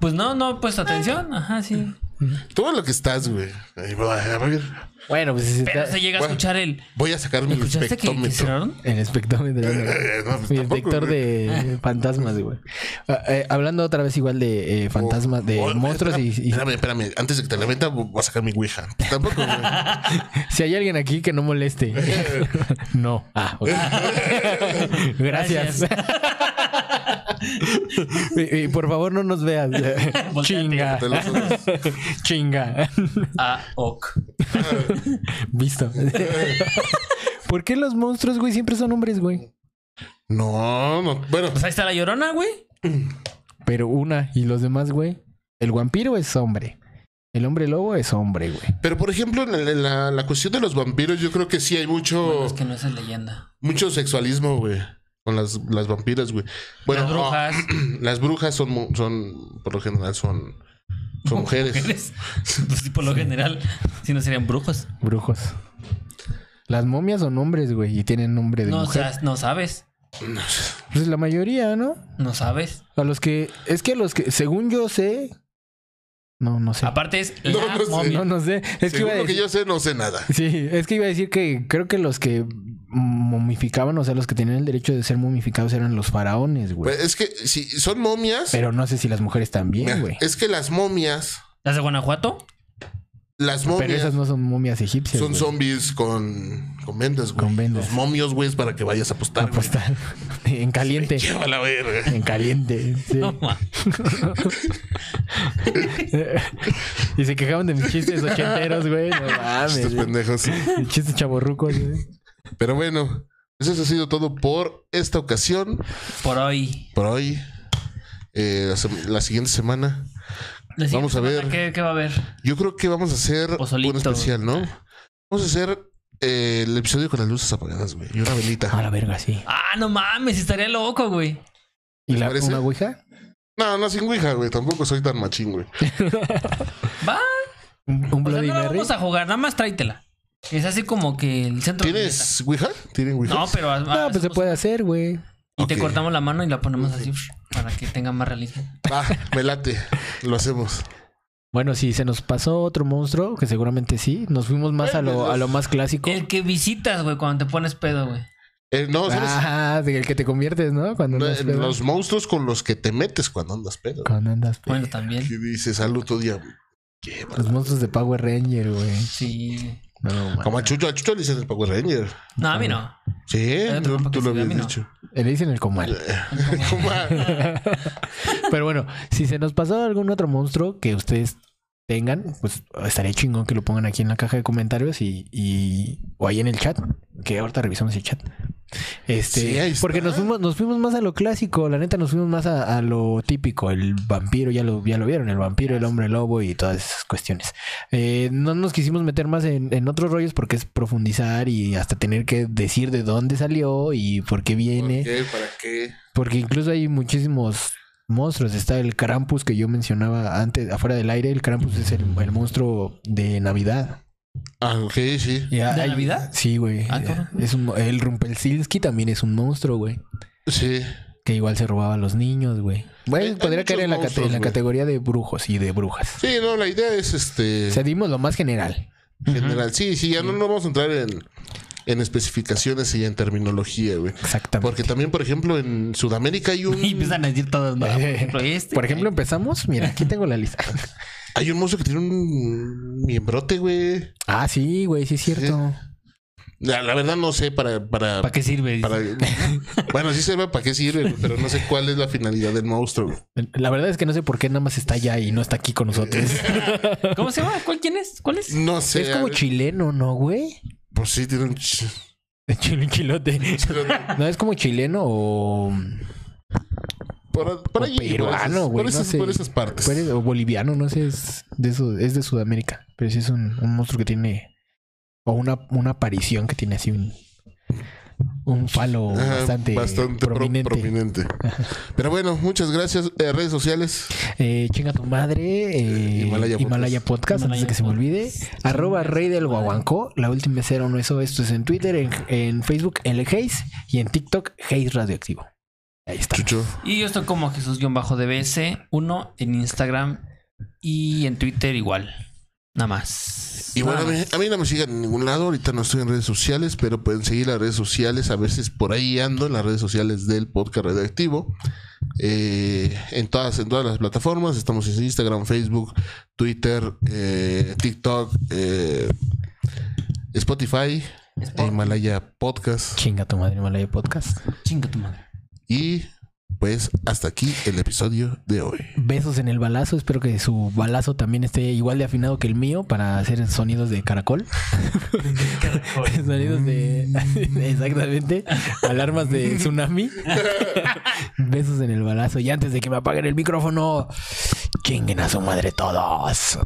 Speaker 5: Pues no, no, pues atención. Ajá, sí.
Speaker 3: Todo lo que estás, güey. Ahí va, A ver,
Speaker 4: Bueno, pues si
Speaker 5: Pero
Speaker 4: está-
Speaker 5: se llega a
Speaker 3: Bueno.
Speaker 5: escuchar el.
Speaker 3: voy a sacar mi
Speaker 5: ¿Escuchaste que- que,
Speaker 3: espectrómetro.
Speaker 5: cerraron?
Speaker 4: El espectrómetro.
Speaker 3: Eh, no, pues
Speaker 4: Mi
Speaker 3: tampoco,
Speaker 4: inspector
Speaker 3: güey.
Speaker 4: de fantasmas, güey. Ah, eh, hablando otra vez igual de eh, fantasmas, de
Speaker 3: Oh,
Speaker 4: monstruos y,
Speaker 3: espérame, Espérame,
Speaker 4: y-
Speaker 3: espérame. Antes de que te la venda, voy a sacar mi Ouija. Tampoco, güey.
Speaker 4: si hay alguien aquí que no moleste. no. Ah, ok. Gracias. y, y por favor no nos veas. Chinga.
Speaker 3: Te lo sabes.
Speaker 4: Chinga.
Speaker 5: Ah, ok.
Speaker 4: Visto. ¿Por qué los monstruos, güey, siempre son hombres, güey?
Speaker 3: No, no. Bueno,
Speaker 5: Pues ahí está la llorona, güey.
Speaker 4: Pero una y los demás, güey. El vampiro es hombre. El hombre lobo es hombre, güey.
Speaker 3: pero por ejemplo, en la, en la- la cuestión de los vampiros, yo creo que sí hay mucho,
Speaker 5: Bueno, es que no es leyenda.
Speaker 3: mucho sexualismo, güey. Con las, las vampiras, güey. Bueno,
Speaker 5: Las brujas.
Speaker 3: oh, las brujas son, mu- son, por lo general, son, son mujeres.
Speaker 5: Mujeres. Pues sí, por lo general, si no serían brujos.
Speaker 4: Brujos. Las momias son hombres, güey, y tienen nombre de
Speaker 5: No,
Speaker 4: mujer.
Speaker 5: sa- no sabes.
Speaker 4: Pues la mayoría, ¿no?
Speaker 5: No sabes.
Speaker 4: A los que. Es que a los que. Según yo sé. No, no sé.
Speaker 5: Aparte es la
Speaker 3: No, no sé.
Speaker 5: momia.
Speaker 4: No, no sé. Es que,
Speaker 3: Según
Speaker 4: iba a
Speaker 3: lo que
Speaker 4: decir,
Speaker 3: yo sé, no sé nada.
Speaker 4: Sí, es que iba a decir que creo que los que momificaban, o sea, los que tenían el derecho de ser momificados eran los faraones, güey.
Speaker 3: Pues, es que si son momias,
Speaker 4: Pero no sé si las mujeres también, güey.
Speaker 3: es que las momias,
Speaker 5: ¿Las de Guanajuato?
Speaker 3: las
Speaker 4: Pero
Speaker 3: momias
Speaker 4: esas no son momias egipcias.
Speaker 3: son
Speaker 4: güey.
Speaker 3: zombies con, con vendas, güey.
Speaker 4: Con vendas.
Speaker 3: Los momios, güey, es para que vayas a apostar. güey.
Speaker 4: Apostar. en caliente.
Speaker 3: Lleva la verga.
Speaker 4: En caliente. sí.
Speaker 5: No, ma.
Speaker 4: y se quejaban de mis chistes ochenteros, güey. No
Speaker 3: Estos
Speaker 4: mames.
Speaker 3: pendejos.
Speaker 4: güey. Chistes chaborrucos, güey.
Speaker 3: Pero bueno, eso ha sido todo por esta ocasión,
Speaker 5: Por hoy.
Speaker 3: por hoy. Eh, la, sem- la siguiente semana,
Speaker 5: La siguiente
Speaker 3: Vamos a
Speaker 5: semana,
Speaker 3: ver.
Speaker 5: ¿Qué, qué va a haber?
Speaker 3: yo creo que vamos a hacer
Speaker 5: Pozolito.
Speaker 3: un especial, ¿no? Vamos a hacer eh, el episodio con las luces apagadas, güey, y una
Speaker 4: A
Speaker 3: velita.
Speaker 4: la verga, sí.
Speaker 5: Ah, no mames, estaría loco, güey.
Speaker 4: ¿Y
Speaker 3: ¿Te
Speaker 4: la,
Speaker 3: parece?
Speaker 4: una ouija?
Speaker 3: No, no sin Ouija, güey, tampoco soy tan machín, güey.
Speaker 5: Va.
Speaker 4: ¿Un, un
Speaker 5: O sea,
Speaker 4: Bloody
Speaker 5: no la
Speaker 4: Mary?
Speaker 5: vamos a jugar, nada más tráetela. Es así como que el centro. de mesa.
Speaker 3: ¿Tienes Ouija? ¿Tienen Ouija?
Speaker 5: No, pero. ah,
Speaker 4: No, pues se
Speaker 5: hacemos-
Speaker 4: puede hacer, güey.
Speaker 5: Y
Speaker 3: Ok.
Speaker 5: te cortamos la mano y la ponemos así para que tenga más realismo.
Speaker 3: Va, Ah, me late. Lo hacemos.
Speaker 4: Bueno, si se nos pasó otro monstruo, que seguramente sí. Nos fuimos más a lo, a lo más clásico.
Speaker 5: El que visitas, güey, cuando te pones pedo, güey.
Speaker 3: Eh, no, ¿sabes?
Speaker 4: Ah, del que te conviertes, ¿no? Cuando
Speaker 3: No,
Speaker 4: andas
Speaker 3: eh,
Speaker 4: pedo.
Speaker 3: los monstruos con los que te metes cuando andas pedo.
Speaker 4: Cuando andas pedo.
Speaker 5: Bueno, también.
Speaker 3: Y dices al otro día, qué mal.
Speaker 4: Los monstruos de Power Ranger, güey.
Speaker 5: Sí.
Speaker 4: No, man.
Speaker 3: Como a Chucho, a Chucho le dicen el Power Ranger.
Speaker 5: No, a mí no.
Speaker 3: Sí,
Speaker 5: Hay otro
Speaker 3: tú,
Speaker 5: mapa Eh, que
Speaker 3: tú lo
Speaker 5: se ve, a
Speaker 3: habías
Speaker 5: mí no.
Speaker 3: dicho.
Speaker 4: Le dicen el comal.
Speaker 3: Comal.
Speaker 4: Pero bueno, si se nos pasó algún otro monstruo que ustedes tengan, pues estaría chingón que lo pongan aquí en la caja de comentarios y, y- o ahí en el chat, que ahorita revisamos el chat. Este,
Speaker 3: Sí, ahí está.
Speaker 4: porque nos fuimos, nos fuimos más a lo clásico, la neta nos fuimos más a, a lo típico, el vampiro, ya lo, ya lo vieron, el vampiro, el hombre lobo y todas esas cuestiones. Eh, no nos quisimos meter más en, en otros rollos porque es profundizar y hasta tener que decir de dónde salió y por qué viene.
Speaker 3: ¿Por qué? ¿Para qué?
Speaker 4: Porque incluso hay muchísimos monstruos. Está el Krampus que yo mencionaba antes, afuera del aire. El Krampus es el, el monstruo de Navidad.
Speaker 3: Ah, ok, sí.
Speaker 5: ¿De Navidad?
Speaker 4: Sí, güey.
Speaker 5: Ah, cabrón.
Speaker 4: es un, el Rumpelsilski también es un monstruo, güey.
Speaker 3: Sí.
Speaker 4: Que igual se robaba a los niños, güey.
Speaker 3: Hay-
Speaker 4: Güey,
Speaker 3: hay
Speaker 4: podría caer
Speaker 3: muchos
Speaker 4: en la, cate-
Speaker 3: monstruos,
Speaker 4: en la
Speaker 3: güey.
Speaker 4: categoría de brujos y de brujas.
Speaker 3: Sí, no, la idea es este
Speaker 4: O sea, dimos lo más general.
Speaker 3: general. Sí, sí, ya no nos vamos a entrar en, en especificaciones y en terminología, güey.
Speaker 4: Exactamente.
Speaker 3: Porque también, por ejemplo, en Sudamérica hay
Speaker 5: Y
Speaker 3: un
Speaker 5: empiezan a decir todos, ¿no? Por ejemplo, este.
Speaker 4: Eh, Por ejemplo, empezamos. Mira, aquí tengo la lista.
Speaker 3: hay un monstruo que tiene un miembrote, güey.
Speaker 4: Ah, sí, güey, sí es cierto.
Speaker 3: La, la verdad no sé para para,
Speaker 5: ¿Para qué sirve?
Speaker 3: para- bueno, sí sirve para qué sirve, güey, pero no sé cuál es la finalidad del monstruo. güey.
Speaker 4: La verdad es que no sé por qué nada más está allá y no está aquí con nosotros.
Speaker 5: ¿Cómo se llama? ¿Cuál quién es? ¿Cuál es?
Speaker 3: No sé.
Speaker 4: es
Speaker 3: a
Speaker 4: como
Speaker 3: ver,
Speaker 4: chileno, ¿no, güey?
Speaker 3: Pues sí tiene un ch-
Speaker 4: Chile, chilote. No es como chileno o,
Speaker 3: por, por
Speaker 4: o
Speaker 3: allí, por
Speaker 4: peruano,
Speaker 3: esas-
Speaker 4: güey.
Speaker 3: por,
Speaker 4: no
Speaker 3: esas-
Speaker 4: sé.
Speaker 3: por esas partes.
Speaker 4: Por eso, O boliviano, no sé. Es de, eso, es de Sudamérica. Pero sí es un, un monstruo que tiene. O una, una aparición que tiene así un. Un falo
Speaker 3: Ajá,
Speaker 4: bastante,
Speaker 3: pro-
Speaker 4: prominente.
Speaker 3: prominente. Pero bueno, muchas gracias. Eh, redes sociales.
Speaker 4: Eh, chinga tu madre. eh,
Speaker 3: Himalaya
Speaker 4: Himalaya,
Speaker 3: Podcast.
Speaker 4: Podcast, antes de que se me olvide. Arroba Rey del Guaguancó. La última cero no eso. Esto es en Twitter, en, en Facebook, el Hayes. Y en TikTok, Hayes Radioactivo. Ahí está.
Speaker 3: Chucho.
Speaker 5: Y yo estoy como Jesús-DBS1 en Instagram Y en Twitter igual. Nada más.
Speaker 3: Y bueno,
Speaker 5: Nada
Speaker 3: a mí,
Speaker 5: más.
Speaker 3: a mí no me sigan en ningún lado. Ahorita no estoy en redes sociales, pero pueden seguir las redes sociales. A veces por ahí ando en las redes sociales del podcast radioactivo. Eh, en, todas, en todas las plataformas. Estamos en Instagram, Facebook, Twitter, eh, TikTok, eh, Spotify, e Himalaya Podcast.
Speaker 4: Chinga tu madre, Malaya Podcast.
Speaker 5: Chinga tu madre.
Speaker 3: Y pues hasta aquí el episodio de hoy.
Speaker 4: Besos en el balazo. Espero que su balazo también esté igual de afinado que el mío para hacer sonidos de caracol. sonidos de. Exactamente. Alarmas de tsunami. Besos en el balazo. Y antes de que me apaguen el micrófono, chinguen a su madre todos.